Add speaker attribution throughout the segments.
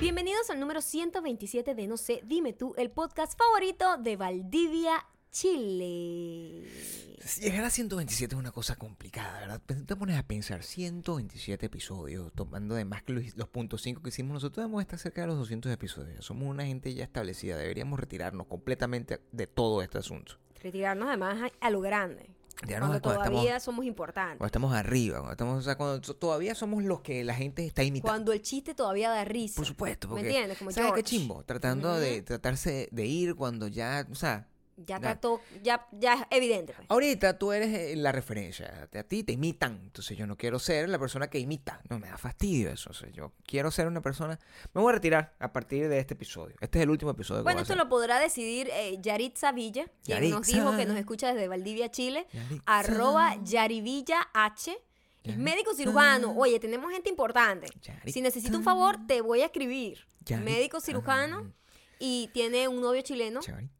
Speaker 1: Bienvenidos al número 127 de No sé, dime tú, el podcast favorito de Valdivia, Chile.
Speaker 2: Llegar a 127 es una cosa complicada, ¿verdad? Pe- Te pones a pensar, 127 episodios, tomando además que los, los puntos 5 que hicimos, nosotros debemos estar cerca de los 200 episodios. Somos una gente ya establecida, deberíamos retirarnos completamente de todo este asunto.
Speaker 1: Retirarnos además a, a lo grande.
Speaker 2: Ya
Speaker 1: cuando
Speaker 2: nos- Pues, cuando estamos-
Speaker 1: todavía somos importantes.
Speaker 2: Cuando estamos arriba, cuando estamos, o sea, cuando so- todavía somos los que la gente está imitando.
Speaker 1: Cuando el chiste todavía da risa.
Speaker 2: Por supuesto, porque
Speaker 1: ¿Me entiendes? Como
Speaker 2: ¿sabes qué
Speaker 1: George.
Speaker 2: chimbo? Tratando de
Speaker 1: Ujú.
Speaker 2: tratarse de ir cuando ya, o sea,
Speaker 1: Ya
Speaker 2: Ya. Ah,
Speaker 1: trató, ya, ya es evidente. pues.
Speaker 2: Ahorita tú eres eh, la referencia, a ti te imitan, entonces yo no quiero ser la persona que imita, no me da fastidio eso, o sea, yo quiero ser una persona, me voy a retirar a partir de este episodio, este es el último episodio. que
Speaker 1: Bueno,
Speaker 2: voy a
Speaker 1: esto
Speaker 2: hacer.
Speaker 1: lo podrá decidir eh, Yaritza Villa, quien nos
Speaker 2: Yaritza.
Speaker 1: dijo que nos escucha desde Valdivia, Chile.
Speaker 2: Yaritza.
Speaker 1: Arroba Yarivilla H. Es
Speaker 2: Yaritza.
Speaker 1: médico cirujano. Oye, tenemos gente importante. Si
Speaker 2: Yaritza.
Speaker 1: necesito un favor, te voy a escribir.
Speaker 2: Yaritza.
Speaker 1: Médico cirujano y tiene un novio chileno
Speaker 2: Chavarita.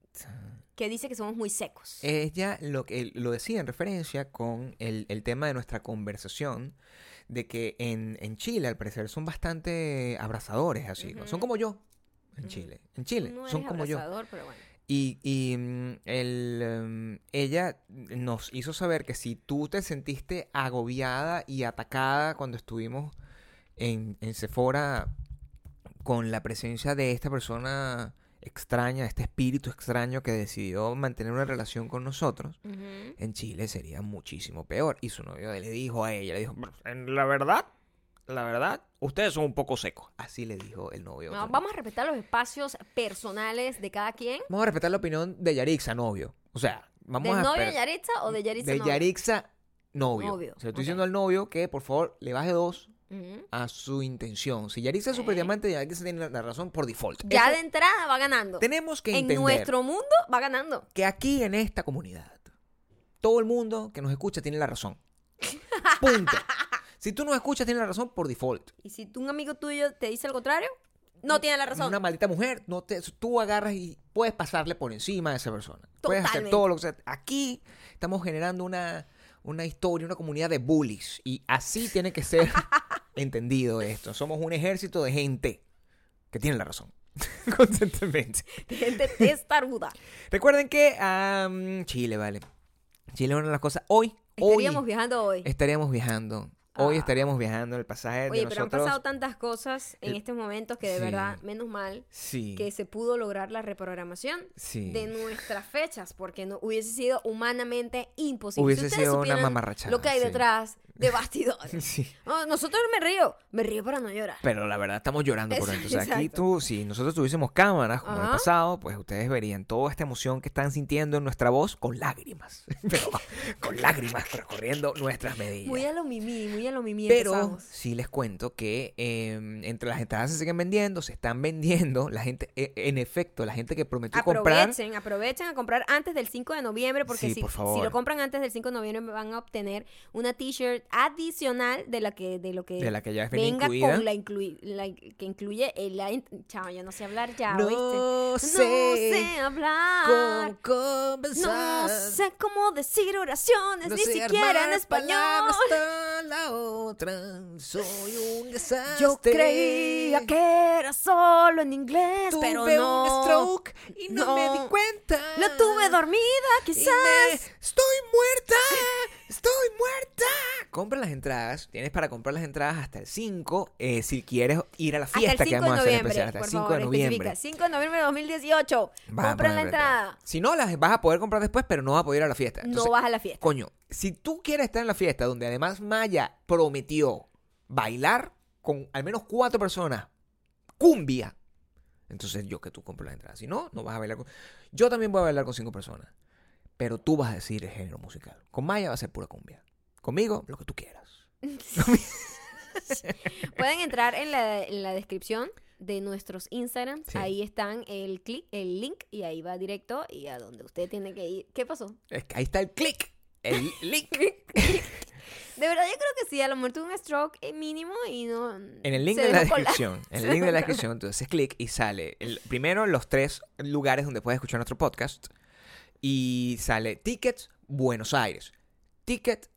Speaker 1: que dice que somos muy secos.
Speaker 2: Ella lo, que- él lo decía en referencia con el, el tema de nuestra conversación, de que en, en Chile al parecer son bastante abrazadores, así, ¿no? son como yo. En Chile, en Chile,
Speaker 1: no
Speaker 2: son
Speaker 1: eres
Speaker 2: como yo.
Speaker 1: abrazador, pero bueno.
Speaker 2: Y, y, mm, el, mm, ella nos hizo saber que si tú te sentiste agobiada y atacada cuando estuvimos en, en Sephora con la presencia de esta persona extraña, este espíritu extraño que decidió mantener una relación con nosotros,
Speaker 1: Ujú.
Speaker 2: en Chile sería muchísimo peor. Y su novio le dijo a ella, le dijo, "En la verdad, la verdad, ustedes son un poco secos. Así le dijo el novio.
Speaker 1: No, vamos a respetar los espacios personales de cada quien.
Speaker 2: Vamos a respetar la opinión de Yarixa, novio. O sea, vamos
Speaker 1: ¿Del
Speaker 2: a.
Speaker 1: novio
Speaker 2: per-
Speaker 1: de Yaritza o de Yaritza?
Speaker 2: de
Speaker 1: novio?
Speaker 2: Yarixa, novio.
Speaker 1: Novio,
Speaker 2: O sea, estoy
Speaker 1: ok.
Speaker 2: diciendo al novio que, por favor, le baje dos
Speaker 1: Ujú.
Speaker 2: a su intención. Si Yarixa es super diamante, Yarixa tiene la- la razón por default.
Speaker 1: Ya
Speaker 2: Eso
Speaker 1: de entrada va ganando.
Speaker 2: tenemos que
Speaker 1: en
Speaker 2: entender
Speaker 1: nuestro mundo va ganando.
Speaker 2: que aquí en esta comunidad, todo el mundo que nos escucha tiene la razón. Punto. si tú nos escuchas, tienes la razón por default.
Speaker 1: Y si un amigo tuyo te dice lo contrario, no tiene la razón.
Speaker 2: Una maldita mujer, no te, tú agarras y puedes pasarle por encima de esa persona. Puedes hacer
Speaker 1: Totalmente.
Speaker 2: todo lo que sea. Aquí estamos generando una, una historia, una comunidad de bullies. Y así tiene que ser entendido esto. Somos un ejército de gente que tiene la razón. Constantemente.
Speaker 1: Gente testaruda.
Speaker 2: Recuerden que am, Chile, vale. Chile es una de las cosas. Hoy,
Speaker 1: Estaríamos
Speaker 2: hoy
Speaker 1: viajando hoy.
Speaker 2: estaríamos viajando. Hoy
Speaker 1: Ah.
Speaker 2: estaríamos viajando el pasaje
Speaker 1: Oye,
Speaker 2: de
Speaker 1: pero han
Speaker 2: nosotros.
Speaker 1: pasado tantas cosas en
Speaker 2: El-
Speaker 1: estos momentos que de
Speaker 2: Sí.
Speaker 1: verdad, menos mal
Speaker 2: Sí.
Speaker 1: que se pudo lograr la reprogramación
Speaker 2: Sí.
Speaker 1: de nuestras fechas, porque no hubiese sido humanamente imposible.
Speaker 2: Hubiese
Speaker 1: ustedes
Speaker 2: sido una
Speaker 1: supieran
Speaker 2: mamarrachada,
Speaker 1: Lo que hay
Speaker 2: sí.
Speaker 1: detrás de bastidores.
Speaker 2: Sí.
Speaker 1: No, nosotros me río, me río para no llorar.
Speaker 2: Pero la verdad estamos llorando por
Speaker 1: Eso,
Speaker 2: dentro. O sea, aquí
Speaker 1: exacto.
Speaker 2: tú, si nosotros tuviésemos cámaras como en el
Speaker 1: Ajá.
Speaker 2: pasado, pues ustedes verían toda esta emoción que están sintiendo en nuestra voz con lágrimas. Pero con lágrimas recorriendo nuestras medidas.
Speaker 1: Muy a lo mimí, muy a lo mimí.
Speaker 2: Pero
Speaker 1: empezamos.
Speaker 2: sí les cuento que eh, entre las entradas se siguen vendiendo, se están vendiendo. La gente, e- en efecto, la gente que prometió comprar.
Speaker 1: Aprovechen, aprovechen a comprar antes del 5 de noviembre porque
Speaker 2: Sí,
Speaker 1: si,
Speaker 2: por
Speaker 1: si
Speaker 2: favor.
Speaker 1: lo compran antes del 5 de noviembre van a obtener una t-shirt adicional de la que de lo que
Speaker 2: De la que ya venía
Speaker 1: venga
Speaker 2: incluida.
Speaker 1: con la, inclui- la in- que incluye el la in- chao, yo no sé hablar ya,
Speaker 2: No
Speaker 1: ¿oíste?
Speaker 2: sé
Speaker 1: no sé hablar.
Speaker 2: Con
Speaker 1: No
Speaker 2: conversar.
Speaker 1: sé cómo decir oraciones,
Speaker 2: No
Speaker 1: ni
Speaker 2: sé
Speaker 1: siquiera en
Speaker 2: armar
Speaker 1: español.
Speaker 2: palabras hasta la otra. Soy un desastre.
Speaker 1: Yo creía que era solo en inglés,
Speaker 2: Tuve
Speaker 1: pero
Speaker 2: un
Speaker 1: no.
Speaker 2: stroke y no, me
Speaker 1: No.
Speaker 2: di cuenta.
Speaker 1: La tuve dormida,
Speaker 2: Y
Speaker 1: quizás.
Speaker 2: me- Estoy muerta. Estoy muerta. Compra las entradas. Tienes para comprar las entradas hasta el 5. eh, si quieres ir a la fiesta
Speaker 1: hasta el
Speaker 2: que
Speaker 1: 5 de
Speaker 2: vamos a hacer
Speaker 1: noviembre,
Speaker 2: especial. Hasta el
Speaker 1: por
Speaker 2: 5
Speaker 1: favor,
Speaker 2: de noviembre.
Speaker 1: especifica. 5 de noviembre de 2018.
Speaker 2: Vamos a
Speaker 1: Compran la
Speaker 2: comprar
Speaker 1: entrada.
Speaker 2: Si no, las vas a poder comprar después, pero no vas a poder ir a la fiesta. Entonces,
Speaker 1: no vas a la fiesta.
Speaker 2: Coño, si tú quieres estar en la fiesta donde además Maya prometió bailar con al menos cuatro personas, cumbia, entonces yo que tú compro la entrada. Si no, no vas a bailar con... Yo también voy a bailar con cinco personas, pero tú vas a decir el género musical. Con Maya va a ser pura cumbia. Conmigo, lo que tú quieras.
Speaker 1: Pueden entrar en la, en la descripción de nuestros Instagrams.
Speaker 2: Sí.
Speaker 1: Ahí están el clic, el link y ahí va directo y a donde usted tiene que ir. ¿Qué pasó?
Speaker 2: Es que ahí está el click, el link.
Speaker 1: De verdad yo creo que sí, a lo mejor tuve un stroke eh, mínimo y no
Speaker 2: En el link
Speaker 1: se
Speaker 2: de la
Speaker 1: dejó colar.
Speaker 2: descripción. En
Speaker 1: Se
Speaker 2: el link de
Speaker 1: dejó
Speaker 2: la
Speaker 1: colar.
Speaker 2: descripción, tú haces clic y sale. el- primero, los tres lugares donde puedes escuchar nuestro podcast. Y sale Tickets Buenos Aires. Ticket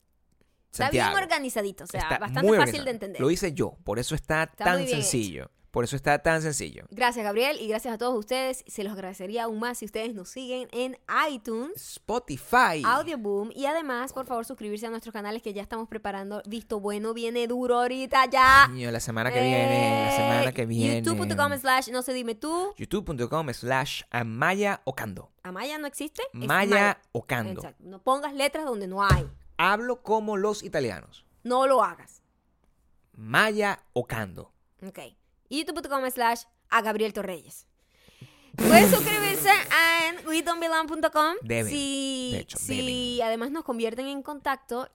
Speaker 1: Está
Speaker 2: Santiago.
Speaker 1: bien organizadito, o sea,
Speaker 2: Está
Speaker 1: bastante
Speaker 2: muy
Speaker 1: fácil
Speaker 2: organizado.
Speaker 1: de entender.
Speaker 2: Lo hice yo, por eso está,
Speaker 1: Está muy
Speaker 2: tan
Speaker 1: bien
Speaker 2: sencillo. Por eso está tan sencillo.
Speaker 1: Gracias, Gabriel, y gracias a todos ustedes. Se los agradecería aún más si ustedes nos siguen en iTunes,
Speaker 2: Spotify.
Speaker 1: Audioboom y además, por favor, suscribirse a nuestros canales que ya estamos preparando. Visto bueno, viene duro ahorita ya.
Speaker 2: Niño, la semana que viene, la semana que
Speaker 1: Eh,
Speaker 2: viene.
Speaker 1: YouTube.com slash no se dime tú.
Speaker 2: YouTube.com slash Amaya Ocando.
Speaker 1: Amaya no existe. es
Speaker 2: Maya Ocando.
Speaker 1: Exacto. No pongas letras donde no hay.
Speaker 2: Hablo como los italianos.
Speaker 1: No lo hagas.
Speaker 2: Maya Ocando.
Speaker 1: Ok. YouTube.com slash a Gabriel Torreyes. Pueden suscribirse a WeDon'tBelong.com.
Speaker 2: Deben,
Speaker 1: Si,
Speaker 2: de hecho,
Speaker 1: si además nos convierten en contacto,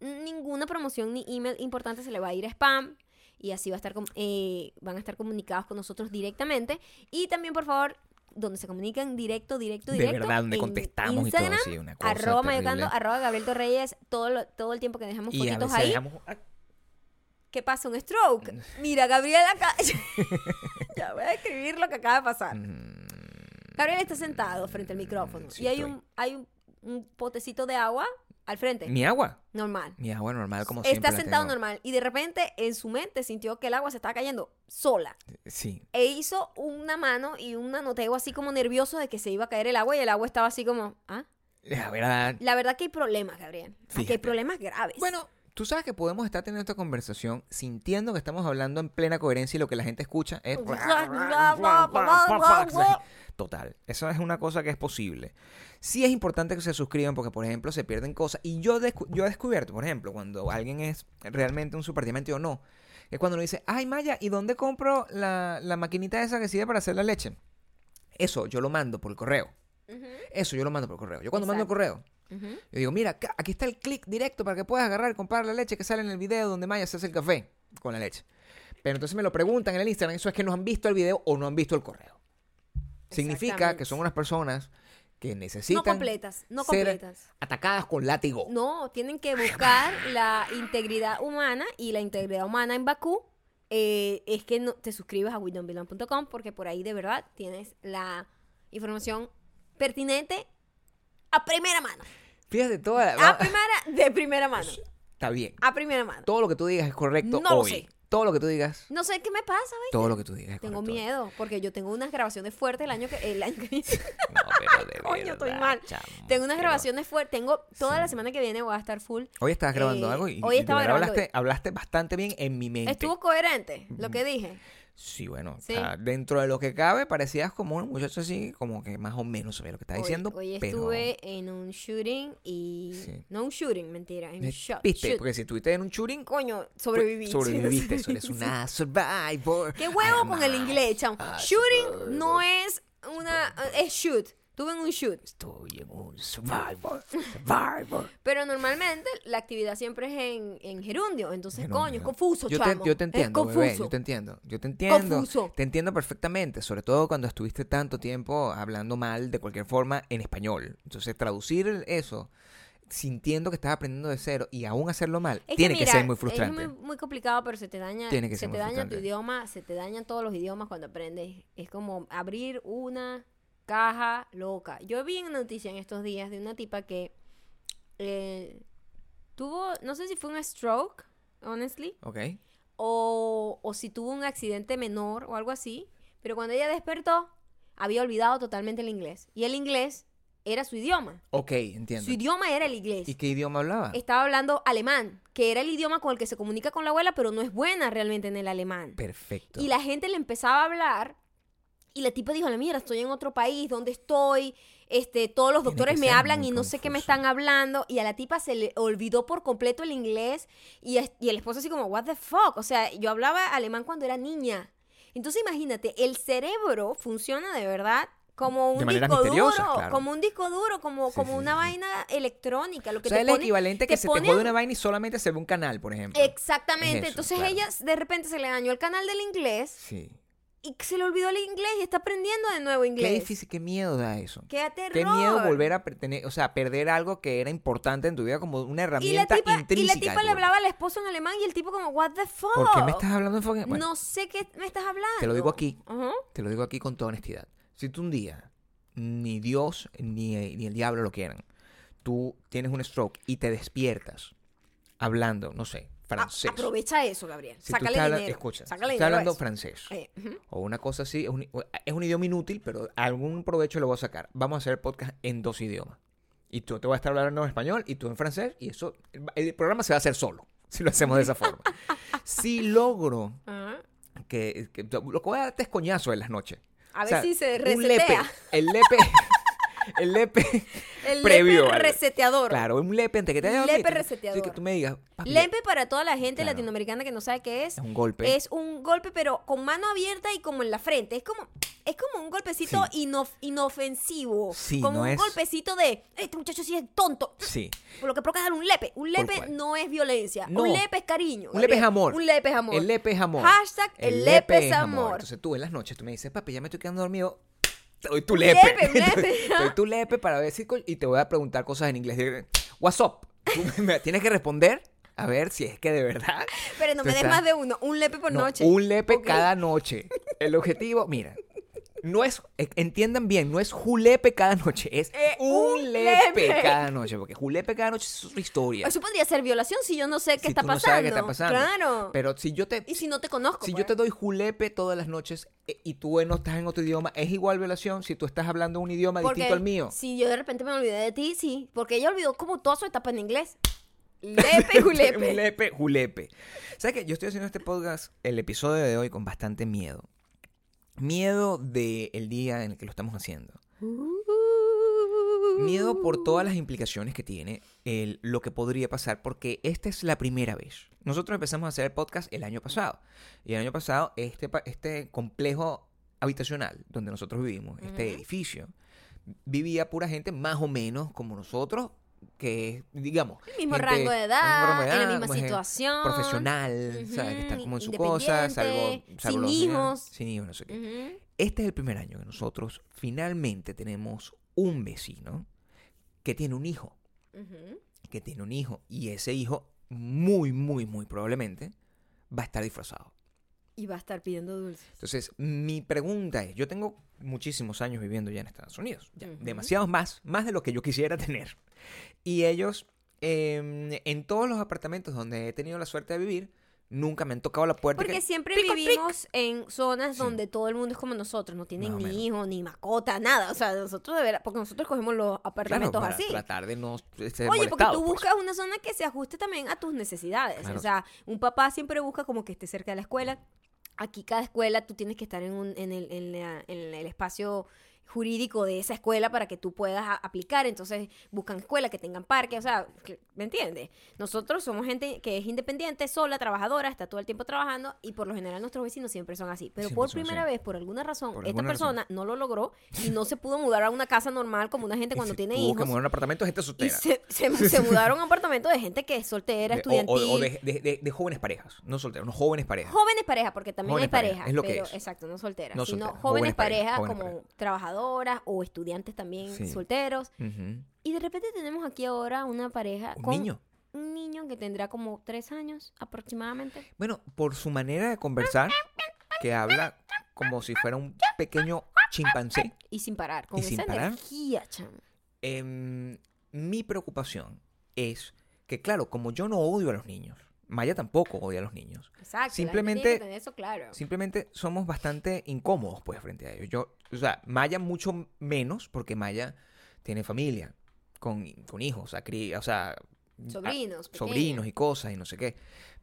Speaker 1: ninguna promoción ni email importante se le va a ir a spam. Y así va a estar com- eh, van a estar comunicados con nosotros directamente. Y también, por favor, donde se comunican directo, directo,
Speaker 2: De
Speaker 1: directo.
Speaker 2: verdad, donde
Speaker 1: en
Speaker 2: contestamos y todo,
Speaker 1: Instagram,
Speaker 2: sí, una cosa
Speaker 1: arroba
Speaker 2: terrible.
Speaker 1: mayocando, arroba Gabriel Torreyes, todo, lo- todo el tiempo que dejamos
Speaker 2: Y a
Speaker 1: fotitos
Speaker 2: veces
Speaker 1: ahí.
Speaker 2: dejamos- ah,
Speaker 1: ¿Qué pasa? ¿Un stroke?
Speaker 2: Mm.
Speaker 1: Mira, Gabriel acá... ya voy a escribir lo que acaba de pasar.
Speaker 2: Mm.
Speaker 1: Gabriel está sentado frente al micrófono.
Speaker 2: sí
Speaker 1: y hay,
Speaker 2: estoy.
Speaker 1: un, hay un, un potecito de agua al frente.
Speaker 2: Mi agua.
Speaker 1: normal.
Speaker 2: Mi agua normal, como siempre.
Speaker 1: Está
Speaker 2: la
Speaker 1: sentado
Speaker 2: tengo.
Speaker 1: normal. Y de repente en su mente sintió que el agua se estaba cayendo sola.
Speaker 2: Sí.
Speaker 1: E hizo una mano y un manoteo así como nervioso de que se iba a caer el agua y el agua estaba así como... ¿Ah?
Speaker 2: La verdad.
Speaker 1: La verdad que hay problemas, Gabriel. Aquí hay
Speaker 2: Fíjate.
Speaker 1: problemas graves.
Speaker 2: Bueno, tú sabes que podemos estar teniendo esta conversación sintiendo que estamos hablando en plena coherencia y lo que la gente escucha es... Total, eso es una cosa que es posible. Sí es importante que se suscriban porque, por ejemplo, se pierden cosas. Y yo, descu- yo he descubierto, por ejemplo, cuando alguien es realmente un superdiamante o no, es cuando uno dice, ay Maya, ¿y dónde compro la, la maquinita esa que sirve para hacer la leche? Eso yo lo mando por correo.
Speaker 1: Ujú,
Speaker 2: Eso yo lo mando por correo. Yo cuando mando el
Speaker 1: Exacto.
Speaker 2: correo,
Speaker 1: ujú.
Speaker 2: yo digo, mira, acá- aquí está el clic directo para que puedas agarrar y comprar la leche que sale en el video donde Maya se hace el café con la leche. Pero entonces me lo preguntan en el Instagram, eso es que no han visto el video o no han visto el correo. Significa
Speaker 1: Exactamente.
Speaker 2: que son unas personas que
Speaker 1: No
Speaker 2: necesitan
Speaker 1: completas, no
Speaker 2: ser
Speaker 1: completas.
Speaker 2: atacadas con látigo.
Speaker 1: No, tienen que buscar la integridad humana y la integridad humana en Bakú eh, es que no, te suscribas a windownbelong.com porque por ahí de verdad tienes la información pertinente a primera mano.
Speaker 2: Fíjate toda
Speaker 1: A primera, de primera mano.
Speaker 2: Está bien.
Speaker 1: A primera mano.
Speaker 2: Todo lo que tú digas es correcto
Speaker 1: No lo
Speaker 2: hoy.
Speaker 1: sé.
Speaker 2: Todo lo que tú digas,
Speaker 1: No sé qué me pasa, ¿ves?
Speaker 2: todo lo que tú digas es
Speaker 1: Tengo
Speaker 2: correcto hoy.
Speaker 1: miedo porque yo tengo unas grabaciones fuertes el año que el año que viene.
Speaker 2: No, pero de
Speaker 1: Coño, estoy
Speaker 2: verdad,
Speaker 1: mal.
Speaker 2: chamo,
Speaker 1: Tengo unas
Speaker 2: pero-
Speaker 1: grabaciones fuertes. Tengo toda la semana que viene voy a estar full.
Speaker 2: Hoy estabas grabando
Speaker 1: Eh,
Speaker 2: algo y,
Speaker 1: hoy
Speaker 2: y de
Speaker 1: estaba
Speaker 2: verdad
Speaker 1: grabando
Speaker 2: hablaste, hablaste bastante bien en mi mente.
Speaker 1: Estuvo coherente lo que dije.
Speaker 2: Sí, bueno, o
Speaker 1: Sí.
Speaker 2: sea, dentro de lo que cabe, parecías como un muchacho así, como que más o menos sabía lo que estaba
Speaker 1: Hoy-
Speaker 2: diciendo.
Speaker 1: Hoy,
Speaker 2: pero
Speaker 1: estuve en un shooting y.
Speaker 2: Sí.
Speaker 1: No un shooting, mentira. En un
Speaker 2: me
Speaker 1: shot.
Speaker 2: Viste,
Speaker 1: shoot.
Speaker 2: porque si estuviste en un shooting,
Speaker 1: Coño, sobreviví.
Speaker 2: sobreviviste.
Speaker 1: Sí,
Speaker 2: eso eres
Speaker 1: sí.
Speaker 2: una Ah, survivor.
Speaker 1: Qué huevo
Speaker 2: I'm
Speaker 1: con el
Speaker 2: a-
Speaker 1: inglés, chamo.
Speaker 2: a
Speaker 1: Shooting no es una. Es shoot. Estuve en un shoot.
Speaker 2: Estoy en un survivor. Survivor.
Speaker 1: Pero normalmente la actividad siempre es en, en gerundio. Entonces,
Speaker 2: Pero
Speaker 1: coño, es
Speaker 2: mira,
Speaker 1: confuso,
Speaker 2: yo
Speaker 1: chamo.
Speaker 2: Te, yo te
Speaker 1: Es
Speaker 2: entiendo,
Speaker 1: confuso.
Speaker 2: bebé, yo te entiendo. Yo te entiendo.
Speaker 1: Confuso.
Speaker 2: Te entiendo perfectamente, sobre todo cuando estuviste tanto tiempo hablando mal de cualquier forma en español. Entonces, traducir eso sintiendo que estás aprendiendo de cero y aún hacerlo mal,
Speaker 1: Es que
Speaker 2: tiene que,
Speaker 1: mira,
Speaker 2: ser muy
Speaker 1: Es
Speaker 2: frustrante.
Speaker 1: muy, muy complicado, pero se te daña,
Speaker 2: Tiene que
Speaker 1: se
Speaker 2: ser
Speaker 1: te
Speaker 2: muy
Speaker 1: daña tu
Speaker 2: frustrante.
Speaker 1: idioma, se te dañan todos los idiomas cuando aprendes. Es como abrir una caja loca. Yo vi una noticia en estos días de una tipa que eh, tuvo, no sé si fue un stroke, honestly,
Speaker 2: ¿Ok?
Speaker 1: o, o si tuvo un accidente menor o algo así, pero cuando ella despertó, había olvidado totalmente el inglés. Y el inglés era su idioma.
Speaker 2: Ok, entiendo.
Speaker 1: Su idioma era el inglés
Speaker 2: ¿Y qué idioma hablaba?
Speaker 1: estaba hablando alemán, que era el idioma con el que se comunica con la abuela, pero no es buena realmente en el alemán.
Speaker 2: Perfecto.
Speaker 1: Y la gente le empezaba a hablar y la tipa dijo, la mierda, estoy en otro país, ¿dónde estoy? Este, todos los
Speaker 2: Tiene
Speaker 1: doctores
Speaker 2: que
Speaker 1: me
Speaker 2: ser
Speaker 1: hablan
Speaker 2: muy
Speaker 1: y no sé qué me
Speaker 2: confuso.
Speaker 1: están hablando. Y a la tipa se le olvidó por completo el inglés y, es- y el esposo así como, what the fuck? O sea, yo hablaba alemán cuando era niña. Entonces imagínate, el cerebro funciona de verdad como un
Speaker 2: maneras
Speaker 1: disco duro,
Speaker 2: misteriosas, claro.
Speaker 1: como un disco duro, como,
Speaker 2: Sí,
Speaker 1: como
Speaker 2: sí,
Speaker 1: una
Speaker 2: sí, sí.
Speaker 1: vaina electrónica, lo que
Speaker 2: o sea,
Speaker 1: te
Speaker 2: el
Speaker 1: ponen-
Speaker 2: equivalente
Speaker 1: te
Speaker 2: que se te
Speaker 1: ponen-
Speaker 2: jode una vaina y solamente se ve un canal, por ejemplo.
Speaker 1: Exactamente.
Speaker 2: Es eso,
Speaker 1: Entonces
Speaker 2: claro.
Speaker 1: ella de repente se le dañó el canal del inglés
Speaker 2: Sí.
Speaker 1: y se le olvidó el inglés y está aprendiendo de nuevo inglés.
Speaker 2: Qué difícil, qué miedo da eso.
Speaker 1: Qué aterror.
Speaker 2: Qué miedo volver a pertenecer, o sea, perder algo que era importante en tu vida como una
Speaker 1: y la
Speaker 2: herramienta
Speaker 1: tipa, y
Speaker 2: intrínseca.
Speaker 1: la
Speaker 2: de
Speaker 1: tipa
Speaker 2: tu
Speaker 1: le
Speaker 2: vida.
Speaker 1: hablaba al esposo en alemán y el tipo como what the fuck.
Speaker 2: ¿Por qué me estás hablando en fucking- Bueno,
Speaker 1: no sé qué me estás hablando.
Speaker 2: te lo digo aquí,
Speaker 1: Ajá.
Speaker 2: te lo digo aquí con toda honestidad. Si tú un día, ni Dios ni, ni el diablo lo quieran, tú tienes un stroke y te despiertas hablando, no sé,
Speaker 1: Ah,
Speaker 2: francés.
Speaker 1: Aprovecha eso, Gabriel.
Speaker 2: Si tú
Speaker 1: Sácale
Speaker 2: estás habla-
Speaker 1: dinero.
Speaker 2: escucha,
Speaker 1: Sácale
Speaker 2: si estás
Speaker 1: dinero a
Speaker 2: hablando
Speaker 1: eso.
Speaker 2: francés
Speaker 1: Eh, ujú.
Speaker 2: o una cosa así, es un, es un idioma inútil, pero algún provecho lo voy a sacar. Vamos a hacer podcast en dos idiomas. Y tú te vas a estar hablando en español y tú en francés, y eso, el- el programa se va a hacer solo, si lo hacemos de esa forma. si logro
Speaker 1: Ajá.
Speaker 2: que, que- lo que voy a darte es coñazo en las noches.
Speaker 1: A ver
Speaker 2: O sea,
Speaker 1: si se
Speaker 2: un lepe,
Speaker 1: resetea.
Speaker 2: el lepe, el lepe,
Speaker 1: El
Speaker 2: previo
Speaker 1: lepe
Speaker 2: al-
Speaker 1: reseteador.
Speaker 2: claro, un lepe antes que te
Speaker 1: Un
Speaker 2: hayas
Speaker 1: lepe
Speaker 2: dormido,
Speaker 1: reseteador.
Speaker 2: que tú me digas, papi,
Speaker 1: Lempe para toda la gente
Speaker 2: Claro.
Speaker 1: latinoamericana que no sabe qué es.
Speaker 2: es un golpe.
Speaker 1: Es un golpe, pero con mano abierta y como en la frente. Es como, es como un golpecito inof- inofensivo.
Speaker 2: Sí,
Speaker 1: como
Speaker 2: no
Speaker 1: un
Speaker 2: es-
Speaker 1: golpecito de, este muchacho sí es tonto.
Speaker 2: Sí.
Speaker 1: Por lo que provoca es darle un lepe. Un
Speaker 2: Por
Speaker 1: lepe
Speaker 2: cual.
Speaker 1: no es violencia.
Speaker 2: No.
Speaker 1: Un lepe es cariño.
Speaker 2: Un lepe es
Speaker 1: Gabriel.
Speaker 2: amor.
Speaker 1: Un lepe es amor.
Speaker 2: El lepe es amor.
Speaker 1: Hashtag el lepe es amor.
Speaker 2: Entonces tú en las noches tú me dices, papi, ya me estoy quedando dormido. Te doy tu
Speaker 1: Un
Speaker 2: lepe.
Speaker 1: lepe, un
Speaker 2: Te doy-
Speaker 1: lepe.
Speaker 2: Te doy tu lepe para ver si. co- Y te voy a preguntar cosas en inglés. What's up? Tú me tienes que responder a ver si es que de verdad.
Speaker 1: Pero no
Speaker 2: tú
Speaker 1: me des
Speaker 2: estás-
Speaker 1: más de uno. Un lepe por
Speaker 2: No,
Speaker 1: noche.
Speaker 2: Un lepe
Speaker 1: Ok.
Speaker 2: cada noche. El objetivo, mira. No es, eh, entiendan bien, no es julepe cada noche, es
Speaker 1: Eh,
Speaker 2: un,
Speaker 1: un
Speaker 2: lepe,
Speaker 1: lepe.
Speaker 2: cada noche, porque julepe cada noche es su historia.
Speaker 1: Eso podría ser violación si yo no sé qué
Speaker 2: Si
Speaker 1: está
Speaker 2: tú no
Speaker 1: pasando.
Speaker 2: sabes qué está pasando.
Speaker 1: Claro.
Speaker 2: Pero si yo te
Speaker 1: y si no te conozco.
Speaker 2: Si
Speaker 1: pues.
Speaker 2: yo te doy julepe todas las noches eh, y tú eh, no estás en otro idioma, ¿es igual violación si tú estás hablando un idioma
Speaker 1: Porque
Speaker 2: distinto al mío?
Speaker 1: Si yo de repente me olvidé de ti, sí. Porque ella olvidó como toda su etapa en inglés. Lepe, julepe.
Speaker 2: julepe, julepe. ¿Sabes qué? Yo estoy haciendo este podcast, el episodio de hoy, con bastante miedo. Miedo del día en el que lo estamos haciendo.
Speaker 1: Uh. Mm.
Speaker 2: Miedo por todas las implicaciones que tiene el- lo que podría pasar, porque esta es la primera vez. Nosotros empezamos a hacer el podcast el año pasado. Y el año pasado, este, pa- este complejo habitacional donde nosotros vivimos, este
Speaker 1: Ujú.
Speaker 2: edificio, vivía pura gente más o menos como nosotros, que digamos.
Speaker 1: El mismo
Speaker 2: gente-
Speaker 1: rango de
Speaker 2: el mismo
Speaker 1: edad,
Speaker 2: rango de
Speaker 1: en la
Speaker 2: edad,
Speaker 1: misma
Speaker 2: más gente
Speaker 1: situación.
Speaker 2: Profesional, ¿sabes? Que están como en su cosa, salvo,
Speaker 1: Independiente,
Speaker 2: salvo
Speaker 1: sin
Speaker 2: los-
Speaker 1: hijos. Mm.
Speaker 2: Sin hijos, no sé qué.
Speaker 1: Ujú.
Speaker 2: Este es el primer año que nosotros finalmente tenemos un vecino que tiene un hijo,
Speaker 1: Ujú.
Speaker 2: que tiene un hijo, y ese hijo muy, muy, muy probablemente va a estar disfrazado.
Speaker 1: Y va a estar pidiendo dulces.
Speaker 2: Entonces, mi pregunta es, yo tengo muchísimos años viviendo ya en Estados Unidos, ya,
Speaker 1: Ujú.
Speaker 2: demasiados más, más de lo que yo quisiera tener. Y ellos, eh, en todos los apartamentos donde he tenido la suerte de vivir, nunca me han tocado la puerta. y
Speaker 1: Porque
Speaker 2: que-
Speaker 1: siempre
Speaker 2: plic, plic.
Speaker 1: vivimos en zonas
Speaker 2: Sí.
Speaker 1: donde todo el mundo es como nosotros, no tienen
Speaker 2: Más o menos.
Speaker 1: ni hijo, ni mascota, nada. O sea, nosotros de verdad, porque nosotros cogemos los
Speaker 2: Claro,
Speaker 1: apartamentos
Speaker 2: para
Speaker 1: así.
Speaker 2: tratar de no ser
Speaker 1: Oye, porque
Speaker 2: molestado,
Speaker 1: tú
Speaker 2: pues.
Speaker 1: buscas una zona que se ajuste también a tus necesidades.
Speaker 2: Claro.
Speaker 1: O sea, un papá siempre busca como que esté cerca de la escuela. Aquí cada escuela tú tienes que estar en, un- en el, en la- en el espacio jurídico de esa escuela para que tú puedas a- aplicar. Entonces buscan escuelas que tengan parques. O sea, que- ¿me entiendes? Nosotros somos gente que es independiente, sola, trabajadora, está todo el tiempo trabajando y por lo general nuestros vecinos siempre son así. Pero
Speaker 2: Siempre
Speaker 1: por
Speaker 2: son así.
Speaker 1: primera vez, por alguna razón,
Speaker 2: Por
Speaker 1: esta
Speaker 2: alguna razón.
Speaker 1: persona no lo logró y no se pudo mudar a una casa normal como una gente
Speaker 2: Y
Speaker 1: cuando
Speaker 2: se
Speaker 1: tiene
Speaker 2: tuvo que
Speaker 1: hijos.
Speaker 2: mudar a un apartamento de gente
Speaker 1: Y
Speaker 2: soltera.
Speaker 1: se, se- se mudaron a un apartamento de gente que es soltera,
Speaker 2: De- o-
Speaker 1: estudiantil.
Speaker 2: o, o de, de- de- de jóvenes parejas, no solteros, no jóvenes parejas.
Speaker 1: Jóvenes parejas, porque también
Speaker 2: Jóvenes
Speaker 1: hay parejas.
Speaker 2: pareja, es lo que
Speaker 1: pero,
Speaker 2: es.
Speaker 1: Exacto, no solteras.
Speaker 2: No
Speaker 1: sino jóvenes
Speaker 2: solteras, jóvenes pareja,
Speaker 1: parejas
Speaker 2: jóvenes
Speaker 1: como
Speaker 2: pareja.
Speaker 1: trabajadoras o estudiantes también
Speaker 2: Sí.
Speaker 1: solteros.
Speaker 2: Ujú.
Speaker 1: Y de repente tenemos aquí ahora una pareja
Speaker 2: Un
Speaker 1: con
Speaker 2: niño.
Speaker 1: un niño que tendrá como tres años aproximadamente.
Speaker 2: Bueno, por su manera de conversar, que habla como si fuera un pequeño chimpancé,
Speaker 1: Y sin parar, con
Speaker 2: Y sin
Speaker 1: esa
Speaker 2: parar.
Speaker 1: energía, chamo.
Speaker 2: em, mi preocupación es que, claro, como yo no odio a los niños, Maya tampoco odia a los niños,
Speaker 1: Exacto.
Speaker 2: Simplemente-
Speaker 1: Simplemente. eso claro.
Speaker 2: simplemente somos bastante incómodos, pues, frente a ellos. Yo, o sea, Maya mucho menos, porque Maya tiene familia, con, con hijos, o sea, cría- o sea, a-
Speaker 1: sobrinos. pequeños.
Speaker 2: ah, sobrinos y cosas y no sé qué.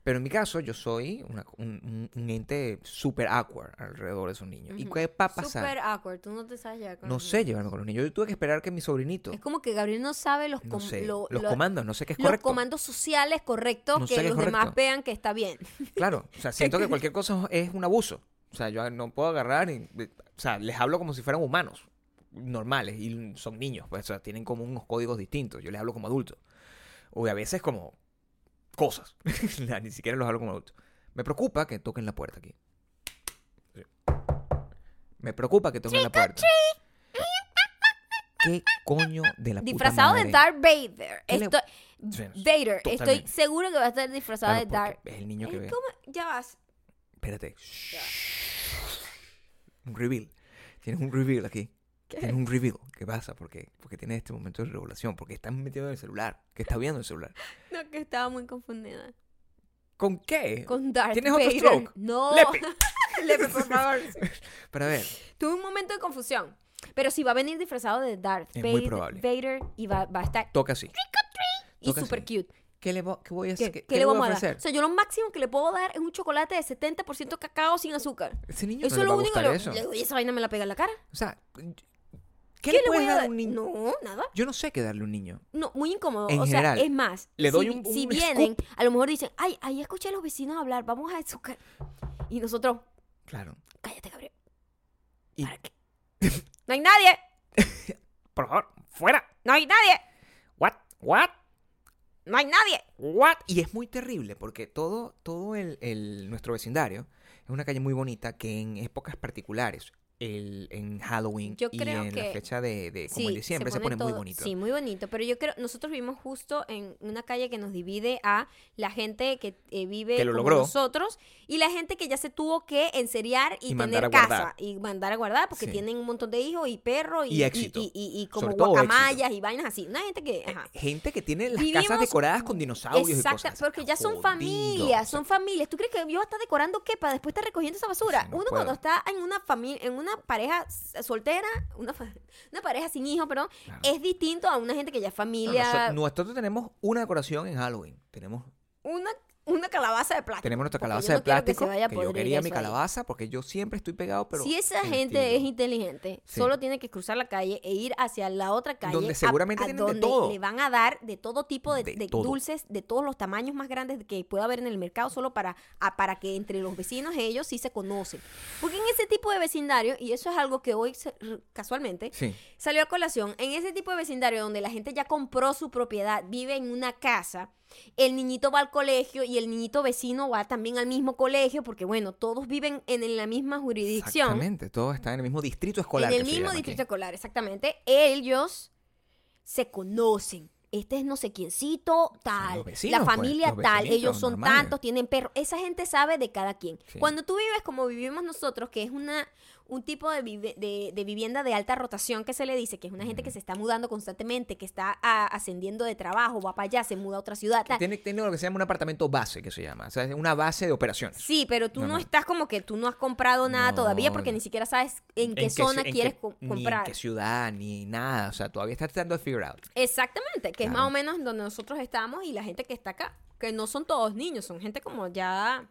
Speaker 2: Pero en mi caso, yo soy una- un, un- un ente súper awkward alrededor de esos niños. ¿Y
Speaker 1: Ujú.
Speaker 2: qué va a pasar?
Speaker 1: Súper awkward. Tú no te sabes llevar con
Speaker 2: no
Speaker 1: los
Speaker 2: sé
Speaker 1: niños.
Speaker 2: llevarme con los niños. Yo tuve que esperar que mi sobrinito,
Speaker 1: Es como que Gabriel no sabe los,
Speaker 2: no
Speaker 1: com-
Speaker 2: sé,
Speaker 1: lo-
Speaker 2: los
Speaker 1: lo-
Speaker 2: comandos, no sé qué es
Speaker 1: los
Speaker 2: correcto.
Speaker 1: comandos sociales correctos
Speaker 2: No sé
Speaker 1: que
Speaker 2: qué es
Speaker 1: los demás
Speaker 2: correcto.
Speaker 1: vean que está bien.
Speaker 2: Claro, o sea, siento que cualquier cosa es un abuso. O sea, yo no puedo agarrar, y- eh, o sea, les hablo como si fueran humanos normales y son niños, pues, o sea, tienen como unos códigos distintos. Yo les hablo como adulto. O a veces como cosas. Nah, Ni siquiera los hablo como adulto. Me preocupa que toquen la puerta aquí. Sí. Me preocupa que toquen la puerta. ¿Qué coño de la puta
Speaker 1: disfrazado de
Speaker 2: madre?
Speaker 1: Darth Vader.
Speaker 2: ¿Qué le-
Speaker 1: Estoy,
Speaker 2: Sí,
Speaker 1: Vader, estoy
Speaker 2: totalmente.
Speaker 1: seguro que va a estar disfrazado
Speaker 2: Claro,
Speaker 1: de Darth.
Speaker 2: porque Es el niño que
Speaker 1: Es
Speaker 2: ve.
Speaker 1: como- ya vas.
Speaker 2: Espérate. Un reveal. Tienes un reveal aquí. Tienes un reveal. ¿Qué pasa? Porque, porque tienes este momento de revelación. Porque estás metido en el celular. Que estás viendo el celular.
Speaker 1: No, que estaba muy confundida.
Speaker 2: ¿Con qué?
Speaker 1: Con Darth
Speaker 2: Eh, ¿Tienes otro
Speaker 1: Vader.
Speaker 2: stroke?
Speaker 1: No.
Speaker 2: Lepe.
Speaker 1: Lepe, por favor.
Speaker 2: Pero a ver,
Speaker 1: Tuve un momento de confusión. Pero si va a venir disfrazado de Darth
Speaker 2: Es
Speaker 1: Vader,
Speaker 2: muy probable.
Speaker 1: Vader y va, va a estar
Speaker 2: toca así.
Speaker 1: y
Speaker 2: toca
Speaker 1: super
Speaker 2: así.
Speaker 1: cute.
Speaker 2: ¿Qué le vo- qué voy a
Speaker 1: ¿Qué,
Speaker 2: hacer?
Speaker 1: qué le
Speaker 2: voy
Speaker 1: vamos a dar?
Speaker 2: ofrecer?
Speaker 1: O sea, yo lo máximo que le puedo dar es un chocolate de 70% cacao sin azúcar.
Speaker 2: Ese niño
Speaker 1: Eso
Speaker 2: no
Speaker 1: es
Speaker 2: le va
Speaker 1: lo
Speaker 2: a
Speaker 1: único que
Speaker 2: gustar
Speaker 1: le-
Speaker 2: eso.
Speaker 1: le digo, "Oye, esa vaina me la pega en la cara.
Speaker 2: O sea, ¿qué, le puedes
Speaker 1: voy a
Speaker 2: dar a
Speaker 1: dar?
Speaker 2: un niño?
Speaker 1: No, nada.
Speaker 2: Yo no sé qué darle a un niño.
Speaker 1: No, muy incómodo.
Speaker 2: En
Speaker 1: o sea,
Speaker 2: general,
Speaker 1: es más,
Speaker 2: le doy
Speaker 1: si,
Speaker 2: un-
Speaker 1: si
Speaker 2: un
Speaker 1: vienen, a lo mejor dicen, ay, ahí escuché a los vecinos hablar, vamos a azúcar. Y nosotros,
Speaker 2: Claro.
Speaker 1: cállate, Gabriel.
Speaker 2: Y-
Speaker 1: ¿Para qué? No hay nadie,
Speaker 2: Por favor, fuera.
Speaker 1: no hay nadie,
Speaker 2: What? What?
Speaker 1: no hay nadie.
Speaker 2: What? Y es muy terrible porque todo, todo el, el- nuestro vecindario es una calle muy bonita que en épocas particulares, el, en Halloween
Speaker 1: Yo
Speaker 2: y
Speaker 1: creo
Speaker 2: en
Speaker 1: que-
Speaker 2: la fecha de, de como el diciembre, se pone, muy
Speaker 1: todo-
Speaker 2: bonito.
Speaker 1: Sí, muy bonito. Pero yo creo, nosotros vivimos justo en una calle que nos divide a la gente que eh, vive
Speaker 2: Que lo
Speaker 1: como
Speaker 2: logró.
Speaker 1: nosotros y la gente que ya se tuvo que enseriar y,
Speaker 2: Y mandar
Speaker 1: tener
Speaker 2: a
Speaker 1: casa
Speaker 2: guardar.
Speaker 1: y mandar a guardar porque
Speaker 2: Sí.
Speaker 1: tienen un montón de hijos y perros y,
Speaker 2: Y éxito.
Speaker 1: y- y- y como
Speaker 2: Sobre todo
Speaker 1: guacamayas y vainas así. Una gente que. ajá.
Speaker 2: Gente que tiene las
Speaker 1: Vivimos-
Speaker 2: casas decoradas con dinosaurios y
Speaker 1: Exacta,
Speaker 2: cosas. así.
Speaker 1: porque ya son
Speaker 2: Jodido.
Speaker 1: familias, son familias. ¿Tú crees que yo voy a estar decorando qué para después estar recogiendo esa basura?
Speaker 2: Sí, no
Speaker 1: Uno
Speaker 2: puedo.
Speaker 1: cuando está en una familia, en una pareja s- soltera, una, fa- una pareja sin hijos, perdón,
Speaker 2: Claro.
Speaker 1: es distinto a una gente que ya es
Speaker 2: No,
Speaker 1: familia,
Speaker 2: nosotros, nosotros tenemos una decoración en Halloween. Tenemos,
Speaker 1: una una calabaza de plástico.
Speaker 2: tenemos nuestra
Speaker 1: Ah, porque yo
Speaker 2: calabaza
Speaker 1: no
Speaker 2: de
Speaker 1: quiero que se
Speaker 2: plástico.
Speaker 1: vaya a
Speaker 2: Que, yo
Speaker 1: podrir
Speaker 2: quería
Speaker 1: eso
Speaker 2: mi
Speaker 1: ahí.
Speaker 2: calabaza porque yo siempre estoy pegado, pero.
Speaker 1: si esa
Speaker 2: el
Speaker 1: gente
Speaker 2: tiro.
Speaker 1: es inteligente,
Speaker 2: Sí.
Speaker 1: solo tiene que cruzar la calle e ir hacia la otra calle.
Speaker 2: Donde
Speaker 1: a-
Speaker 2: seguramente
Speaker 1: a
Speaker 2: tienen de
Speaker 1: donde
Speaker 2: todo.
Speaker 1: Le van a dar de todo tipo de,
Speaker 2: De
Speaker 1: de
Speaker 2: todo.
Speaker 1: dulces, de todos los tamaños más grandes que pueda haber en el mercado, solo para, a- para que entre los vecinos ellos sí se conocen. Porque en ese tipo de vecindario, y eso es algo que hoy se- r- casualmente
Speaker 2: Sí.
Speaker 1: salió a colación, en ese tipo de vecindario donde la gente ya compró su propiedad, vive en una casa, el niñito va al colegio y el niñito vecino va también al mismo colegio, porque bueno, todos viven en, en la misma jurisdicción.
Speaker 2: Exactamente. Todo está en el mismo distrito escolar.
Speaker 1: En el
Speaker 2: que se
Speaker 1: mismo
Speaker 2: llama aquí.
Speaker 1: distrito escolar, exactamente. Ellos se conocen. Este es no sé quiéncito, tal.
Speaker 2: los vecinos,
Speaker 1: la
Speaker 2: pues,
Speaker 1: familia
Speaker 2: los
Speaker 1: tal.
Speaker 2: vecinitos
Speaker 1: Ellos son
Speaker 2: normales.
Speaker 1: tantos, tienen perros. Esa gente sabe de cada quien.
Speaker 2: Sí.
Speaker 1: Cuando tú vives como vivimos nosotros, que es una un tipo de, vive- de, de vivienda de alta rotación que se le dice, que es una gente que se está mudando constantemente, que está ah, ascendiendo de trabajo, va para allá, se muda a otra ciudad, tal.
Speaker 2: Tiene, tiene lo que se llama un apartamento base, que se llama. O sea, es una base de operaciones.
Speaker 1: Sí, pero tú no,
Speaker 2: No, no.
Speaker 1: estás como que tú no has comprado nada
Speaker 2: No,
Speaker 1: todavía porque
Speaker 2: no.
Speaker 1: ni siquiera sabes en qué
Speaker 2: ci-
Speaker 1: zona
Speaker 2: en
Speaker 1: quieres
Speaker 2: qué-
Speaker 1: co-
Speaker 2: ni
Speaker 1: comprar.
Speaker 2: en qué ciudad, ni nada. O sea, todavía estás tratando de figure out.
Speaker 1: Exactamente, que es más
Speaker 2: Claro.
Speaker 1: o menos donde nosotros estamos y la gente que está acá, que no son todos niños, son gente como ya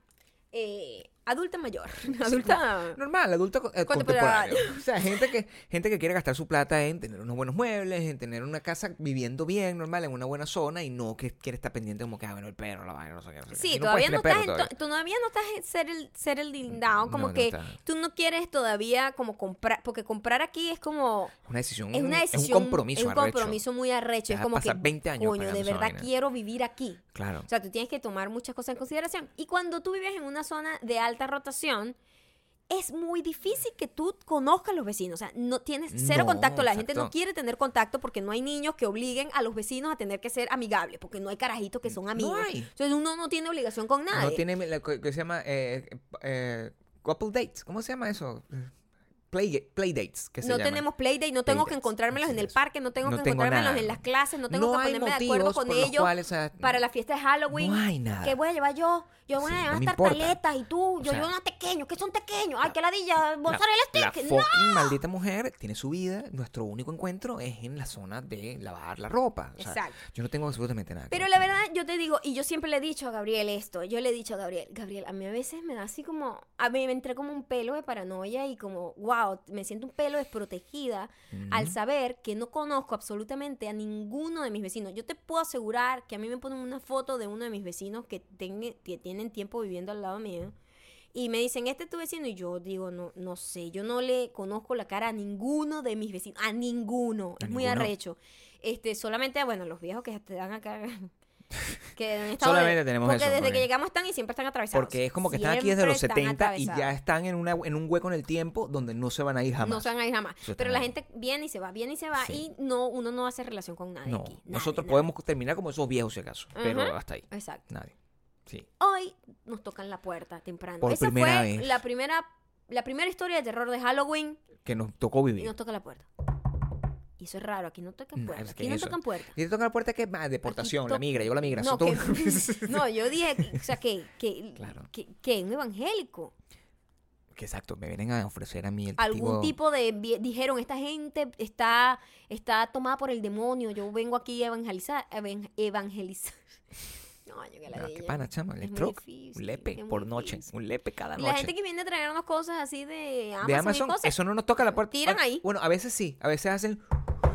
Speaker 1: eh, adulta mayor, adulta...
Speaker 2: Normal, adulto co- eh,
Speaker 1: Contemporáneo.
Speaker 2: contemporáneo. O sea, gente que, gente que quiere gastar su plata en tener unos buenos muebles, en tener una casa viviendo bien, normal, en una buena zona, y no que quiere estar pendiente como que, ah, bueno, el perro, la vaina, no sé qué. no sé qué.
Speaker 1: Sí,
Speaker 2: Aquí
Speaker 1: todavía no
Speaker 2: puedes
Speaker 1: estás
Speaker 2: tener
Speaker 1: en
Speaker 2: perro
Speaker 1: to- todavía no estás en ser el ser el lindado, como
Speaker 2: No, no
Speaker 1: que
Speaker 2: está.
Speaker 1: tú no quieres todavía como comprar, porque comprar aquí es como
Speaker 2: Una decisión,
Speaker 1: es una decisión,
Speaker 2: es un compromiso.
Speaker 1: es un
Speaker 2: arrecho.
Speaker 1: compromiso muy arrecho,
Speaker 2: Te
Speaker 1: es
Speaker 2: vas a
Speaker 1: como que
Speaker 2: pasar 20 años
Speaker 1: coño, de
Speaker 2: pagando esa
Speaker 1: verdad
Speaker 2: vaina".
Speaker 1: quiero vivir aquí.
Speaker 2: Claro.
Speaker 1: O sea, tú tienes que tomar muchas cosas en consideración. Y cuando tú vives en una zona de alta rotación, es muy difícil que tú conozcas a los vecinos. O sea, no tienes cero
Speaker 2: No,
Speaker 1: contacto. La gente no
Speaker 2: exacto.
Speaker 1: quiere tener contacto porque no hay niños que obliguen a los vecinos a tener que ser amigables, porque no hay carajitos que son amigos.
Speaker 2: hay.
Speaker 1: Entonces uno no tiene obligación con nadie.
Speaker 2: No tiene lo que, que se llama eh, eh, couple dates. ¿Cómo se llama eso? Play, play dates. Que se
Speaker 1: no
Speaker 2: llama.
Speaker 1: tenemos playdate, no tengo que
Speaker 2: Playdates,
Speaker 1: encontrármelos en
Speaker 2: así
Speaker 1: el
Speaker 2: es.
Speaker 1: parque, no tengo
Speaker 2: No
Speaker 1: que
Speaker 2: tengo
Speaker 1: encontrármelos
Speaker 2: nada.
Speaker 1: en las clases, no tengo
Speaker 2: No
Speaker 1: que
Speaker 2: hay
Speaker 1: ponerme de acuerdo
Speaker 2: motivos
Speaker 1: con
Speaker 2: por los
Speaker 1: ellos
Speaker 2: cuales, o sea,
Speaker 1: para la fiesta de Halloween.
Speaker 2: No hay nada.
Speaker 1: ¿Qué voy a llevar yo? Yo voy
Speaker 2: Sí,
Speaker 1: a
Speaker 2: no
Speaker 1: llevar
Speaker 2: me
Speaker 1: unas
Speaker 2: importa.
Speaker 1: tartaletas y tú, yo
Speaker 2: O sea,
Speaker 1: llevo unos pequeños, ¿qué son pequeños? Ay, qué ladilla,
Speaker 2: La,
Speaker 1: mozzarella
Speaker 2: la
Speaker 1: stick. No.
Speaker 2: fucking maldita mujer tiene su vida. Nuestro único encuentro es en la zona de lavar la ropa. O sea,
Speaker 1: Exacto.
Speaker 2: Yo no tengo absolutamente nada. que
Speaker 1: Pero
Speaker 2: ver
Speaker 1: la
Speaker 2: con-
Speaker 1: verdad, yo te digo, y yo siempre le he dicho a Gabriel esto, yo le he dicho a Gabriel, Gabriel, a mí a veces me da así como, a mí me entré como un pelo de paranoia y como, wow, me siento un pelo desprotegida al saber que no conozco absolutamente a ninguno de mis vecinos. Yo te puedo asegurar que a mí me ponen una foto de uno de mis vecinos que, tenga- que tienen tiempo viviendo al lado mío. Y me dicen, este es tu vecino. Y yo digo, no, no sé, yo no le conozco la cara a ninguno de mis vecinos. A ninguno.
Speaker 2: A
Speaker 1: es muy
Speaker 2: ninguno.
Speaker 1: arrecho. Este, solamente, bueno, los viejos que te dan acá. Que han estado
Speaker 2: Solamente
Speaker 1: de-
Speaker 2: tenemos
Speaker 1: porque
Speaker 2: eso,
Speaker 1: desde
Speaker 2: porque-
Speaker 1: que llegamos están y siempre están atravesados.
Speaker 2: Porque es como que están aquí desde
Speaker 1: Siempre
Speaker 2: los
Speaker 1: están
Speaker 2: 70 y ya
Speaker 1: atravesados.
Speaker 2: están en, una, en un hueco en el tiempo donde no se van a ir jamás.
Speaker 1: No se van a ir jamás.
Speaker 2: Eso está
Speaker 1: Pero la
Speaker 2: mal.
Speaker 1: gente viene y se va, viene y se va.
Speaker 2: Sí.
Speaker 1: Y no, uno no hace relación con nadie
Speaker 2: No,
Speaker 1: aquí. Nadie,
Speaker 2: nosotros
Speaker 1: nadie.
Speaker 2: podemos terminar como esos viejos, si acaso. Pero
Speaker 1: Ujú.
Speaker 2: hasta ahí.
Speaker 1: Exacto.
Speaker 2: Nadie. Sí.
Speaker 1: hoy nos tocan la puerta temprano.
Speaker 2: Por
Speaker 1: Esa
Speaker 2: primera
Speaker 1: fue
Speaker 2: vez.
Speaker 1: la primera la primera historia de terror de Halloween
Speaker 2: Que nos tocó
Speaker 1: y
Speaker 2: vivir.
Speaker 1: nos toca la puerta. Y eso es raro, aquí no tocan
Speaker 2: No,
Speaker 1: puertas.
Speaker 2: es que
Speaker 1: aquí no
Speaker 2: eso.
Speaker 1: tocan puertas.
Speaker 2: Y te toca la puerta que más deportación,
Speaker 1: to-
Speaker 2: la migra, llegó la migra.
Speaker 1: No,
Speaker 2: son todo-
Speaker 1: que- no, yo dije, que- o sea, que, que,
Speaker 2: Claro.
Speaker 1: que, que un evangélico.
Speaker 2: Que exacto, me vienen a ofrecer a mí el
Speaker 1: Algún
Speaker 2: testigo-
Speaker 1: tipo de... vi- Dijeron, esta gente está, está tomada por el demonio, yo vengo aquí a evangelizar. evan- evangelizar. No, yo que la
Speaker 2: Ah,
Speaker 1: dije.
Speaker 2: qué pana, chama,
Speaker 1: Es
Speaker 2: el
Speaker 1: muy
Speaker 2: truck,
Speaker 1: difícil,
Speaker 2: un lepe
Speaker 1: es muy
Speaker 2: por noche,
Speaker 1: difícil.
Speaker 2: un lepe cada
Speaker 1: Y
Speaker 2: noche.
Speaker 1: la gente que viene a traernos cosas así de Amazon,
Speaker 2: de
Speaker 1: y
Speaker 2: Amazon,
Speaker 1: cosas,
Speaker 2: eso no nos toca la puerta.
Speaker 1: Tiran
Speaker 2: Ah,
Speaker 1: ahí.
Speaker 2: Bueno, a veces sí, a veces hacen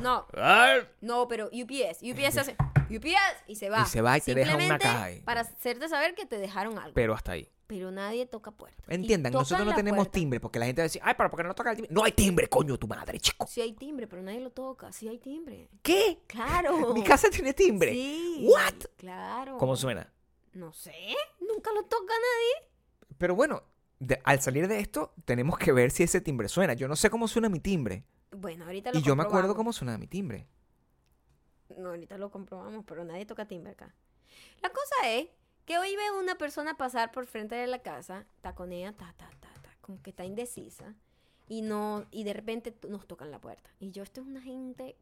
Speaker 1: no,
Speaker 2: "Ay",
Speaker 1: no, pero UPS, UPS hace UPS y se va.
Speaker 2: Y se va y te deja una
Speaker 1: Simplemente
Speaker 2: caja ahí.
Speaker 1: Para hacerte saber que te dejaron algo.
Speaker 2: pero hasta ahí.
Speaker 1: Pero nadie toca puerta. Y
Speaker 2: Entiendan,
Speaker 1: tocan
Speaker 2: nosotros no
Speaker 1: la
Speaker 2: tenemos
Speaker 1: puerta.
Speaker 2: timbre porque la gente va a decir, ay, pero ¿por qué no toca el timbre? No hay timbre, coño, tu madre, chico.
Speaker 1: Sí hay timbre, pero nadie lo toca. Sí hay timbre.
Speaker 2: ¿Qué?
Speaker 1: Claro.
Speaker 2: Mi casa tiene timbre.
Speaker 1: Sí.
Speaker 2: What?
Speaker 1: Claro.
Speaker 2: ¿Cómo suena?
Speaker 1: No sé. Nunca lo toca nadie.
Speaker 2: Pero bueno, de- al salir de esto, tenemos que ver si ese timbre suena. Yo no sé cómo suena mi timbre.
Speaker 1: Bueno, ahorita lo
Speaker 2: Y yo me acuerdo
Speaker 1: comprobamos.
Speaker 2: cómo sonaba mi timbre.
Speaker 1: No, ahorita lo comprobamos, pero nadie toca timbre acá. La cosa es que hoy veo una persona pasar por frente de la casa, taconea, ta, ta, ta, ta, como que está indecisa. Y, no, y de repente t- nos tocan la puerta. Y yo, esto es una gente...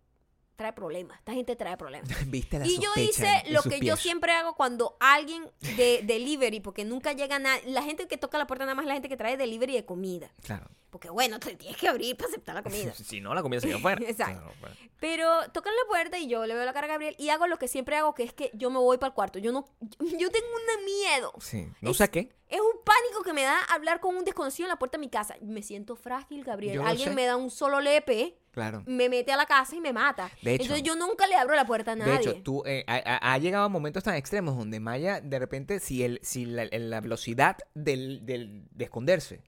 Speaker 1: Trae problemas. Esta gente trae problemas.
Speaker 2: Viste la
Speaker 1: Y yo
Speaker 2: sospecha
Speaker 1: hice
Speaker 2: en- en
Speaker 1: lo
Speaker 2: sus
Speaker 1: que yo
Speaker 2: pies.
Speaker 1: siempre hago cuando alguien de delivery, porque nunca llega nada, la gente que toca la puerta nada más es la gente que trae delivery de comida.
Speaker 2: Claro.
Speaker 1: Porque bueno, te tienes que abrir para aceptar la comida.
Speaker 2: Si no, la comida se quedó fuera.
Speaker 1: Exacto.
Speaker 2: Claro, bueno.
Speaker 1: Pero tocan la puerta y yo le veo la cara a Gabriel y hago lo que siempre hago, que es que yo me voy para el cuarto. Yo no, yo tengo un miedo.
Speaker 2: Sí. No
Speaker 1: Es-
Speaker 2: sé qué.
Speaker 1: Es un pánico que me da hablar con un desconocido en la puerta de mi casa. Me siento frágil, Gabriel.
Speaker 2: Yo lo
Speaker 1: Alguien
Speaker 2: sé.
Speaker 1: me da un solo lepe,
Speaker 2: Claro.
Speaker 1: me mete a la casa y me mata.
Speaker 2: De hecho-
Speaker 1: Entonces yo nunca le abro la puerta a nadie.
Speaker 2: De hecho, tú eh, ha, ha- ha llegado a momentos tan extremos donde Maya, de repente, si el, si la, la velocidad del, del- de esconderse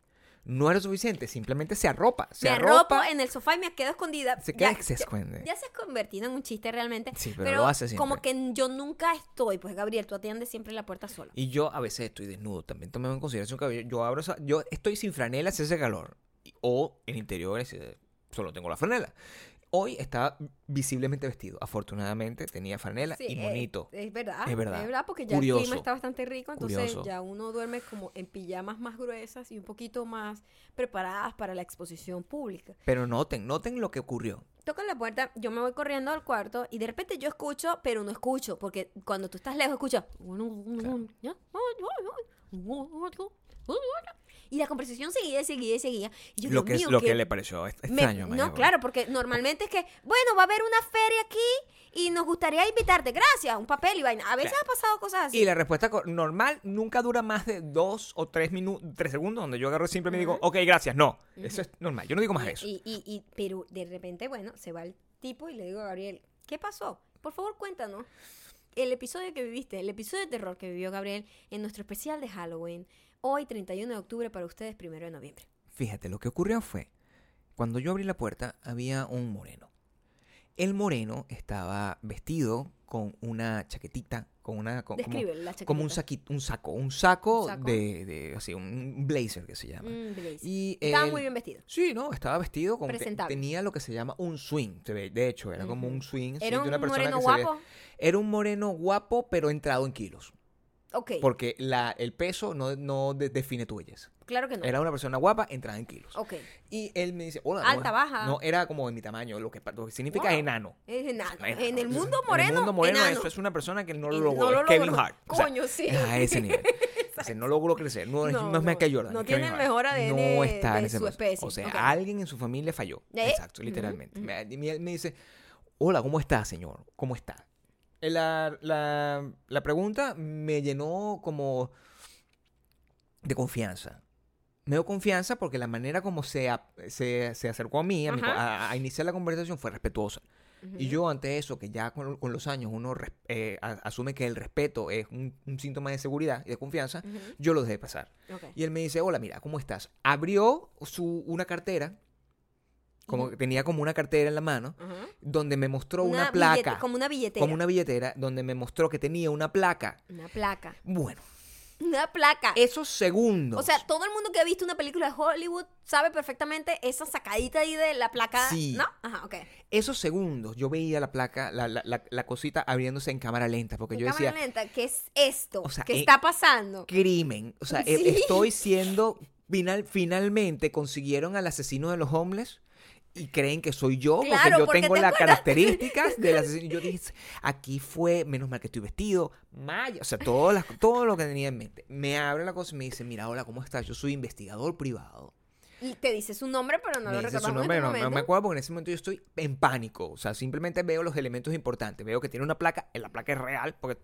Speaker 2: no era suficiente, simplemente se arropa. Se
Speaker 1: me arropo
Speaker 2: arropa.
Speaker 1: en el sofá y me quedo escondida.
Speaker 2: Se queda
Speaker 1: Ya-
Speaker 2: que se esconde.
Speaker 1: Ya se ha convertido en un chiste realmente.
Speaker 2: Sí, pero lo hace siempre.
Speaker 1: Como que yo nunca estoy, pues Gabriel, tú atiendes siempre la puerta sola.
Speaker 2: Y yo a veces estoy desnudo, también tomemos en consideración que yo abro esa- yo estoy sin franela si hace calor y- o en interiores si hace- solo tengo la franela. Hoy estaba visiblemente vestido. Afortunadamente tenía franela
Speaker 1: Sí,
Speaker 2: y
Speaker 1: eh,
Speaker 2: bonito.
Speaker 1: Es, verdad.
Speaker 2: Es
Speaker 1: Es
Speaker 2: verdad.
Speaker 1: verdad. porque ya
Speaker 2: Curioso.
Speaker 1: el clima está bastante rico, entonces
Speaker 2: Curioso.
Speaker 1: ya uno duerme como en pijamas más gruesas y un poquito más preparadas para la exposición pública.
Speaker 2: Pero noten, noten lo que ocurrió.
Speaker 1: Tocan la puerta, yo me voy corriendo al cuarto y de repente yo escucho, pero no escucho, porque cuando tú estás lejos escuchas. Y la conversación seguía, y seguía, y seguía. Y yo,
Speaker 2: lo
Speaker 1: Dios
Speaker 2: que, es-
Speaker 1: mío,
Speaker 2: lo
Speaker 1: ¿qué
Speaker 2: que le pareció est-
Speaker 1: Me-
Speaker 2: extraño.
Speaker 1: no,
Speaker 2: Maya, porque-
Speaker 1: claro, porque normalmente es que, bueno, va a haber una feria aquí y nos gustaría invitarte. Gracias, un papel y vaina. A veces
Speaker 2: Claro.
Speaker 1: ha pasado cosas así.
Speaker 2: Y la respuesta co- normal nunca dura más de dos o tres minutos, tres segundos, donde yo agarro siempre y me digo, ok, gracias, no. Eso es normal, yo no digo más de eso.
Speaker 1: Y, y- y- pero de repente, bueno, se va el tipo y le digo a Gabriel, ¿qué pasó? Por favor, cuéntanos. El episodio que viviste, el episodio de terror que vivió Gabriel en nuestro especial de Halloween, hoy 31 de octubre para ustedes, primero de noviembre.
Speaker 2: Fíjate, lo que ocurrió fue, cuando yo abrí la puerta, había un moreno. El moreno estaba vestido con una chaquetita, con una... con- como,
Speaker 1: Describe la chaqueta.
Speaker 2: como un, saquito, un saco, un saco,
Speaker 1: Un saco.
Speaker 2: de, de- así, un blazer que se llama.
Speaker 1: Mm, blazer.
Speaker 2: pues. Y
Speaker 1: Estaba
Speaker 2: él-
Speaker 1: muy bien vestido.
Speaker 2: Sí, no, estaba vestido con... te-
Speaker 1: Presentable.
Speaker 2: tenía lo que se llama un swing, se ve- de hecho, era como
Speaker 1: Ujú.
Speaker 2: un swing. sí,
Speaker 1: Era
Speaker 2: de
Speaker 1: un
Speaker 2: una persona
Speaker 1: moreno
Speaker 2: que se ve-
Speaker 1: guapo.
Speaker 2: Era un moreno guapo, pero entrado en kilos.
Speaker 1: Ok,
Speaker 2: Porque la, el peso no, no de- define tu belleza.
Speaker 1: claro que no.
Speaker 2: Era una persona guapa, entrada en kilos.
Speaker 1: Ok,
Speaker 2: Y él me dice, hola.
Speaker 1: Alta,
Speaker 2: no,
Speaker 1: baja.
Speaker 2: No, era como de mi tamaño, lo que, pa- lo que significa
Speaker 1: Wow.
Speaker 2: enano.
Speaker 1: es enano.
Speaker 2: Enano.
Speaker 1: En el mundo
Speaker 2: En
Speaker 1: moreno,
Speaker 2: el mundo moreno,
Speaker 1: enano.
Speaker 2: eso es una persona que no lo
Speaker 1: Y
Speaker 2: logró.
Speaker 1: no lo
Speaker 2: es Kevin
Speaker 1: logró.
Speaker 2: Hart. O sea,
Speaker 1: Coño, sí.
Speaker 2: es a ese nivel. O sea, no logró crecer. No, es-
Speaker 1: No,
Speaker 2: no es
Speaker 1: no.
Speaker 2: Michael Jordan.
Speaker 1: No
Speaker 2: es Kevin
Speaker 1: tiene el
Speaker 2: Hart.
Speaker 1: mejor ADN
Speaker 2: No está
Speaker 1: de
Speaker 2: en ese
Speaker 1: su
Speaker 2: momento.
Speaker 1: especie.
Speaker 2: O sea,
Speaker 1: Ok.
Speaker 2: alguien en su familia falló.
Speaker 1: ¿Eh?
Speaker 2: Exacto,
Speaker 1: Ujú,
Speaker 2: literalmente.
Speaker 1: ujú.
Speaker 2: Me- y él me dice, hola, ¿cómo está, señor? ¿Cómo está? Eh, La, la, la pregunta me llenó como de confianza. Me dio confianza porque la manera como se, a- se, se acercó a mí, a, mi-
Speaker 1: Ajá.
Speaker 2: a- a iniciar la conversación, fue respetuosa. Y
Speaker 1: Ujú.
Speaker 2: yo ante eso, que ya con, con los años uno res- eh, a- asume que el respeto es un, un síntoma de seguridad y de confianza,
Speaker 1: Ujú.
Speaker 2: yo lo dejé pasar.
Speaker 1: Ok.
Speaker 2: Y él me dice, hola, mira, ¿cómo estás? Abrió su, una cartera, como
Speaker 1: Ujú.
Speaker 2: que tenía como una cartera en la mano,
Speaker 1: Ajá.
Speaker 2: donde me mostró
Speaker 1: billete-
Speaker 2: una, placa, como,
Speaker 1: como una billetera.
Speaker 2: una billetera, donde me mostró que tenía una placa.
Speaker 1: Una placa.
Speaker 2: Bueno,
Speaker 1: Una placa.
Speaker 2: esos segundos.
Speaker 1: Ah. o sea, todo el mundo que ha visto una película de Hollywood sabe perfectamente esa sacadita ahí de la placa.
Speaker 2: Sí.
Speaker 1: ¿No? Ajá, ok.
Speaker 2: esos segundos yo veía la placa, la, la- la- la cosita abriéndose en cámara lenta, porque
Speaker 1: En
Speaker 2: yo
Speaker 1: cámara
Speaker 2: decía,
Speaker 1: lenta, ¿qué es esto?
Speaker 2: O sea,
Speaker 1: ¿Qué
Speaker 2: eh,
Speaker 1: está pasando?
Speaker 2: crimen. O sea, e-
Speaker 1: Sí.
Speaker 2: estoy siendo. Final, finalmente consiguieron al asesino de los homeless y creen que soy yo
Speaker 1: Claro,
Speaker 2: porque yo
Speaker 1: porque
Speaker 2: tengo
Speaker 1: te
Speaker 2: las
Speaker 1: acuerdas.
Speaker 2: características del asesino. Y Yo dije, aquí fue, menos mal que estoy vestido, maya, o sea, todas las- todo lo que tenía en mente. Me abre la cosa y me dice, mira, hola, ¿cómo estás? Yo soy investigador privado.
Speaker 1: Y te dice su nombre, pero no
Speaker 2: me
Speaker 1: lo
Speaker 2: dice
Speaker 1: recordamos
Speaker 2: su nombre,
Speaker 1: en este
Speaker 2: no, no
Speaker 1: momento.
Speaker 2: me acuerdo porque en ese momento yo estoy en pánico. O sea, simplemente veo los elementos importantes. Veo que tiene una placa, eh, la placa es real porque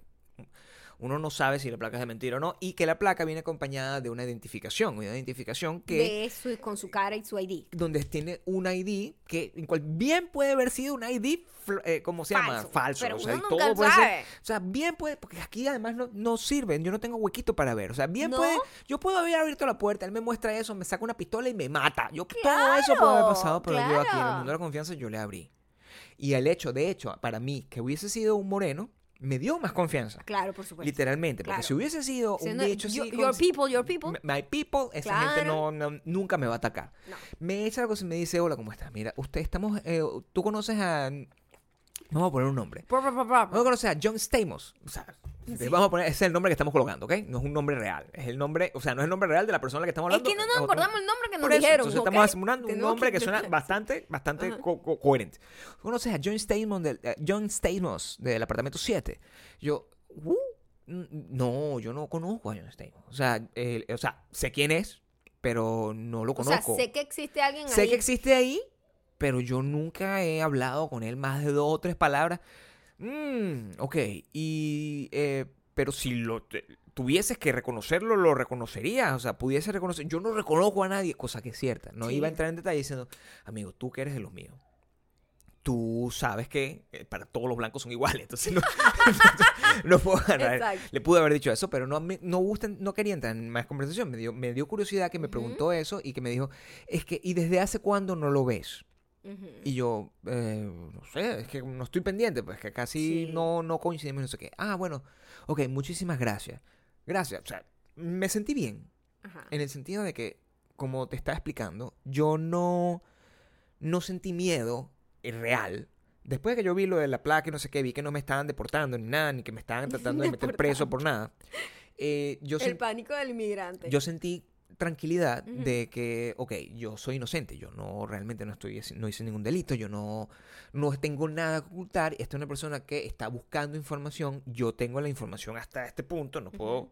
Speaker 2: uno no sabe si la placa es de mentira o no y que la placa viene acompañada de una identificación, una identificación que
Speaker 1: De su- con su cara y su ID.
Speaker 2: donde tiene un ID que en cual- bien puede haber sido un ID, fl- eh, ¿cómo se llama?
Speaker 1: Falso,
Speaker 2: Falso.
Speaker 1: pero
Speaker 2: o sea,
Speaker 1: uno
Speaker 2: y
Speaker 1: nunca
Speaker 2: todo puede ser-
Speaker 1: sabe.
Speaker 2: o sea, bien puede, porque aquí además no, no sirven, yo no tengo huequito para ver. O sea, bien
Speaker 1: ¿No?
Speaker 2: puede, yo puedo haber abierto la puerta, él me muestra eso, me saca una pistola y me mata. Yo todo eso puede haber pasado, pero yo aquí en el
Speaker 1: claro.
Speaker 2: mundo de la confianza yo le abrí. Y el hecho, de hecho, para mí, que hubiese sido un moreno, me dio más confianza.
Speaker 1: Claro, por supuesto.
Speaker 2: Literalmente, porque
Speaker 1: pues, claro.
Speaker 2: si hubiese sido
Speaker 1: O sea,
Speaker 2: un
Speaker 1: no-
Speaker 2: bicho
Speaker 1: your,
Speaker 2: así
Speaker 1: your
Speaker 2: con-
Speaker 1: people, your people.
Speaker 2: M- My people, esa gente no,
Speaker 1: Claro.
Speaker 2: no- nunca me va a atacar.
Speaker 1: No.
Speaker 2: Me echa algo y me dice, hola, ¿cómo estás? Mira, usted estamos, eh, tú conoces a, vamos a poner un nombre.
Speaker 1: Bra, bra, bra, bra, bra.
Speaker 2: Vamos a conocer a John Stamos. O sea,
Speaker 1: Sí.
Speaker 2: vamos a poner, ese es el nombre que estamos colocando, ¿ok? No es un nombre real, es el nombre, o sea, no es el nombre real de la persona de la que estamos
Speaker 1: Es
Speaker 2: hablando.
Speaker 1: que no nos
Speaker 2: otro-
Speaker 1: acordamos el nombre que nos
Speaker 2: Por eso,
Speaker 1: dijeron.
Speaker 2: entonces
Speaker 1: ¿ok?
Speaker 2: estamos asegurando un
Speaker 1: Tenemos
Speaker 2: nombre que suena bastante, bastante co- co- coherente. ¿Conoces a John Stamos del, eh, John Stamos del apartamento 7? Yo, "Uh, n- no, yo no conozco a John Stamos. O sea, el- o sea, sé quién es, pero no lo
Speaker 1: O sea,
Speaker 2: conozco.
Speaker 1: sé que existe alguien
Speaker 2: Sé
Speaker 1: ahí.
Speaker 2: que existe ahí, pero yo nunca he hablado con él más de dos o tres palabras. Mm, ok, y... eh, pero si lo te- tuvieses que reconocerlo, lo reconocerías. O sea, pudiese reconocer... Yo no reconozco a nadie, cosa que es cierta. No
Speaker 1: Sí.
Speaker 2: iba a entrar en detalle diciendo, amigo, tú que eres de los míos. Tú sabes que eh, para todos los blancos son iguales, entonces no, no puedo ganar.
Speaker 1: Exacto.
Speaker 2: Le pude haber dicho eso, pero no, me- no, gusta, no quería entrar en más conversación. Me dio, me dio curiosidad que me
Speaker 1: Ujú.
Speaker 2: preguntó eso y que me dijo, es que, ¿y desde hace cuándo no lo ves?
Speaker 1: Ujú.
Speaker 2: Y yo, eh, no sé, es que no estoy pendiente, pues que casi
Speaker 1: Sí.
Speaker 2: no, no coincidimos, no sé qué. Ah, bueno, ok, muchísimas gracias. Gracias, o sea, me sentí bien,
Speaker 1: Ajá.
Speaker 2: en el sentido de que, como te estaba explicando, yo no, no sentí miedo eh, real. Después de que yo vi lo de la placa y no sé qué, vi que no me estaban deportando ni nada, ni que me estaban tratando de meter preso por nada. eh, yo
Speaker 1: El
Speaker 2: sentí
Speaker 1: pánico del inmigrante.
Speaker 2: yo sentí tranquilidad
Speaker 1: Ujú.
Speaker 2: de que, ok, yo soy inocente, yo no realmente no estoy haci- no hice ningún delito, yo no no tengo nada que ocultar, esta es una persona que está buscando información, yo tengo la información hasta este punto, no puedo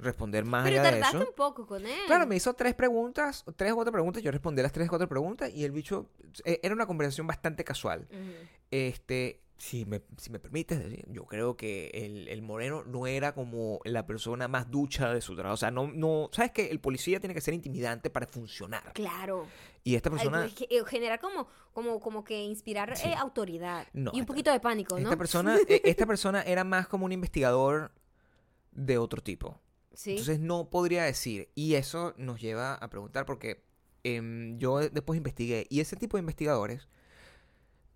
Speaker 2: responder más
Speaker 1: pero
Speaker 2: allá de
Speaker 1: tardaste
Speaker 2: eso.
Speaker 1: un poco con él.
Speaker 2: Claro, me hizo tres preguntas, tres o cuatro preguntas, yo respondí las tres o cuatro preguntas y el bicho eh, era una conversación bastante casual.
Speaker 1: Ujú.
Speaker 2: Este, si me, si me permites decir, yo creo que el, el moreno no era como la persona más ducha de su trabajo. O sea, no, no, sabes que el policía tiene que ser intimidante para funcionar.
Speaker 1: Claro.
Speaker 2: Y esta
Speaker 1: Ay,
Speaker 2: persona,
Speaker 1: pues, que- eh, generar como, como, como que inspirar
Speaker 2: Sí.
Speaker 1: eh, autoridad. y
Speaker 2: No,
Speaker 1: un
Speaker 2: esta-
Speaker 1: poquito de pánico, ¿no?
Speaker 2: esta persona, e- esta persona era más como un investigador de otro tipo.
Speaker 1: sí.
Speaker 2: Entonces no podría decir. Y eso nos lleva a preguntar porque em, yo después investigué y ese tipo de investigadores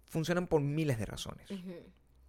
Speaker 2: funcionan por miles de razones.
Speaker 1: Ujú.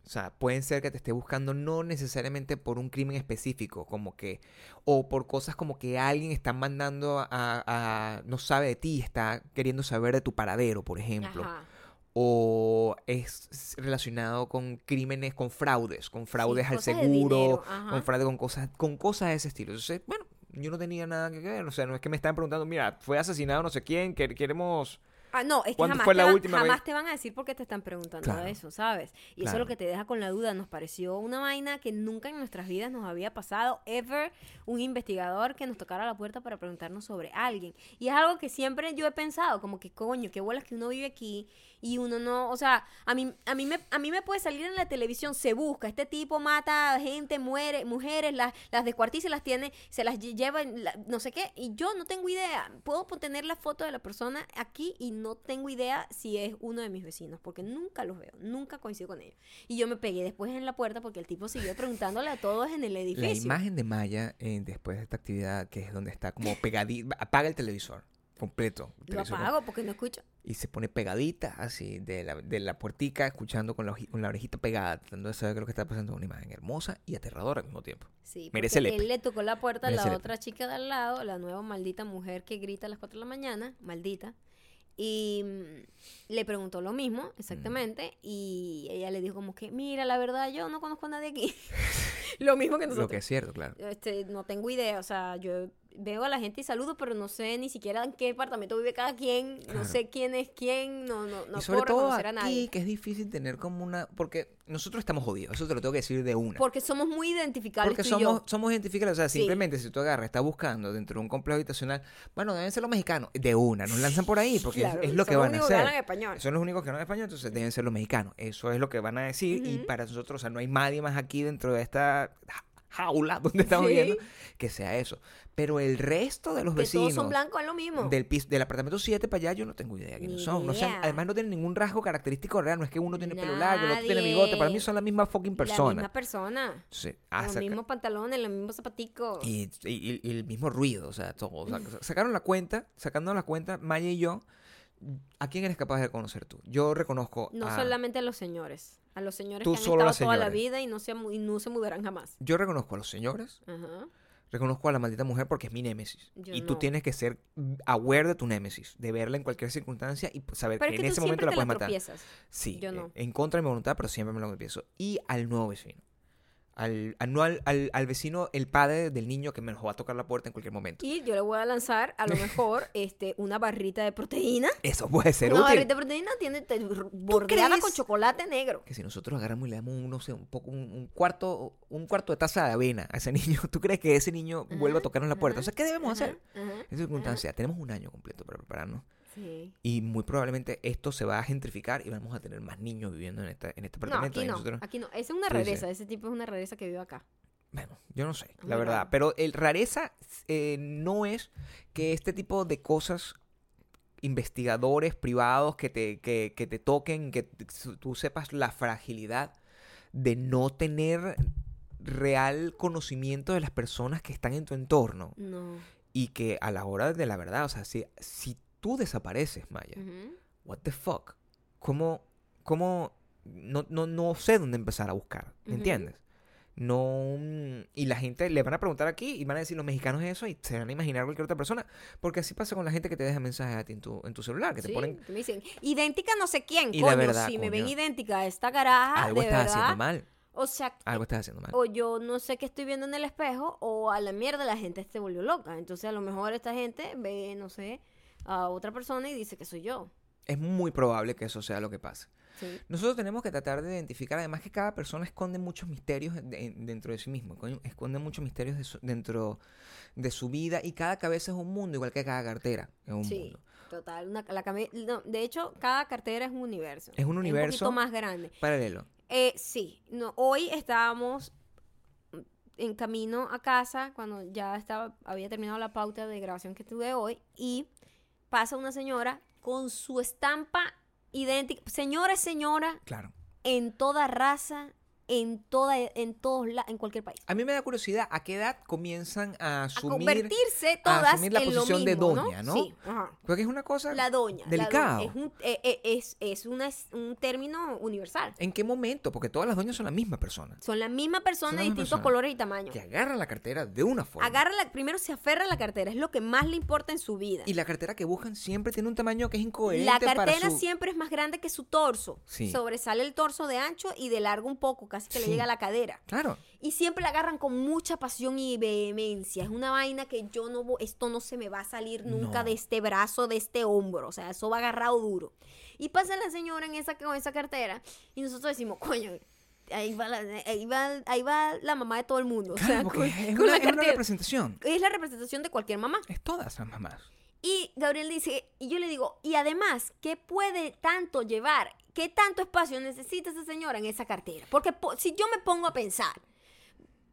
Speaker 2: O sea, pueden ser que te esté buscando no necesariamente por un crimen específico, como que, o por cosas como que alguien está mandando a, a- no sabe de ti, está queriendo saber de tu paradero, por ejemplo,
Speaker 1: Ajá.
Speaker 2: o es relacionado con crímenes, con fraudes, con fraudes al
Speaker 1: cosas de
Speaker 2: seguro,
Speaker 1: dinero, ajá.
Speaker 2: con fraude, con cosas, con cosas de ese estilo. Entonces, bueno, yo no tenía nada que ver, o sea, no es que me estaban preguntando, mira, fue asesinado no sé quién, que queremos
Speaker 1: Ah, no, es que
Speaker 2: ¿Cuándo
Speaker 1: jamás,
Speaker 2: fue
Speaker 1: te
Speaker 2: la
Speaker 1: van,
Speaker 2: última
Speaker 1: jamás
Speaker 2: vez?
Speaker 1: te van a decir por qué te están preguntando
Speaker 2: Claro.
Speaker 1: eso, ¿sabes? Y eso es
Speaker 2: Claro.
Speaker 1: lo que te deja con la duda. Nos pareció una vaina que nunca en nuestras vidas nos había pasado, ever, un investigador que nos tocara la puerta para preguntarnos sobre alguien. Y es algo que siempre yo he pensado, como que coño, qué bolas que uno vive aquí y uno no, o sea, a mí, a mí, me, a mí me puede salir en la televisión, se busca, este tipo mata gente, muere, mujeres, las, las descuartiza y las tiene, se las lle- lleva, en la- no sé qué, y yo no tengo idea, puedo po- tener la foto de la persona aquí y no tengo idea si es uno de mis vecinos, porque nunca los veo, nunca coincido con ellos. Y yo me pegué después en la puerta porque el tipo siguió preguntándole a todos en el edificio.
Speaker 2: La imagen de Maya eh, después de esta actividad, que es donde está como pegadita, apaga el televisor completo. el
Speaker 1: Lo
Speaker 2: televisor
Speaker 1: apago porque no escucho.
Speaker 2: Y se pone pegadita así de la, de la puertica, escuchando con la, oji- con la orejita pegada, tratando de saber qué es lo que está pasando. Una imagen hermosa y aterradora al mismo tiempo.
Speaker 1: Sí,
Speaker 2: Merece
Speaker 1: porque
Speaker 2: el EP.
Speaker 1: él le tocó la puerta a
Speaker 2: Merece
Speaker 1: la
Speaker 2: el EP.
Speaker 1: otra chica de al lado, la nueva maldita mujer que grita a las 4 de la mañana, maldita. Y mm, le preguntó lo mismo,
Speaker 2: Mm.
Speaker 1: exactamente, y ella le dijo como que, mira, la verdad yo no conozco a nadie aquí. lo mismo que
Speaker 2: Lo
Speaker 1: nosotros.
Speaker 2: que es cierto, claro.
Speaker 1: Este, no tengo idea, o sea, yo veo a la gente y saludo, pero no sé ni siquiera en qué departamento vive cada quien, no
Speaker 2: Claro.
Speaker 1: sé quién es quién, no, no, no
Speaker 2: y sobre
Speaker 1: puedo
Speaker 2: todo
Speaker 1: reconocer a
Speaker 2: aquí,
Speaker 1: nadie.
Speaker 2: que es difícil tener como una... Porque nosotros estamos jodidos, eso te lo tengo que decir de una.
Speaker 1: Porque somos muy identificables
Speaker 2: Porque
Speaker 1: tú
Speaker 2: somos,
Speaker 1: y yo.
Speaker 2: somos identificables. O sea,
Speaker 1: Sí.
Speaker 2: simplemente si tú agarras, estás buscando dentro de un complejo habitacional, bueno, deben ser los mexicanos. De una, nos lanzan por ahí, porque es-
Speaker 1: Claro,
Speaker 2: es, lo que
Speaker 1: somos
Speaker 2: van a
Speaker 1: únicos que
Speaker 2: hacer.
Speaker 1: hablan español.
Speaker 2: Son los únicos que hablan español, entonces deben ser los mexicanos. Eso es lo que van a decir. Y
Speaker 1: Ujú.
Speaker 2: para nosotros, o sea, no hay nadie más aquí dentro de esta ja- jaula donde estamos
Speaker 1: Sí.
Speaker 2: viendo que sea eso. Pero el resto de los
Speaker 1: Que
Speaker 2: vecinos.
Speaker 1: todos son blancos, es lo mismo.
Speaker 2: Del, pis- del apartamento 7 para allá, yo no tengo idea quiénes
Speaker 1: Ni
Speaker 2: son. No sean-
Speaker 1: idea.
Speaker 2: además, no tienen ningún rasgo característico real. No es que uno tiene pelo largo, el otro tiene bigote. Para mí
Speaker 1: Nadie.
Speaker 2: son la misma fucking
Speaker 1: La
Speaker 2: persona.
Speaker 1: misma persona.
Speaker 2: Sí, ah,
Speaker 1: los
Speaker 2: saca-
Speaker 1: mismos pantalones, los mismos zapaticos.
Speaker 2: y, y- y el mismo ruido, o sea, todo. o sea, sacaron la cuenta, sacando la cuenta, Maya y yo, ¿a quién eres capaz de conocer tú? Yo reconozco
Speaker 1: No
Speaker 2: a-
Speaker 1: solamente a los señores. A los señores
Speaker 2: ah. Tú
Speaker 1: que han
Speaker 2: solo
Speaker 1: estado
Speaker 2: las
Speaker 1: toda la
Speaker 2: señoras.
Speaker 1: vida y no se, mu- y no se mudarán jamás.
Speaker 2: Yo reconozco a los señores,
Speaker 1: Ajá.
Speaker 2: reconozco a la maldita mujer porque es mi némesis.
Speaker 1: Yo
Speaker 2: y tú
Speaker 1: no.
Speaker 2: tienes que ser aware de tu némesis, de verla en cualquier circunstancia y saber
Speaker 1: Pero es
Speaker 2: que E, en
Speaker 1: que tú
Speaker 2: ese momento
Speaker 1: siempre
Speaker 2: la
Speaker 1: te la
Speaker 2: puedes matar.
Speaker 1: tropiezas.
Speaker 2: Sí,
Speaker 1: Yo
Speaker 2: eh,
Speaker 1: no.
Speaker 2: en contra de mi voluntad, pero siempre me lo empiezo. Y al nuevo vecino. Al, al- no al, al- al vecino, el padre del niño que me nos va a tocar la puerta en cualquier momento.
Speaker 1: Y yo le voy a lanzar, a lo mejor, este, una barrita de proteína.
Speaker 2: Eso puede ser
Speaker 1: una
Speaker 2: útil.
Speaker 1: barrita de proteína tiene te- bordeada
Speaker 2: crees?
Speaker 1: con chocolate negro.
Speaker 2: que si nosotros agarramos y le damos un, no sé, un poco un, un cuarto un cuarto de taza de avena a ese niño, ¿tú crees que ese niño vuelva a
Speaker 1: Ajá,
Speaker 2: tocarnos la puerta? O
Speaker 1: ajá,
Speaker 2: sea, ¿qué debemos
Speaker 1: Ajá,
Speaker 2: hacer?
Speaker 1: ajá.
Speaker 2: En esa circunstancia, tenemos un año completo para prepararnos
Speaker 1: Sí.
Speaker 2: y muy probablemente esto se va a gentrificar y vamos a tener más niños viviendo en, esta, en este
Speaker 1: No,
Speaker 2: apartamento.
Speaker 1: aquí
Speaker 2: y
Speaker 1: no.
Speaker 2: nosotros-
Speaker 1: Aquí no. Esa es una
Speaker 2: Tú dices.
Speaker 1: rareza. Ese tipo es una rareza que vive acá.
Speaker 2: bueno, yo no sé,
Speaker 1: Es
Speaker 2: la
Speaker 1: muy
Speaker 2: verdad.
Speaker 1: raro.
Speaker 2: Pero el rareza eh, no es que este tipo de cosas investigadores privados que te, que, que te toquen, que t- s- tú sepas la fragilidad de no tener real conocimiento de las personas que están en tu entorno
Speaker 1: No.
Speaker 2: y que a la hora de la verdad, o sea, si, si tú desapareces, Maya,
Speaker 1: Ujú.
Speaker 2: what the fuck, ¿cómo, cómo, no, no, no sé dónde empezar a buscar, ¿me
Speaker 1: Ujú.
Speaker 2: entiendes? No, mm, y la gente le van a preguntar aquí y van a decir los mexicanos eso y se van a imaginar cualquier otra persona, porque así pasa con la gente que te deja mensajes a ti en tu, en tu celular, que te
Speaker 1: Sí,
Speaker 2: ponen,
Speaker 1: me dicen, idéntica no sé quién,
Speaker 2: Y la
Speaker 1: coño,
Speaker 2: verdad,
Speaker 1: si me ven
Speaker 2: coño.
Speaker 1: idéntica a esta garaja,
Speaker 2: algo
Speaker 1: Ah, de
Speaker 2: estás
Speaker 1: verdad,
Speaker 2: haciendo mal,
Speaker 1: o sea,
Speaker 2: algo estás haciendo mal.
Speaker 1: o yo no sé qué estoy viendo en el espejo, o a la mierda la gente se volvió loca, entonces a lo mejor esta gente ve, no sé, a otra persona y dice que soy yo,
Speaker 2: Es muy probable que eso sea lo que pase.
Speaker 1: Sí.
Speaker 2: Nosotros tenemos que tratar de identificar, además que cada persona esconde muchos misterios de- en- dentro de sí mismo, coño, esconde muchos misterios de su- dentro de su vida y cada cabeza es un mundo, igual que cada cartera es un
Speaker 1: Sí,
Speaker 2: mundo.
Speaker 1: total, una- la cami- no, de hecho, cada cartera es un universo,
Speaker 2: Es un universo.
Speaker 1: un poquito más grande,
Speaker 2: Paralelo.
Speaker 1: Eh, sí, no, hoy estábamos en camino a casa cuando ya estaba, había terminado la pauta de grabación que tuve hoy y pasa una señora con su estampa idéntica, señora es señora,
Speaker 2: Claro.
Speaker 1: en toda raza, en toda, en todos la- en cualquier país.
Speaker 2: A mí me da curiosidad a qué edad comienzan
Speaker 1: A
Speaker 2: a asumir.
Speaker 1: convertirse
Speaker 2: a
Speaker 1: todas
Speaker 2: asumir la
Speaker 1: en
Speaker 2: posición
Speaker 1: lo
Speaker 2: de
Speaker 1: mismo,
Speaker 2: doña, ¿no?
Speaker 1: Sí, ajá.
Speaker 2: Creo que es una cosa.
Speaker 1: La doña. la doña.
Speaker 2: Delicado.
Speaker 1: Es, un, eh, eh, es, es una- es un término universal.
Speaker 2: ¿En qué momento? Porque todas las doñas son la misma persona.
Speaker 1: Son la misma persona
Speaker 2: Son la
Speaker 1: de
Speaker 2: misma
Speaker 1: distintos
Speaker 2: persona.
Speaker 1: colores y tamaños.
Speaker 2: Que agarra la cartera de una forma.
Speaker 1: Agarra la- primero se aferra a la cartera, es lo que más le importa en su vida.
Speaker 2: Y la cartera que buscan siempre tiene un tamaño que es incoherente.
Speaker 1: la
Speaker 2: para
Speaker 1: cartera
Speaker 2: su-
Speaker 1: siempre es más grande que su torso.
Speaker 2: Sí.
Speaker 1: Sobresale el torso de ancho y de largo un poco, casi que le
Speaker 2: Sí.
Speaker 1: llega a la cadera.
Speaker 2: Claro.
Speaker 1: Y siempre la agarran con mucha pasión y vehemencia. Es una vaina que yo no, vo- esto no se me va a salir nunca
Speaker 2: No.
Speaker 1: de este brazo, de este hombro. O sea, eso va agarrado duro. Y pasa la señora en esa, con esa cartera y nosotros decimos, coño, ahí va la, ahí va, ahí va la mamá de todo el mundo. O
Speaker 2: Claro,
Speaker 1: sea,
Speaker 2: porque
Speaker 1: con-
Speaker 2: es,
Speaker 1: con
Speaker 2: una,
Speaker 1: la
Speaker 2: es una
Speaker 1: cartera.
Speaker 2: representación.
Speaker 1: Es la representación de cualquier mamá.
Speaker 2: Es todas las mamás.
Speaker 1: Y Gabriel dice, y yo le digo, y además, ¿qué puede tanto llevar? ¿Qué tanto espacio necesita esa señora en esa cartera? Porque po- si yo me pongo a pensar,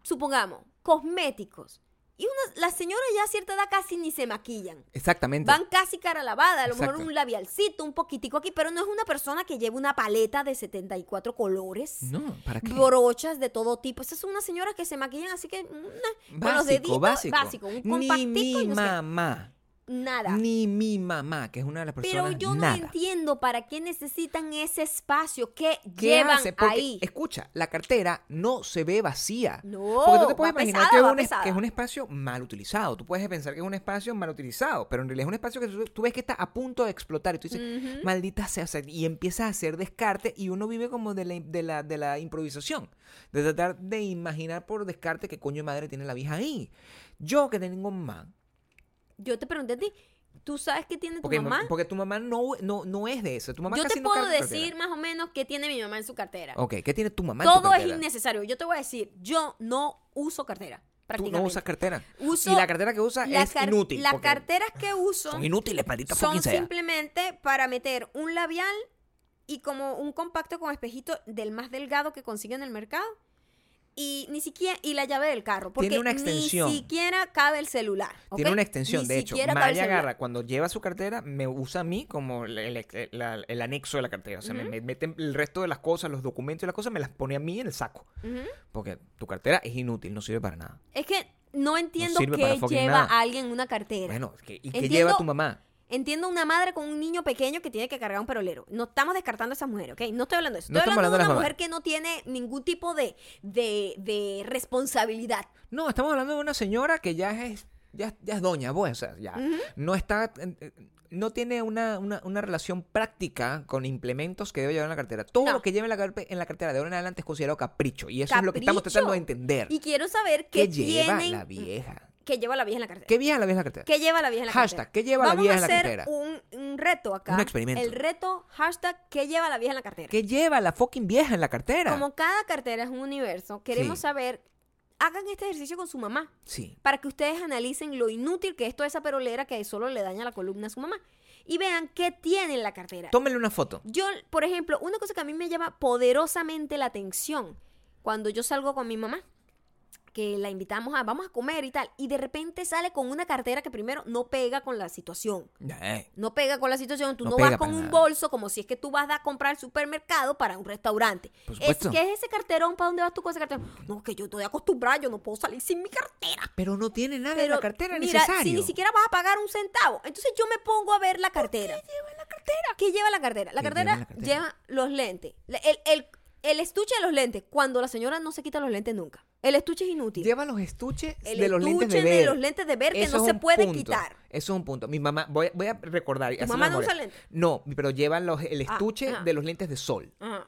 Speaker 1: supongamos, cosméticos, y unas- las señoras ya a cierta edad casi ni se maquillan.
Speaker 2: Exactamente.
Speaker 1: Van casi cara lavada, a lo mejor
Speaker 2: Exacto.
Speaker 1: un labialcito, un poquitico aquí, pero no es una persona que lleve una paleta de 74 colores,
Speaker 2: No, ¿para qué?
Speaker 1: brochas de todo tipo. Esas son unas señoras que se maquillan así que... mm, con los deditos,
Speaker 2: básico.
Speaker 1: básico, un
Speaker 2: Ni
Speaker 1: compactico y no
Speaker 2: mi
Speaker 1: sé qué.
Speaker 2: mamá.
Speaker 1: nada.
Speaker 2: Ni mi mamá, que es una de las personas.
Speaker 1: Pero yo
Speaker 2: nada.
Speaker 1: no entiendo para qué necesitan ese espacio que
Speaker 2: ¿Qué
Speaker 1: llevan
Speaker 2: hace? Porque,
Speaker 1: ahí.
Speaker 2: Escucha, la cartera no se ve vacía.
Speaker 1: No,
Speaker 2: Porque tú te puedes
Speaker 1: va
Speaker 2: imaginar
Speaker 1: pesada,
Speaker 2: que, es
Speaker 1: va
Speaker 2: un, es- que es
Speaker 1: pesada.
Speaker 2: un espacio mal utilizado. Tú puedes pensar que es un espacio mal utilizado, pero en realidad es un espacio que tú, tú ves que está a punto de explotar. Y tú dices, maldita sea. o sea, y empiezas a hacer descarte y uno vive como de la, de la, de la improvisación. De tratar de imaginar por descarte qué coño de madre tiene la vieja ahí. Yo que tengo un man
Speaker 1: yo te pregunté a ti, ¿tú sabes qué tiene tu
Speaker 2: Porque
Speaker 1: mamá?
Speaker 2: porque tu mamá no, no, no es de eso. Tu mamá
Speaker 1: Yo
Speaker 2: casi
Speaker 1: te
Speaker 2: no
Speaker 1: puedo
Speaker 2: carga
Speaker 1: decir
Speaker 2: cartera.
Speaker 1: más o menos qué tiene mi mamá en su cartera.
Speaker 2: Ok, ¿qué tiene tu mamá en tu
Speaker 1: Todo es
Speaker 2: cartera?
Speaker 1: innecesario. Yo te voy a decir, yo no uso cartera.
Speaker 2: Tú
Speaker 1: Prácticamente.
Speaker 2: no usas cartera.
Speaker 1: Uso
Speaker 2: y la cartera que usas
Speaker 1: La
Speaker 2: es
Speaker 1: car-
Speaker 2: inútil.
Speaker 1: Las
Speaker 2: porque
Speaker 1: carteras que uso
Speaker 2: Son inútiles, maldita fucking
Speaker 1: son
Speaker 2: sea.
Speaker 1: simplemente para meter un labial y como un compacto con espejito del más delgado que consigo en el mercado. Y ni siquiera, y la llave del carro, porque
Speaker 2: una extensión.
Speaker 1: ni siquiera cabe el celular. ¿ok?
Speaker 2: Tiene una extensión,
Speaker 1: Ni
Speaker 2: de hecho.
Speaker 1: siquiera cabe el
Speaker 2: Maya
Speaker 1: celular.
Speaker 2: agarra, cuando lleva su cartera, me usa a mí como el, el- el- la- el anexo de la cartera. O sea, me- me meten el resto de las cosas, los documentos y las cosas, me las pone a mí en el saco.
Speaker 1: Ujú.
Speaker 2: Porque tu cartera es inútil, no sirve para nada.
Speaker 1: Es que no entiendo
Speaker 2: sirve para
Speaker 1: qué
Speaker 2: fucking
Speaker 1: lleva
Speaker 2: nada.
Speaker 1: a alguien en una cartera.
Speaker 2: Bueno, ¿qué- ¿y qué
Speaker 1: Entiendo-
Speaker 2: lleva tu mamá?
Speaker 1: Entiendo una madre con un niño pequeño que tiene que cargar un perolero. No estamos descartando a esas mujeres, ¿ok? No estoy hablando de eso.
Speaker 2: No
Speaker 1: estoy
Speaker 2: estamos
Speaker 1: hablando de
Speaker 2: hablando de
Speaker 1: una mujer
Speaker 2: las mamás.
Speaker 1: que no tiene ningún tipo de, de, de responsabilidad.
Speaker 2: No, estamos hablando de una señora que ya es, ya, ya es doña, pues, o sea, ya no está, eh, eh, no tiene una, una, una relación práctica con implementos que debe llevar en la cartera. Todo
Speaker 1: No.
Speaker 2: lo que lleve en la, carpe- en la cartera de ahora en adelante es considerado capricho y eso es lo que
Speaker 1: Capricho.
Speaker 2: estamos tratando de entender.
Speaker 1: Y quiero saber qué,
Speaker 2: ¿Qué lleva
Speaker 1: tienen-
Speaker 2: la vieja?
Speaker 1: ¿Qué lleva la vieja en la cartera?
Speaker 2: ¿Qué vieja la vieja en la cartera?
Speaker 1: ¿Qué lleva la vieja en la
Speaker 2: Hashtag,
Speaker 1: cartera?
Speaker 2: ¿qué lleva la
Speaker 1: Vamos
Speaker 2: vieja
Speaker 1: a
Speaker 2: en la
Speaker 1: hacer
Speaker 2: cartera?
Speaker 1: Un, un reto acá.
Speaker 2: Un experimento.
Speaker 1: El reto, hashtag, ¿qué lleva la vieja en la cartera?
Speaker 2: ¿Qué lleva la fucking vieja en la cartera?
Speaker 1: Como cada cartera es un universo, queremos
Speaker 2: Sí.
Speaker 1: saber, hagan este ejercicio con su mamá.
Speaker 2: Sí.
Speaker 1: para que ustedes analicen lo inútil que es toda esa perolera que solo le daña la columna a su mamá y vean qué tiene en la cartera.
Speaker 2: Tómenle una foto.
Speaker 1: Yo, por ejemplo, una cosa que a mí me llama poderosamente la atención cuando yo salgo con mi mamá, que la invitamos a vamos a comer y tal, y de repente sale con una cartera que primero no pega con la situación.
Speaker 2: Eh,
Speaker 1: No pega con la situación, tú
Speaker 2: No
Speaker 1: no,
Speaker 2: pega
Speaker 1: vas con
Speaker 2: para
Speaker 1: un
Speaker 2: nada.
Speaker 1: bolso como si es que tú vas a comprar al supermercado para un restaurante.
Speaker 2: Por
Speaker 1: es
Speaker 2: supuesto.
Speaker 1: que es ese carterón, ¿para dónde vas tú con ese carterón? No, que yo estoy acostumbrada, yo no puedo salir sin mi cartera
Speaker 2: Pero no tiene nada en
Speaker 1: pero,
Speaker 2: la cartera
Speaker 1: mira,
Speaker 2: necesario.
Speaker 1: si ni siquiera vas a pagar un centavo. Entonces yo me pongo a ver la cartera. ¿Qué lleva la cartera? ¿Qué lleva la cartera? La
Speaker 2: ¿Qué
Speaker 1: cartera
Speaker 2: lleva la
Speaker 1: lleva,
Speaker 2: cartera?
Speaker 1: los lentes. La- El, el- el estuche de los lentes. Cuando la señora no se quita los lentes nunca. El estuche es inútil.
Speaker 2: Lleva los estuches
Speaker 1: el
Speaker 2: de los lentes de
Speaker 1: estuche
Speaker 2: ver.
Speaker 1: de los lentes de ver que
Speaker 2: Eso
Speaker 1: no
Speaker 2: es
Speaker 1: se
Speaker 2: un
Speaker 1: pueden
Speaker 2: punto.
Speaker 1: quitar.
Speaker 2: Eso es un punto. Mi mamá, voy, voy a recordar. ¿Tu
Speaker 1: mamá no usa lentes?
Speaker 2: No, pero lleva los- el
Speaker 1: Ah,
Speaker 2: estuche
Speaker 1: ajá.
Speaker 2: de los lentes de sol.
Speaker 1: Ajá.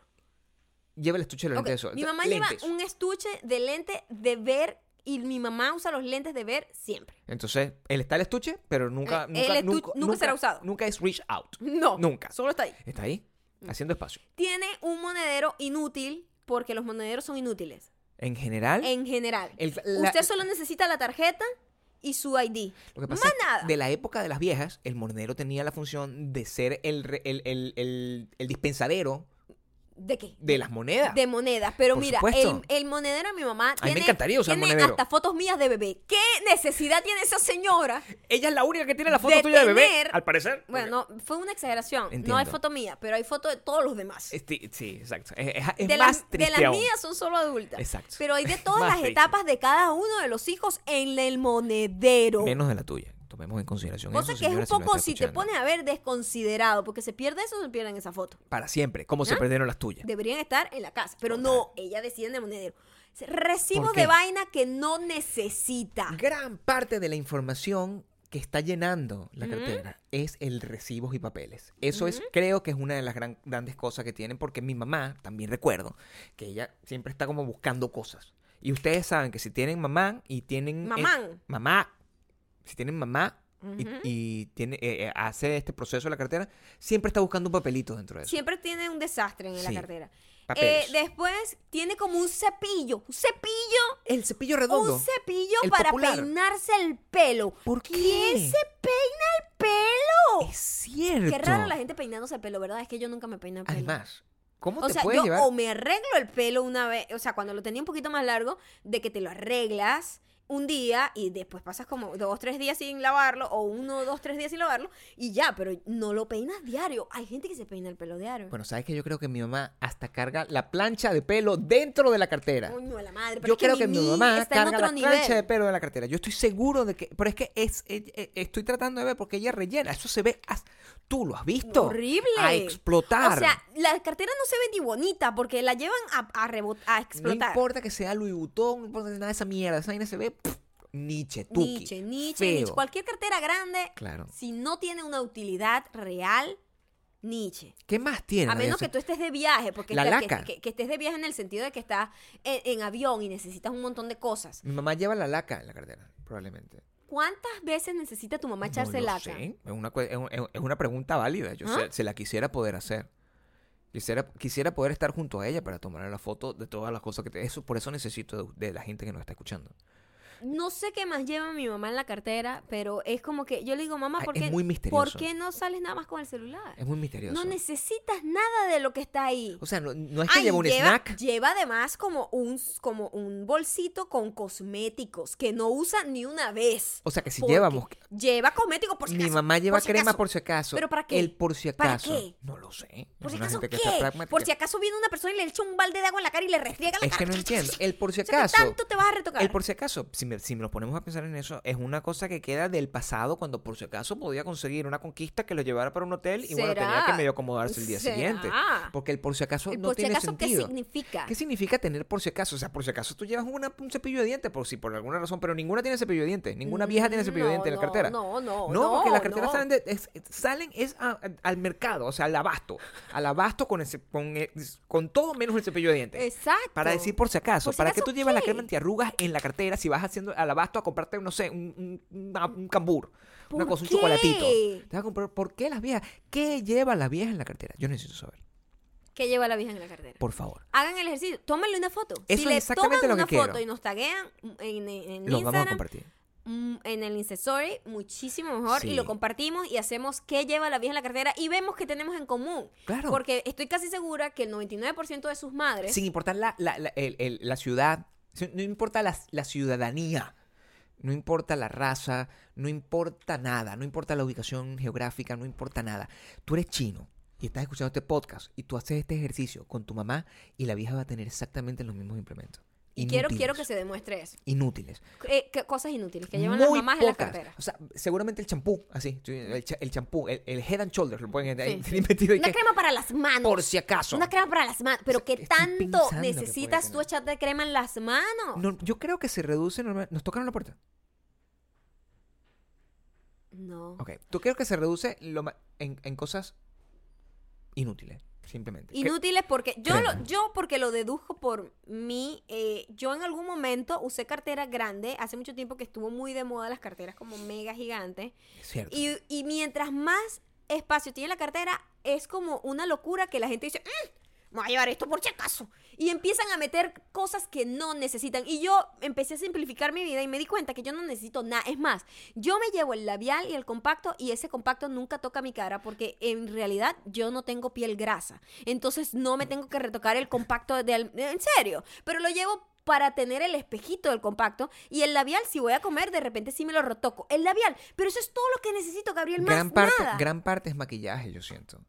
Speaker 2: Lleva el estuche de los
Speaker 1: Ok,
Speaker 2: lentes de sol.
Speaker 1: Mi mamá
Speaker 2: Lentes.
Speaker 1: lleva un estuche de lente de ver y mi mamá usa los lentes de ver siempre.
Speaker 2: Entonces, él está el estuche, pero nunca,
Speaker 1: Eh, el
Speaker 2: nunca,
Speaker 1: estu-
Speaker 2: nunca,
Speaker 1: nunca será usado.
Speaker 2: Nunca es reach out.
Speaker 1: No.
Speaker 2: Nunca.
Speaker 1: Solo está ahí.
Speaker 2: Está ahí,
Speaker 1: Mm.
Speaker 2: haciendo espacio.
Speaker 1: Tiene un monedero inútil porque los monederos son inútiles.
Speaker 2: En general,
Speaker 1: En general.
Speaker 2: ¿Eh? El- la-
Speaker 1: Usted solo necesita la tarjeta y su ID.
Speaker 2: Lo que pasa
Speaker 1: Más
Speaker 2: es que
Speaker 1: nada.
Speaker 2: de la época de las viejas, el monedero tenía la función de ser el, re- el, el- el- el dispensadero
Speaker 1: ¿De qué?
Speaker 2: de las monedas.
Speaker 1: De monedas. Pero
Speaker 2: Por
Speaker 1: mira,
Speaker 2: supuesto.
Speaker 1: el, el monedero de mi mamá
Speaker 2: A mí me
Speaker 1: tiene,
Speaker 2: encantaría usar
Speaker 1: tiene
Speaker 2: monedero.
Speaker 1: hasta fotos mías de bebé. ¿Qué necesidad tiene esa señora?
Speaker 2: Ella es la única que tiene la foto
Speaker 1: de
Speaker 2: tuya de bebé,
Speaker 1: tener-
Speaker 2: al parecer.
Speaker 1: Bueno, no, fue una exageración. No hay
Speaker 2: Entiendo.
Speaker 1: foto mía, pero hay foto de todos los demás.
Speaker 2: Este- sí, exacto. Es, es- es
Speaker 1: de,
Speaker 2: más
Speaker 1: las, de
Speaker 2: triste
Speaker 1: las
Speaker 2: aún.
Speaker 1: mías son solo adultas.
Speaker 2: Exacto.
Speaker 1: Pero hay de todas
Speaker 2: Más
Speaker 1: las
Speaker 2: triste.
Speaker 1: etapas de cada uno de los hijos en el monedero.
Speaker 2: Menos de la tuya. Tomemos en consideración
Speaker 1: Cosa
Speaker 2: eso,
Speaker 1: que es un
Speaker 2: señora, si nos
Speaker 1: poco,
Speaker 2: está
Speaker 1: si te
Speaker 2: escuchando.
Speaker 1: pones a ver, desconsiderado. Porque se pierde eso, se pierden esa foto.
Speaker 2: Para siempre, como se
Speaker 1: ¿Ah?
Speaker 2: perdieron las tuyas.
Speaker 1: deberían estar en la casa. Pero no, ella decide en el monedero. Recibos
Speaker 2: ¿Por qué?
Speaker 1: de vaina que no necesita.
Speaker 2: Gran parte de la información que está llenando la cartera es el recibos y papeles. Eso es, creo que es una de las gran- grandes cosas que tienen, porque mi mamá, también recuerdo, que ella siempre está como buscando cosas. Y ustedes saben que si tienen mamá y tienen... eh,
Speaker 1: Mamán.
Speaker 2: mamá. Si tienen mamá y,
Speaker 1: Ujú.
Speaker 2: y tiene, eh, eh, hace este proceso de la cartera, siempre está buscando un papelito dentro de eso.
Speaker 1: Siempre tiene un desastre en la
Speaker 2: Sí.
Speaker 1: cartera.
Speaker 2: Papeles.
Speaker 1: Eh, después tiene como un cepillo. Un cepillo.
Speaker 2: El cepillo redondo.
Speaker 1: Un cepillo
Speaker 2: El
Speaker 1: para
Speaker 2: popular.
Speaker 1: peinarse el pelo.
Speaker 2: ¿Por
Speaker 1: ¿Quién
Speaker 2: qué?
Speaker 1: se peina el pelo?
Speaker 2: Es cierto.
Speaker 1: Qué raro la gente peinándose el pelo, ¿verdad? Es que yo nunca me peino el pelo.
Speaker 2: Además, ¿cómo
Speaker 1: O
Speaker 2: te
Speaker 1: sea,
Speaker 2: puedes
Speaker 1: yo
Speaker 2: llevar?
Speaker 1: o me arreglo el pelo una vez, o sea, cuando lo tenía un poquito más largo, de que te lo arreglas un día y después pasas como dos, tres días sin lavarlo, o uno, dos, tres días sin lavarlo, y ya, pero no lo peinas diario. Hay gente que se peina el pelo diario.
Speaker 2: Bueno, sabes que yo creo que mi mamá hasta carga la plancha de pelo dentro de la cartera.
Speaker 1: Coño de la madre, pero
Speaker 2: Yo
Speaker 1: es que
Speaker 2: creo que mi
Speaker 1: ni-
Speaker 2: mamá
Speaker 1: está en
Speaker 2: carga
Speaker 1: otro
Speaker 2: la
Speaker 1: nivel.
Speaker 2: plancha de pelo de la cartera. Yo estoy seguro de que. Pero es que es, eh, eh, estoy tratando de ver porque ella rellena. Eso se ve. as- Tú lo has visto.
Speaker 1: Horrible.
Speaker 2: A explotar.
Speaker 1: O sea, la cartera no se ve ni bonita porque la llevan a, a, rebot- a
Speaker 2: No
Speaker 1: explotar.
Speaker 2: importa que sea Louis Vuitton, no importa nada de esa mierda. Esa vaina se ve. pff, Nietzsche, tuki.
Speaker 1: Nietzsche, Nietzsche,
Speaker 2: feo.
Speaker 1: Nietzsche. Cualquier cartera grande,
Speaker 2: Claro.
Speaker 1: si no tiene una utilidad real, Nietzsche.
Speaker 2: ¿Qué más tiene?
Speaker 1: A menos que tú estés de viaje, porque
Speaker 2: La
Speaker 1: la- que,
Speaker 2: laca.
Speaker 1: que- que estés de viaje en el sentido de que estás en, en avión y necesitas un montón de cosas.
Speaker 2: Mi mamá lleva la laca en la cartera, probablemente.
Speaker 1: ¿Cuántas veces necesita tu mamá echarse
Speaker 2: no lo
Speaker 1: laca?
Speaker 2: sé. Es una, cue- es un- es una pregunta válida. Yo
Speaker 1: ¿Ah?
Speaker 2: se, se la quisiera poder hacer. Quisiera, quisiera poder estar junto a ella para tomarle la foto de todas las cosas que... te- eso Por eso necesito de, de la gente que nos está escuchando.
Speaker 1: No sé qué más lleva mi mamá en la cartera, pero es como que yo le digo, mamá,
Speaker 2: Ay,
Speaker 1: ¿por
Speaker 2: es
Speaker 1: qué,
Speaker 2: muy
Speaker 1: ¿por
Speaker 2: misterioso.
Speaker 1: qué no sales nada más con el celular?
Speaker 2: Es muy misterioso.
Speaker 1: No necesitas nada de lo que está ahí.
Speaker 2: o sea, no, no es que
Speaker 1: Ay,
Speaker 2: lleva un snack.
Speaker 1: lleva además como un, como un bolsito con cosméticos que no usa ni una vez.
Speaker 2: O sea, que si
Speaker 1: Porque
Speaker 2: llevamos...
Speaker 1: Lleva cosméticos por si
Speaker 2: Mi
Speaker 1: acaso,
Speaker 2: mamá lleva
Speaker 1: si
Speaker 2: crema
Speaker 1: acaso.
Speaker 2: por si acaso.
Speaker 1: ¿Pero para qué?
Speaker 2: El por si
Speaker 1: ¿Para
Speaker 2: acaso.
Speaker 1: qué?
Speaker 2: No lo sé.
Speaker 1: ¿Por si
Speaker 2: Es una
Speaker 1: acaso
Speaker 2: gente que
Speaker 1: qué?
Speaker 2: está pragmática.
Speaker 1: Por si acaso viene una persona y le echa un balde de agua en la cara y le restriega la
Speaker 2: Es que
Speaker 1: cara.
Speaker 2: no entiendo. El por si
Speaker 1: O sea, ¿qué
Speaker 2: acaso.
Speaker 1: tanto te vas a retocar?
Speaker 2: El por si acaso, si, me, si nos ponemos a pensar en eso, es una cosa que queda del pasado cuando por si acaso podía conseguir una conquista que lo llevara para un hotel y bueno, tenía que
Speaker 1: ¿Será?
Speaker 2: medio acomodarse el día
Speaker 1: ¿Será?
Speaker 2: siguiente. Porque el por si acaso
Speaker 1: El
Speaker 2: no
Speaker 1: por si
Speaker 2: tiene
Speaker 1: acaso, ¿qué
Speaker 2: sentido.
Speaker 1: significa?
Speaker 2: ¿Qué significa tener por si acaso? O sea, por si acaso tú llevas una- un cepillo de dientes, por si por alguna razón, pero ninguna tiene cepillo de dientes, ninguna vieja tiene cepillo de
Speaker 1: No,
Speaker 2: dientes en la
Speaker 1: no,
Speaker 2: cartera.
Speaker 1: no, no,
Speaker 2: No, porque
Speaker 1: no,
Speaker 2: las carteras
Speaker 1: no.
Speaker 2: salen, de- es, salen es a- a- al mercado, o sea, al abasto, al abasto con, ese, con, e- con todo menos el cepillo de dientes.
Speaker 1: Exacto.
Speaker 2: Para decir por si acaso,
Speaker 1: Por si
Speaker 2: ¿para qué
Speaker 1: acaso,
Speaker 2: tú llevas la
Speaker 1: ¿qué?
Speaker 2: crema antiarrugas en la cartera si vas haciendo al abasto a comprarte, no sé, un, un- una- un cambur? Una
Speaker 1: ¿Por
Speaker 2: cosa, un
Speaker 1: qué?
Speaker 2: chocolatito. Te vas a comprar, ¿por qué las viejas? ¿Qué lleva las viejas en la cartera? Yo necesito saber,
Speaker 1: ¿Qué lleva la vieja en la cartera?
Speaker 2: por favor.
Speaker 1: Hagan el ejercicio, tómenle una foto.
Speaker 2: Eso
Speaker 1: si
Speaker 2: es
Speaker 1: le
Speaker 2: exactamente
Speaker 1: toman
Speaker 2: lo que
Speaker 1: una
Speaker 2: quiero.
Speaker 1: foto y nos taguean en, en- en
Speaker 2: Los vamos a
Speaker 1: Instagram,
Speaker 2: compartir.
Speaker 1: mm, en el Insta Story, muchísimo mejor.
Speaker 2: Sí.
Speaker 1: Y lo compartimos y hacemos qué lleva la vieja en la cartera y vemos qué tenemos en común.
Speaker 2: Claro.
Speaker 1: Porque estoy casi segura que el 99% de sus madres
Speaker 2: Sin importar la, la, la- el- el- la ciudad, si- no importa la, la ciudadanía, no importa la raza, no importa nada, no importa la ubicación geográfica, no importa nada. Tú eres chino y estás escuchando este podcast y tú haces este ejercicio con tu mamá y la vieja va a tener exactamente los mismos implementos.
Speaker 1: Y quiero,
Speaker 2: Inútiles.
Speaker 1: quiero que se demuestre eso.
Speaker 2: Inútiles.
Speaker 1: Eh, que- cosas inútiles que llevan
Speaker 2: Muy
Speaker 1: las mamás en
Speaker 2: pocas.
Speaker 1: la cartera.
Speaker 2: O sea, seguramente el champú, así, el cha- el champú, el, el head and shoulders, lo pueden ahí
Speaker 1: Sí, sí.
Speaker 2: metido y
Speaker 1: Una
Speaker 2: que,
Speaker 1: crema para las manos.
Speaker 2: por si acaso.
Speaker 1: Una crema para las manos. Pero ¿qué
Speaker 2: Estoy
Speaker 1: tanto
Speaker 2: pensando que puede
Speaker 1: necesitas tú
Speaker 2: tener.
Speaker 1: echarte crema en las manos?
Speaker 2: No, yo creo que se reduce normal. Nos tocaron la puerta.
Speaker 1: No.
Speaker 2: Ok, tú creo que se reduce lo ma- en, en cosas inútiles, simplemente. Que-
Speaker 1: Inútiles porque yo lo,
Speaker 2: Crema.
Speaker 1: yo porque lo deduzco por mí, eh, yo en algún momento usé cartera grande, hace mucho tiempo que estuvo muy de moda las carteras como mega gigantes,
Speaker 2: es cierto.
Speaker 1: y, y mientras más espacio tiene la cartera, es como una locura que la gente dice, "Mm, me voy a llevar esto por si acaso. Y empiezan a meter cosas que no necesitan. Y yo empecé a simplificar mi vida y me di cuenta que yo no necesito nada. Es más, yo me llevo el labial y el compacto y ese compacto nunca toca mi cara porque en realidad yo no tengo piel grasa. Entonces no me tengo que retocar el compacto del... En serio, pero lo llevo para tener el espejito del compacto y el labial si voy a comer de repente sí me lo retoco el labial pero eso es todo lo que necesito Gabriel más
Speaker 2: gran, parte,
Speaker 1: nada
Speaker 2: gran parte es maquillaje, yo siento.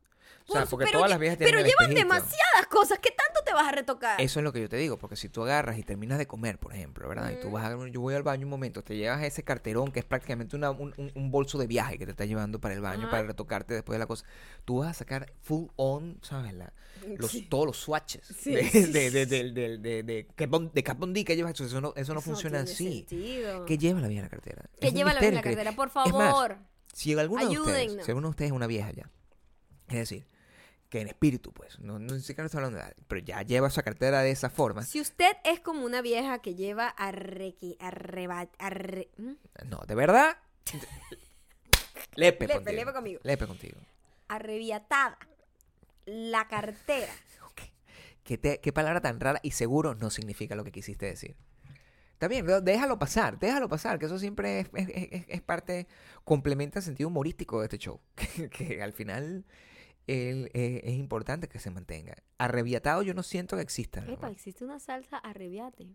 Speaker 2: O sea,
Speaker 1: Por su-
Speaker 2: porque
Speaker 1: pero
Speaker 2: todas
Speaker 1: lle-
Speaker 2: las viejas tienen
Speaker 1: Pero
Speaker 2: el
Speaker 1: llevan
Speaker 2: espejito.
Speaker 1: demasiadas cosas. ¿Qué tanto te vas a retocar?
Speaker 2: Eso es lo que yo te digo, porque si tú agarras y terminas de comer, por ejemplo, ¿verdad? Y tú
Speaker 1: Mm.
Speaker 2: vas a, yo voy al baño un momento, te llevas ese carterón que es prácticamente una- un, un- un bolso de viaje que te está llevando para el baño,
Speaker 1: Ajá.
Speaker 2: para retocarte después de la cosa. Tú vas a sacar full on, ¿sabes? La, los,
Speaker 1: Sí.
Speaker 2: Todos los swatches
Speaker 1: Sí,
Speaker 2: de,
Speaker 1: sí,
Speaker 2: de, de,
Speaker 1: sí,
Speaker 2: de, de, de, de Kat Von- de Kat Von D que llevas. Eso no, eso no funciona
Speaker 1: tiene
Speaker 2: así.
Speaker 1: sentido.
Speaker 2: ¿Qué lleva la vieja en la cartera?
Speaker 1: Que
Speaker 2: Es un
Speaker 1: lleva la vida en la
Speaker 2: misterio
Speaker 1: cartera? Por
Speaker 2: que- Es más,
Speaker 1: favor.
Speaker 2: si alguno de ustedes,
Speaker 1: Ayúdennos.
Speaker 2: si alguno de ustedes es una vieja ya, es decir, que en espíritu, pues, no, no sé si estoy hablando de edad, pero ya lleva esa cartera de esa forma,
Speaker 1: Si usted es como una vieja que lleva a requi, a reba- a re- ¿Mm?
Speaker 2: no, de verdad, lepe,
Speaker 1: Lepe,
Speaker 2: contigo.
Speaker 1: lepe conmigo.
Speaker 2: Lepe contigo.
Speaker 1: arrebiatada la cartera.
Speaker 2: Ok. ¿Qué, te- qué palabra tan rara y seguro no significa lo que quisiste decir. Está bien, lo- déjalo pasar, déjalo pasar, que eso siempre es, es- es- es parte, complementa el sentido humorístico de este show, que, que al final el- eh, es importante que se mantenga. Arrebiatado yo no siento que exista. ¿no?
Speaker 1: Epa, existe una salsa arrebiate.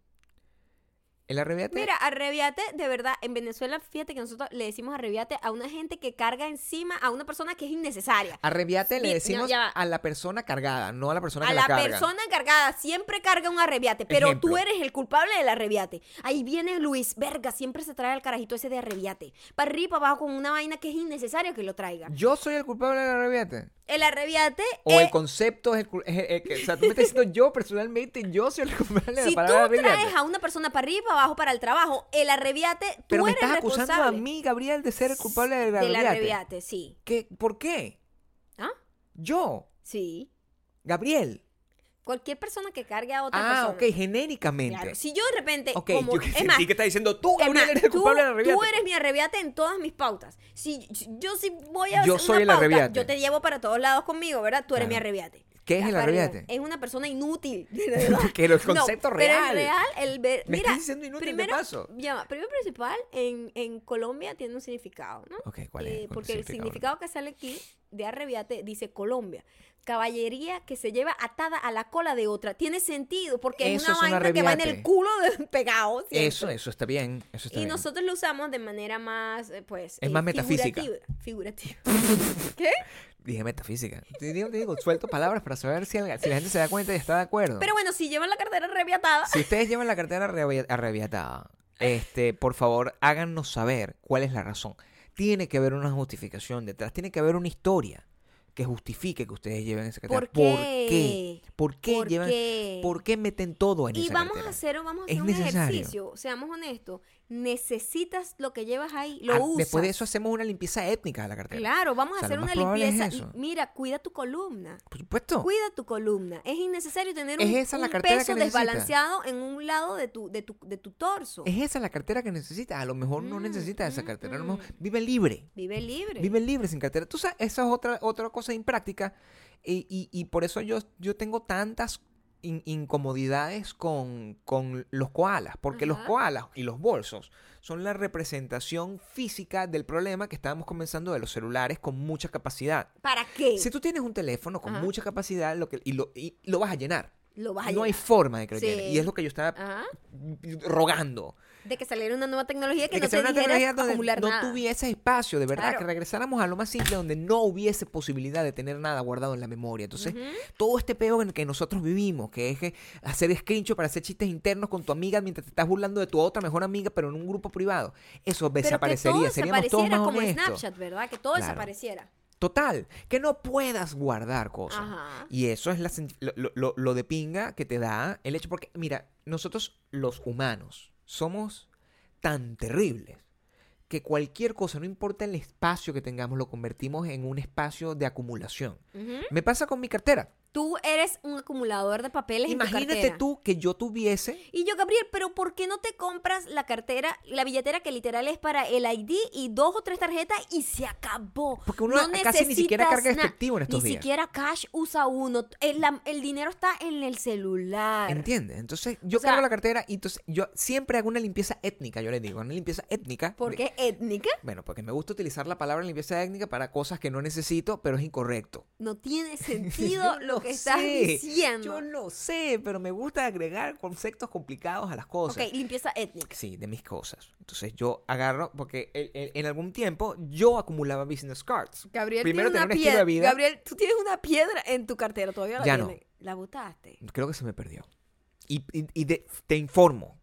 Speaker 2: El arrebiate,
Speaker 1: Mira, arrebiate, de verdad, en Venezuela, fíjate que nosotros le decimos arrebiate a una gente que carga encima a una persona que es innecesaria.
Speaker 2: arrebiate le
Speaker 1: Mi- no,
Speaker 2: decimos
Speaker 1: ya va.
Speaker 2: a la persona cargada, no a la persona
Speaker 1: a
Speaker 2: que
Speaker 1: la,
Speaker 2: la carga.
Speaker 1: persona encargada siempre carga un arrebiate, pero tú
Speaker 2: Ejemplo.
Speaker 1: eres el culpable del arrebiate. Ahí viene Luis, verga, siempre se trae el carajito ese de arrebiate. Para arriba, para abajo, con una vaina que es innecesario que lo traiga.
Speaker 2: Yo soy el culpable del arrebiate.
Speaker 1: El arrebiate eh,
Speaker 2: O el
Speaker 1: es...
Speaker 2: concepto es el, cul- es- es que- o sea, tú me estás diciendo yo personalmente, yo soy el culpable de
Speaker 1: Si
Speaker 2: la
Speaker 1: tú
Speaker 2: palabra arrebiate.
Speaker 1: traes a una persona para arriba, para abajo, para el trabajo, el arrebiate, tú
Speaker 2: Pero me
Speaker 1: eres
Speaker 2: estás acusando a
Speaker 1: responsable
Speaker 2: mí, Gabriel, de ser el culpable del
Speaker 1: del
Speaker 2: arrebiate.
Speaker 1: arrebiate, sí.
Speaker 2: ¿Qué? ¿Por qué?
Speaker 1: ¿Ah?
Speaker 2: Yo,
Speaker 1: Sí.
Speaker 2: Gabriel.
Speaker 1: Cualquier persona que cargue a otra
Speaker 2: Ah,
Speaker 1: persona.
Speaker 2: ok, genéricamente.
Speaker 1: Claro, si yo de repente.
Speaker 2: Ok,
Speaker 1: como-
Speaker 2: yo que
Speaker 1: es
Speaker 2: sentí
Speaker 1: más,
Speaker 2: que está diciendo tú,
Speaker 1: es
Speaker 2: Gabriel,
Speaker 1: más,
Speaker 2: eres el
Speaker 1: tú-
Speaker 2: culpable de la
Speaker 1: Tú
Speaker 2: arrebiate.
Speaker 1: eres mi arrebiate en todas mis pautas. Si si- yo sí voy a
Speaker 2: Yo
Speaker 1: hacer
Speaker 2: soy
Speaker 1: una
Speaker 2: el
Speaker 1: pauta,
Speaker 2: arrebiate.
Speaker 1: Yo te llevo para todos lados conmigo, ¿verdad? Tú eres
Speaker 2: Claro.
Speaker 1: mi arrebiate.
Speaker 2: ¿Qué es el
Speaker 1: Gaspar
Speaker 2: arrebiate?
Speaker 1: León Es una persona inútil. de verdad.
Speaker 2: Que los
Speaker 1: No,
Speaker 2: conceptos
Speaker 1: Pero el
Speaker 2: reales.
Speaker 1: real, el ver-
Speaker 2: Me
Speaker 1: mira,
Speaker 2: estás diciendo inútil de
Speaker 1: primero,
Speaker 2: paso.
Speaker 1: ya va, primero principal, en, en Colombia tiene un significado, ¿no?
Speaker 2: Ok, ¿cuál es?
Speaker 1: Eh,
Speaker 2: ¿Cuál
Speaker 1: porque
Speaker 2: es
Speaker 1: el significado que sale aquí de arrebiate dice Colombia. Caballería que se lleva atada a la cola de otra. Tiene sentido, porque
Speaker 2: Eso
Speaker 1: es
Speaker 2: es
Speaker 1: una
Speaker 2: un
Speaker 1: vaina que va en el
Speaker 2: arrebiate.
Speaker 1: culo de, pegado. siempre.
Speaker 2: Eso, eso está bien. Eso está
Speaker 1: Y
Speaker 2: bien.
Speaker 1: nosotros lo usamos de manera más, eh, pues...
Speaker 2: Es más metafísica.
Speaker 1: Figurativa.
Speaker 2: Dije metafísica. Te digo, te digo, suelto palabras para saber si, al- si la gente se da cuenta y está de acuerdo.
Speaker 1: Pero bueno, si llevan la cartera arrebiatada,
Speaker 2: Si ustedes llevan la cartera arrebi- arrebiatada, este, por favor, háganos saber cuál es la razón. Tiene que haber una justificación detrás, tiene que haber una historia que justifique que ustedes lleven esa cartera.
Speaker 1: ¿Por qué?
Speaker 2: ¿Por qué? ¿Por qué
Speaker 1: ¿Por
Speaker 2: llevan?
Speaker 1: qué?
Speaker 2: ¿Por qué meten todo en
Speaker 1: Y
Speaker 2: esa
Speaker 1: vamos
Speaker 2: cartera?
Speaker 1: a hacer, vamos a
Speaker 2: Es
Speaker 1: hacer un
Speaker 2: necesario.
Speaker 1: ejercicio, seamos honestos. Necesitas lo que llevas ahí, lo
Speaker 2: Ah,
Speaker 1: usas.
Speaker 2: Después de eso hacemos una limpieza étnica de la cartera.
Speaker 1: Claro, vamos
Speaker 2: O sea,
Speaker 1: a hacer
Speaker 2: lo más
Speaker 1: una
Speaker 2: probable es
Speaker 1: limpieza.
Speaker 2: eso.
Speaker 1: Y mira, cuida tu columna.
Speaker 2: Por supuesto.
Speaker 1: Cuida tu columna. Es innecesario tener
Speaker 2: ¿Es
Speaker 1: un,
Speaker 2: esa la
Speaker 1: un
Speaker 2: cartera que
Speaker 1: peso
Speaker 2: necesitas?
Speaker 1: desbalanceado en un lado de tu, de tu, de tu torso.
Speaker 2: Es esa la cartera que necesitas. A lo mejor no
Speaker 1: Mm,
Speaker 2: necesitas esa
Speaker 1: mm,
Speaker 2: cartera. a lo
Speaker 1: mm.
Speaker 2: mejor- Vive libre.
Speaker 1: Vive libre.
Speaker 2: Viven libres sin cartera. Tú sabes, esa es otra, otra cosa impráctica. Y, y- y por eso yo, yo tengo tantas in- incomodidades con, con los koalas. Porque los
Speaker 1: Ajá.
Speaker 2: koalas y los bolsos son la representación física del problema que estábamos comenzando de los celulares con mucha capacidad.
Speaker 1: ¿Para qué?
Speaker 2: Si tú tienes un teléfono con
Speaker 1: Ajá.
Speaker 2: mucha capacidad lo que, y, lo, y lo vas a llenar.
Speaker 1: Lo vas a
Speaker 2: No hay
Speaker 1: llenar.
Speaker 2: forma de que lo
Speaker 1: Sí. Ah.
Speaker 2: llenes. Y es lo que yo estaba
Speaker 1: Ajá.
Speaker 2: rogando.
Speaker 1: De que saliera una nueva tecnología que
Speaker 2: De
Speaker 1: no
Speaker 2: sea
Speaker 1: te
Speaker 2: una
Speaker 1: dijera
Speaker 2: tecnología donde
Speaker 1: acumular
Speaker 2: no
Speaker 1: nada.
Speaker 2: tuviese espacio, de verdad,
Speaker 1: Claro.
Speaker 2: que regresáramos a lo más simple, donde no hubiese posibilidad de tener nada guardado en la memoria. Entonces, todo este peo en el que nosotros vivimos, que es que hacer screenshot para hacer chistes internos con tu amiga mientras te estás burlando de tu otra mejor amiga, pero en un grupo privado, eso
Speaker 1: Pero que
Speaker 2: desaparecería,
Speaker 1: todo
Speaker 2: seríamos todos
Speaker 1: desapareciera
Speaker 2: más
Speaker 1: como
Speaker 2: honestos.
Speaker 1: Snapchat, ¿verdad? Que todo
Speaker 2: Claro.
Speaker 1: desapareciera.
Speaker 2: Total, que no puedas guardar cosas.
Speaker 1: Ajá.
Speaker 2: Y eso es la sen- lo, lo- lo- lo de pinga que te da el hecho, porque mira, nosotros los humanos somos tan terribles que cualquier cosa, no importa el espacio que tengamos, lo convertimos en un espacio de acumulación.
Speaker 1: Ujú.
Speaker 2: Me pasa con mi cartera.
Speaker 1: Tú eres un acumulador de papeles en tu
Speaker 2: Imagínate
Speaker 1: cartera.
Speaker 2: tú que yo tuviese
Speaker 1: Y yo, Gabriel, pero ¿por qué no te compras la cartera, la billetera que literal es para el ID y dos o tres tarjetas y se acabó?
Speaker 2: Porque uno
Speaker 1: No
Speaker 2: casi ni siquiera
Speaker 1: necesitas
Speaker 2: carga
Speaker 1: na-
Speaker 2: efectivo en estos
Speaker 1: Ni
Speaker 2: días.
Speaker 1: siquiera cash usa uno. El, la- el dinero está en el celular.
Speaker 2: ¿Entiendes? Entonces yo
Speaker 1: O sea-
Speaker 2: cargo la cartera y entonces yo siempre hago una limpieza étnica, yo le digo, una limpieza étnica.
Speaker 1: ¿Por
Speaker 2: de-
Speaker 1: qué étnica?
Speaker 2: Bueno, porque me gusta utilizar la palabra limpieza étnica para cosas que no necesito, pero es incorrecto.
Speaker 1: No tiene
Speaker 2: Yo
Speaker 1: sentido lo
Speaker 2: no
Speaker 1: que estás
Speaker 2: sé,
Speaker 1: diciendo.
Speaker 2: Yo no sé, pero me gusta agregar conceptos complicados a las cosas.
Speaker 1: ok, limpieza étnica.
Speaker 2: Sí, de mis cosas. Entonces yo agarro, porque el- el- en algún tiempo yo acumulaba business cards.
Speaker 1: Gabriel,
Speaker 2: Primero
Speaker 1: tiene una
Speaker 2: tenía un estilo
Speaker 1: piedra.
Speaker 2: de vida.
Speaker 1: Gabriel, tú tienes una piedra en tu cartera. Todavía la
Speaker 2: Ya
Speaker 1: tienes. La botaste.
Speaker 2: Creo que se me perdió. Y, y- y de- te informo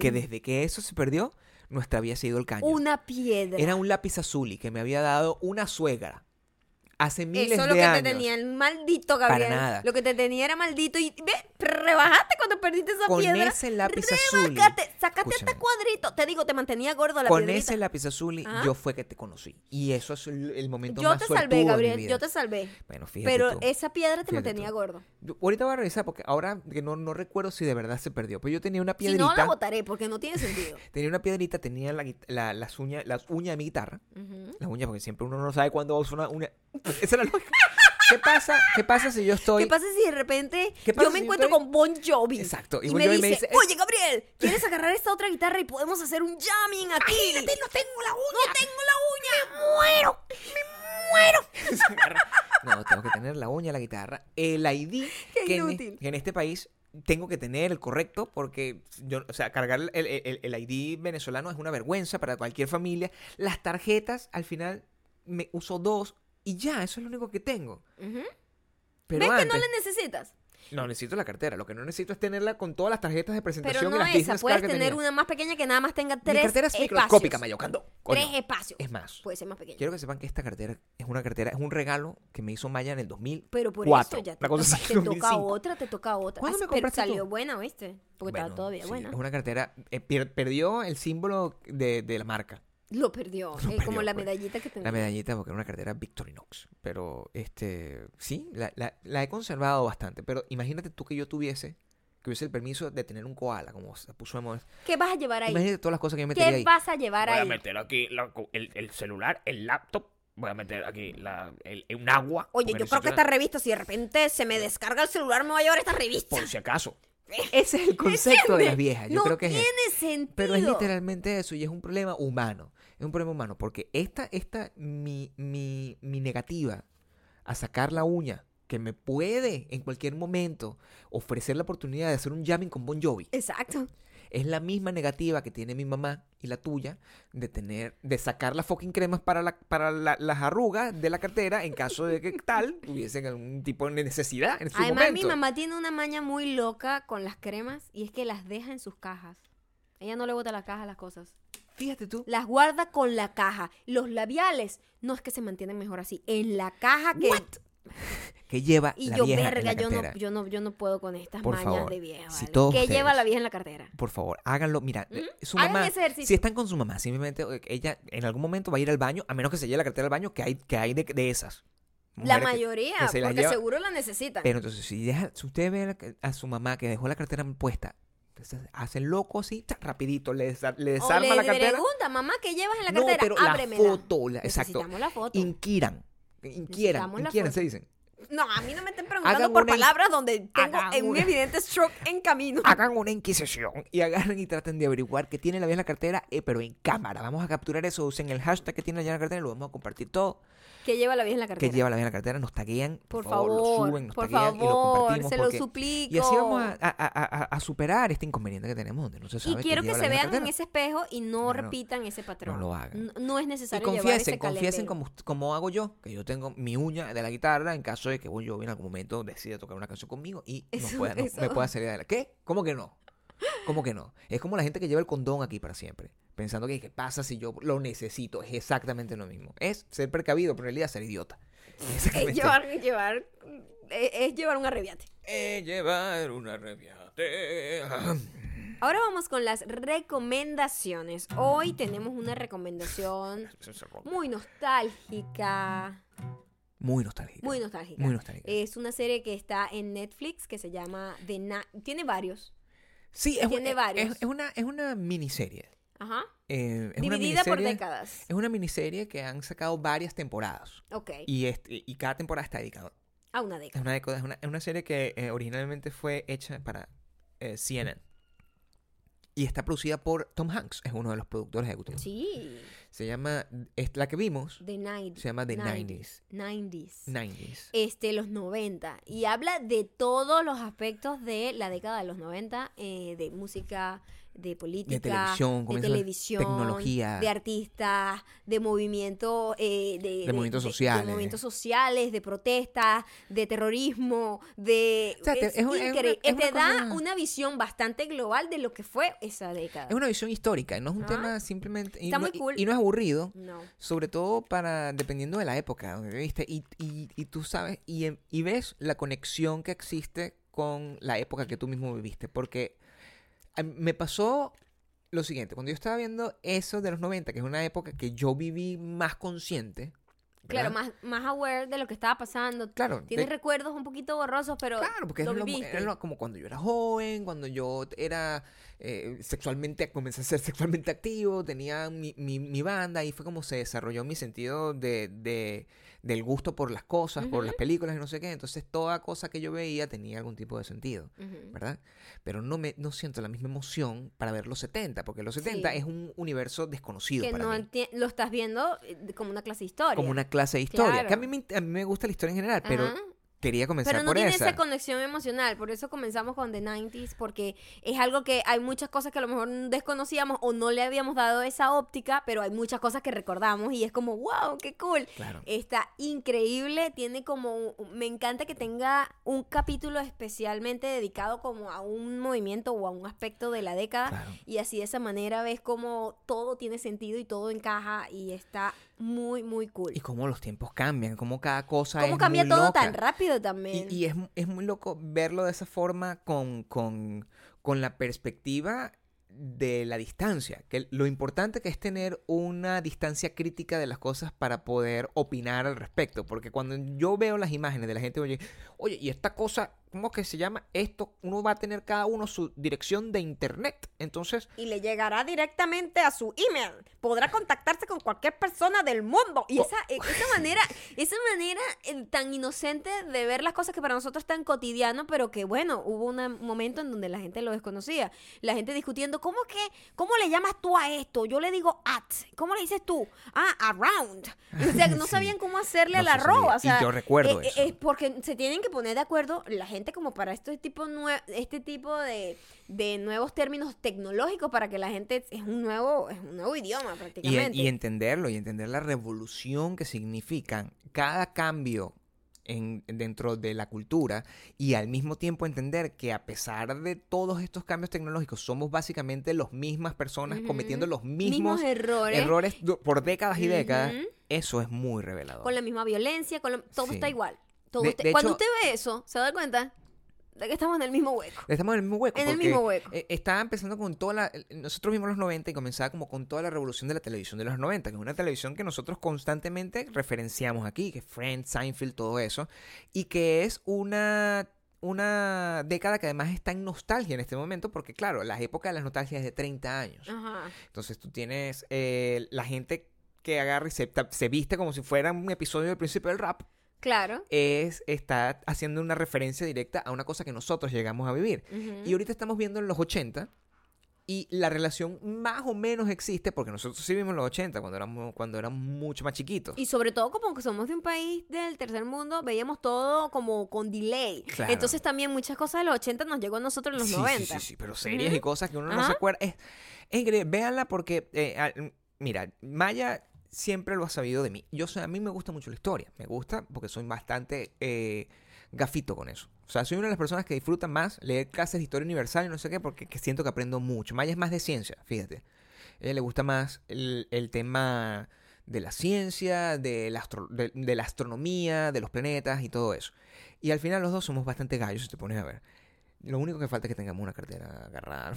Speaker 2: que desde que eso se perdió, nuestra había sido el caño.
Speaker 1: Mm. Una piedra.
Speaker 2: Era un lápiz azul y que me había dado una suegra hace miles
Speaker 1: Eso es lo
Speaker 2: de
Speaker 1: que
Speaker 2: años.
Speaker 1: te tenía, el maldito Gabriel.
Speaker 2: nada.
Speaker 1: Lo que te tenía era maldito y ve, rebajaste cuando perdiste esa
Speaker 2: Con
Speaker 1: piedra.
Speaker 2: ese lápiz azul.
Speaker 1: Rebájate, Sacaste
Speaker 2: Escúchame.
Speaker 1: este cuadrito. Te digo, te mantenía gordo la
Speaker 2: Con
Speaker 1: piedrita.
Speaker 2: ese lápiz azul y
Speaker 1: Ajá.
Speaker 2: yo fue que te conocí. Y eso es el, el momento
Speaker 1: Yo
Speaker 2: más
Speaker 1: te
Speaker 2: suertudo de
Speaker 1: salvé,
Speaker 2: mi
Speaker 1: Gabriel.
Speaker 2: vida.
Speaker 1: Yo te salvé.
Speaker 2: Bueno, fíjate
Speaker 1: Pero
Speaker 2: tú.
Speaker 1: esa piedra te
Speaker 2: Fíjate
Speaker 1: mantenía
Speaker 2: tú.
Speaker 1: gordo.
Speaker 2: Yo- ahorita voy a revisar porque ahora que no, no recuerdo si de verdad se perdió. Pero yo tenía una
Speaker 1: Si
Speaker 2: piedrita.
Speaker 1: no, la botaré porque no tiene sentido.
Speaker 2: tenía una piedrita, tenía la, guit- la- las uñas las uñas de mi guitarra.
Speaker 1: Ujú.
Speaker 2: Las uñas, porque siempre uno no sabe cuándo usa una uña. Esa era la lógica. ¿Qué pasa? ¿Qué pasa si yo estoy.
Speaker 1: ¿Qué pasa si de repente
Speaker 2: ¿Qué pasa
Speaker 1: yo me
Speaker 2: si
Speaker 1: encuentro
Speaker 2: estoy-
Speaker 1: con Bon Jovi?
Speaker 2: Exacto, y
Speaker 1: Y,
Speaker 2: Bon
Speaker 1: me,
Speaker 2: Jovi
Speaker 1: dice,
Speaker 2: me dice, eh.
Speaker 1: oye, Gabriel, ¿quieres agarrar esta otra guitarra y podemos hacer un jamming aquí? no tengo la uña. No tengo la uña. Me muero. Me muero.
Speaker 2: No, tengo que tener la uña, la guitarra, el ID.
Speaker 1: Qué
Speaker 2: que, en,
Speaker 1: inútil.
Speaker 2: que en este país tengo que tener el correcto porque, yo, o sea, cargar el, el- el ID venezolano es una vergüenza para cualquier familia. Las tarjetas, al final, me uso dos y ya, eso es lo único que tengo.
Speaker 1: Ujú.
Speaker 2: Pero
Speaker 1: ¿Ves
Speaker 2: antes,
Speaker 1: que no la necesitas?
Speaker 2: no, necesito la cartera. Lo que no necesito es tenerla con todas las tarjetas de
Speaker 1: Pero
Speaker 2: presentación y
Speaker 1: no
Speaker 2: las
Speaker 1: esa.
Speaker 2: business
Speaker 1: Puedes
Speaker 2: card que
Speaker 1: tener
Speaker 2: tenía.
Speaker 1: una más pequeña que nada más tenga tres
Speaker 2: Mi cartera es
Speaker 1: espacios.
Speaker 2: microscópica, Mayocando.
Speaker 1: Tres Pues
Speaker 2: Coño.
Speaker 1: espacios.
Speaker 2: Es más,
Speaker 1: Puede ser más pequeña.
Speaker 2: quiero que sepan que esta cartera es una cartera, es un regalo que me hizo Maya en el 2000.
Speaker 1: Pero por
Speaker 2: Cuatro.
Speaker 1: eso ya te,
Speaker 2: Una cosa
Speaker 1: toca,
Speaker 2: así,
Speaker 1: te toca
Speaker 2: 2005.
Speaker 1: otra, te toca otra.
Speaker 2: ¿Cuándo
Speaker 1: Ah,
Speaker 2: me
Speaker 1: pero
Speaker 2: compraste tú?
Speaker 1: salió buena, ¿viste? Porque estaba
Speaker 2: Bueno,
Speaker 1: todavía
Speaker 2: sí,
Speaker 1: buena.
Speaker 2: Es una cartera. eh, pier- perdió el símbolo de, de la marca.
Speaker 1: Lo perdió.
Speaker 2: Lo
Speaker 1: eh,
Speaker 2: perdió,
Speaker 1: como la
Speaker 2: pues.
Speaker 1: medallita que tenía.
Speaker 2: La medallita porque era una cartera Victorinox. Pero, este, sí, la, la- la he conservado bastante. Pero imagínate tú que yo tuviese, que hubiese el permiso de tener un koala, como se puso de moda.
Speaker 1: ¿Qué vas a llevar ahí?
Speaker 2: Imagínate todas las cosas que yo
Speaker 1: ¿Qué
Speaker 2: metería ahí.
Speaker 1: vas a llevar
Speaker 3: Voy a
Speaker 1: ahí?
Speaker 3: meter aquí la co- el, el celular, el laptop. Voy a meter aquí la, el- un agua.
Speaker 1: Oye,
Speaker 3: porque
Speaker 1: yo creo que
Speaker 3: necesito
Speaker 1: esta revista, si de repente se me descarga el celular, me voy a llevar esta revista.
Speaker 3: Por si acaso.
Speaker 2: Ese es el concepto de las viejas. Yo
Speaker 1: no
Speaker 2: creo que es
Speaker 1: tiene
Speaker 2: eso.
Speaker 1: sentido.
Speaker 2: Pero es literalmente eso y es un problema humano. Es un problema humano porque esta, esta, mi, mi, mi negativa a sacar la uña que me puede en cualquier momento ofrecer la oportunidad de hacer un jamming con Bon Jovi.
Speaker 1: Exacto.
Speaker 2: Es la misma negativa que tiene mi mamá y la tuya de tener, de sacar las fucking cremas para, la- para la- las arrugas de la cartera en caso de que tal tuviesen algún tipo de necesidad en su
Speaker 1: Además,
Speaker 2: momento.
Speaker 1: mi mamá tiene una maña muy loca con las cremas y es que las deja en sus cajas. Ella no le bota la caja a las cosas.
Speaker 2: Fíjate tú.
Speaker 1: Las guarda con la caja. Los labiales no es que se mantienen mejor así. En la caja que.
Speaker 2: que lleva
Speaker 1: Y
Speaker 2: la
Speaker 1: yo,
Speaker 2: vieja en
Speaker 1: verga,
Speaker 2: la
Speaker 1: yo
Speaker 2: cartera.
Speaker 1: no, yo, no, yo no puedo con estas
Speaker 2: Por
Speaker 1: mañas
Speaker 2: favor,
Speaker 1: de vieja.
Speaker 2: si
Speaker 1: ¿vale?
Speaker 2: todos
Speaker 1: ¿Qué lleva
Speaker 2: ustedes-
Speaker 1: la vieja en la cartera?
Speaker 2: Por favor, háganlo. Mira, eh, su
Speaker 1: ¿Mm? Hagan
Speaker 2: mamá,
Speaker 1: ese ejercicio.
Speaker 2: si están con su mamá, simplemente eh, ella en algún momento va a ir al baño, a menos que se lleve la cartera al baño, que hay, que hay de, de esas.
Speaker 1: La
Speaker 2: Mujeres que-
Speaker 1: mayoría,
Speaker 2: que se las
Speaker 1: porque
Speaker 2: lleva.
Speaker 1: seguro la necesitan.
Speaker 2: Pero entonces, si, deja, si usted ve a la- a su mamá que dejó la cartera puesta, entonces hace loco así, cha, rapidito, le, desa- le
Speaker 1: o
Speaker 2: desarma
Speaker 1: le
Speaker 2: la cartera.
Speaker 1: pregunta, mamá, ¿qué llevas en la
Speaker 2: No,
Speaker 1: cartera?
Speaker 2: pero
Speaker 1: Ábremela.
Speaker 2: la foto, la- exacto.
Speaker 1: Necesitamos la foto.
Speaker 2: Inquieran, inquieran,
Speaker 1: Necesitamos la
Speaker 2: inquieran,
Speaker 1: foto.
Speaker 2: se dicen.
Speaker 1: No, a mí no me estén preguntando
Speaker 2: Hagan
Speaker 1: por
Speaker 2: una in-
Speaker 1: palabras donde tengo
Speaker 2: hagan
Speaker 1: en un
Speaker 2: una-
Speaker 1: evidente stroke en camino.
Speaker 2: hagan una inquisición y agarren y traten de averiguar que tiene la vieja en la cartera, eh, pero en cámara. Vamos a capturar eso, usen el hashtag que tiene la vieja en la cartera y lo vamos a compartir todo.
Speaker 1: ¿Qué lleva la vieja en la
Speaker 2: Que
Speaker 1: cartera?
Speaker 2: lleva la vieja en la cartera, nos taguean,
Speaker 1: Por
Speaker 2: por,
Speaker 1: favor,
Speaker 2: lo suben, nos
Speaker 1: por
Speaker 2: taguean y lo
Speaker 1: favor,
Speaker 2: compartimos.
Speaker 1: se lo
Speaker 2: porque-
Speaker 1: suplico.
Speaker 2: y así vamos a, a- a- a- a superar este inconveniente que tenemos donde no se
Speaker 1: Y
Speaker 2: sabe qué
Speaker 1: quiero que
Speaker 2: lleva la
Speaker 1: se
Speaker 2: vieja
Speaker 1: vean en
Speaker 2: cartera.
Speaker 1: ese espejo y no,
Speaker 2: No, no.
Speaker 1: repitan ese patrón.
Speaker 2: No lo hagan.
Speaker 1: N- No es
Speaker 2: Y
Speaker 1: necesario llevar ese
Speaker 2: confiesen, confiesen
Speaker 1: calendario.
Speaker 2: como, ust- como hago yo, que yo tengo mi uña de la guitarra en caso de que Bon Jovi en algún momento decida tocar una canción conmigo y nos
Speaker 1: Eso-
Speaker 2: pueda- nos- me
Speaker 1: eso.
Speaker 2: pueda salir adelante. ¿Qué? ¿Cómo que no? ¿Cómo que no? Es como la gente que lleva el condón aquí para siempre, pensando que qué pasa si yo lo necesito. Es exactamente lo mismo. Es ser precavido, pero en realidad ser idiota.
Speaker 1: Es
Speaker 2: Exactamente.
Speaker 1: llevar, llevar, es, es llevar un arrebiate.
Speaker 2: Eh, llevar una reviate.
Speaker 1: Ahora vamos con las recomendaciones. Hoy tenemos una recomendación
Speaker 3: Se- se rompe.
Speaker 1: muy nostálgica.
Speaker 2: Muy nostálgico.
Speaker 1: Muy nostálgica. Eh,
Speaker 2: Muy nostálgica.
Speaker 1: Es una serie que está en Netflix que se llama The Na Tiene varios.
Speaker 2: sí, es, un-
Speaker 1: tiene
Speaker 2: es-
Speaker 1: varios.
Speaker 2: es una, es una miniserie.
Speaker 1: Ajá.
Speaker 2: Eh, es una
Speaker 1: Dividida por
Speaker 2: miniserie-
Speaker 1: décadas.
Speaker 2: Es una miniserie que han sacado varias temporadas.
Speaker 1: Ok.
Speaker 2: Y, este, y cada temporada está dedicada.
Speaker 1: A una
Speaker 2: Es
Speaker 1: década.
Speaker 2: una, década- es una, es una serie que eh, originalmente fue hecha para eh, CNN. Y está producida por Tom Hanks, es uno de los productores ejecutivos.
Speaker 1: Sí.
Speaker 2: Se llama, es la que vimos,
Speaker 1: The 90s.
Speaker 2: se llama The
Speaker 1: 90s. 90s.
Speaker 2: 90s.
Speaker 1: Este, los 90. Y habla de todos los aspectos de la década de los 90, eh, de música, de política,
Speaker 2: televisión,
Speaker 1: de
Speaker 2: comienzos de
Speaker 1: televisión,
Speaker 2: tecnología.
Speaker 1: de artistas, de movimiento, eh, de,
Speaker 2: movimientos
Speaker 1: de
Speaker 2: sociales.
Speaker 1: movimientos sociales, de protestas, de terrorismo, de...
Speaker 2: O sea, te- es un- es
Speaker 1: increíble.
Speaker 2: una- es
Speaker 1: Te
Speaker 2: una
Speaker 1: da
Speaker 2: cosa-
Speaker 1: una visión bastante global de lo que fue esa década.
Speaker 2: Es una visión histórica, no es un
Speaker 1: Ah.
Speaker 2: tema simplemente... Y
Speaker 1: Está
Speaker 2: no,
Speaker 1: muy
Speaker 2: y-
Speaker 1: cool.
Speaker 2: y no es aburrido,
Speaker 1: No.
Speaker 2: Sobre todo para, dependiendo de la época donde viviste, y, y, y tú sabes, y, em- y ves la conexión que existe con la época que tú mismo viviste, porque a mí me pasó lo siguiente, cuando yo estaba viendo eso de los 90, que es una época que yo viví más consciente,
Speaker 1: Claro,
Speaker 2: ¿verdad?
Speaker 1: más, más aware de lo que estaba pasando.
Speaker 2: Claro,
Speaker 1: Tienes
Speaker 2: de-
Speaker 1: recuerdos un poquito borrosos, pero
Speaker 2: Claro, porque
Speaker 1: lo
Speaker 2: es lo-
Speaker 1: viviste.
Speaker 2: era lo- como cuando yo era joven, cuando yo era eh, sexualmente, comencé a ser sexualmente activo, tenía mi, mi- mi banda y fue como se desarrolló mi sentido de, de- del gusto por las cosas, por las películas y no sé qué. Entonces toda cosa que yo veía tenía algún tipo de sentido,
Speaker 1: Ujú.
Speaker 2: ¿verdad? Pero no, me, no siento la misma emoción para ver los 70, porque los 70
Speaker 1: Sí.
Speaker 2: es un universo desconocido
Speaker 1: que
Speaker 2: para
Speaker 1: no
Speaker 2: mí.
Speaker 1: entie- lo estás viendo eh, como una clase de historia.
Speaker 2: Como una clase de historia. Que a
Speaker 1: Claro.
Speaker 2: mí, me, int- a mí me gusta la historia en general,
Speaker 1: Ajá.
Speaker 2: pero quería comenzar
Speaker 1: Pero no
Speaker 2: por
Speaker 1: tiene
Speaker 2: esa.
Speaker 1: esa conexión emocional, por eso comenzamos con The 90s, porque es algo que hay muchas cosas que a lo mejor desconocíamos o no le habíamos dado esa óptica, pero hay muchas cosas que recordamos y es como, wow, qué cool.
Speaker 2: Claro.
Speaker 1: Está increíble, tiene como, un- me encanta que tenga un capítulo especialmente dedicado como a un movimiento o a un aspecto de la década
Speaker 2: Claro.
Speaker 1: y así de esa manera ves como todo tiene sentido y todo encaja y está muy, muy cool.
Speaker 2: Y cómo los tiempos cambian, cómo cada cosa es
Speaker 1: ¿Cómo cambia
Speaker 2: muy
Speaker 1: todo
Speaker 2: loca.
Speaker 1: tan rápido
Speaker 2: Y,
Speaker 1: también?
Speaker 2: y es, mu- es muy loco verlo de esa forma con, con, con la perspectiva de la distancia, que lo importante que es tener una distancia crítica de las cosas para poder opinar al respecto, porque cuando yo veo las imágenes de la gente, oye, oye, y esta cosa, ¿cómo que se llama? Esto, uno va a tener cada uno su dirección de internet, entonces
Speaker 1: Y le llegará directamente a su email. Podrá contactarse con cualquier persona del mundo.
Speaker 2: Oh.
Speaker 1: Y esa, eh, esa manera, esa manera eh, tan inocente de ver las cosas que para nosotros es tan cotidiano, pero que bueno, hubo una- un momento en donde la gente lo desconocía. La gente discutiendo, ¿cómo que, cómo le llamas tú a esto? Yo le digo at. ¿Cómo le dices tú? Ah, around. O sea, no
Speaker 2: Sí.
Speaker 1: sabían cómo hacerle
Speaker 2: No
Speaker 1: al
Speaker 2: se sabía.
Speaker 1: arroba. O
Speaker 2: Y
Speaker 1: sea,
Speaker 2: yo recuerdo
Speaker 1: eh, eh,
Speaker 2: eso.
Speaker 1: eh, porque se tienen que poner de acuerdo la gente como para este tipo, nue- este tipo de, de nuevos términos tecnológicos para que la gente es un nuevo, es un nuevo idioma
Speaker 2: y,
Speaker 1: prácticamente.
Speaker 2: y entenderlo y entender la revolución que significan cada cambio en, dentro de la cultura y al mismo tiempo entender que a pesar de todos estos cambios tecnológicos somos básicamente las mismas personas
Speaker 1: Ujú.
Speaker 2: cometiendo los mismos,
Speaker 1: Mismos errores.
Speaker 2: errores du- por décadas y décadas.
Speaker 1: Ujú.
Speaker 2: Eso es muy revelador.
Speaker 1: Con la misma violencia, con la- todo
Speaker 2: Sí.
Speaker 1: está igual. Todo
Speaker 2: De-
Speaker 1: está-
Speaker 2: de
Speaker 1: Cuando
Speaker 2: hecho-
Speaker 1: usted ve eso, se da cuenta de que estamos en el mismo hueco.
Speaker 2: Estamos en el mismo hueco.
Speaker 1: En el
Speaker 2: porque,
Speaker 1: mismo hueco.
Speaker 2: eh, estaba empezando con toda la... el- Nosotros vimos los 90 y comenzaba como con toda la revolución de la televisión de los 90, que es una televisión que nosotros constantemente referenciamos aquí, que Friends, Seinfeld, todo eso, y que es una... Una década que además está en nostalgia en este momento, porque claro, la época de las nostalgias es de 30 años.
Speaker 1: Ajá.
Speaker 2: Entonces tú tienes eh, la gente que agarra y se, ta- se viste como si fuera un episodio del principio del rap,
Speaker 1: Claro.
Speaker 2: es, está haciendo una referencia directa a una cosa que nosotros llegamos a vivir.
Speaker 1: Ujú.
Speaker 2: Y ahorita estamos viendo en los 80 y la relación más o menos existe porque nosotros sí vimos los 80 cuando éramos, cuando éramos mucho más chiquitos.
Speaker 1: Y sobre todo como que somos de un país del tercer mundo, veíamos todo como con delay.
Speaker 2: Claro.
Speaker 1: Entonces también muchas cosas de los 80 nos llegó a nosotros en los
Speaker 2: sí,
Speaker 1: 90.
Speaker 2: sí, sí, sí, pero series y cosas que uno no
Speaker 1: Ajá.
Speaker 2: se acuerda. Es, es increíble, véanla porque, eh, al- mira, Maya siempre lo ha sabido de mí. Yo soy- a mí me gusta mucho la historia, me gusta porque soy bastante eh, gafito con eso. O sea, soy una de las personas que disfrutan más leer clases de historia universal y no sé qué porque que siento que aprendo mucho. Maya es más de ciencia, fíjate. A ella le gusta más el, el tema de la ciencia, de la, astro- de- de la astronomía, de los planetas y todo eso. Y al final los dos somos bastante gallos, si te pones a ver. Lo único que falta es que tengamos una cartera agarrada.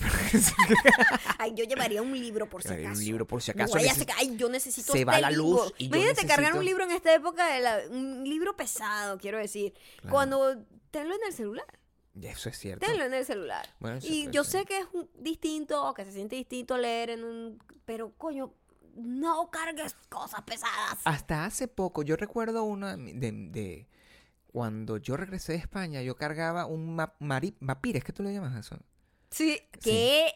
Speaker 1: Ay, yo llevaría un libro por si
Speaker 2: Llevaría un
Speaker 1: acaso.
Speaker 2: libro por si
Speaker 1: No
Speaker 2: acaso,
Speaker 1: vaya a
Speaker 2: neces-
Speaker 1: ser que, ay, yo necesito
Speaker 2: se
Speaker 1: este
Speaker 2: va la
Speaker 1: libro.
Speaker 2: luz y yo
Speaker 1: Imagínate cargar
Speaker 2: necesito-
Speaker 1: un libro en esta época de la- un libro pesado, quiero decir.
Speaker 2: Claro.
Speaker 1: Cuando tenlo en el celular,
Speaker 2: Eso es cierto.
Speaker 1: tenlo en el celular.
Speaker 2: Bueno, sí,
Speaker 1: y
Speaker 2: pues,
Speaker 1: yo
Speaker 2: sí.
Speaker 1: sé que es un- distinto, que se siente distinto leer en un pero coño, no cargues cosas pesadas.
Speaker 2: Hasta hace poco, yo recuerdo una de, mi- de- de- cuando yo regresé de España, yo cargaba un ma- mari- mapire, ¿es que tú le llamas eso?
Speaker 1: Sí,
Speaker 2: Sí.
Speaker 1: qué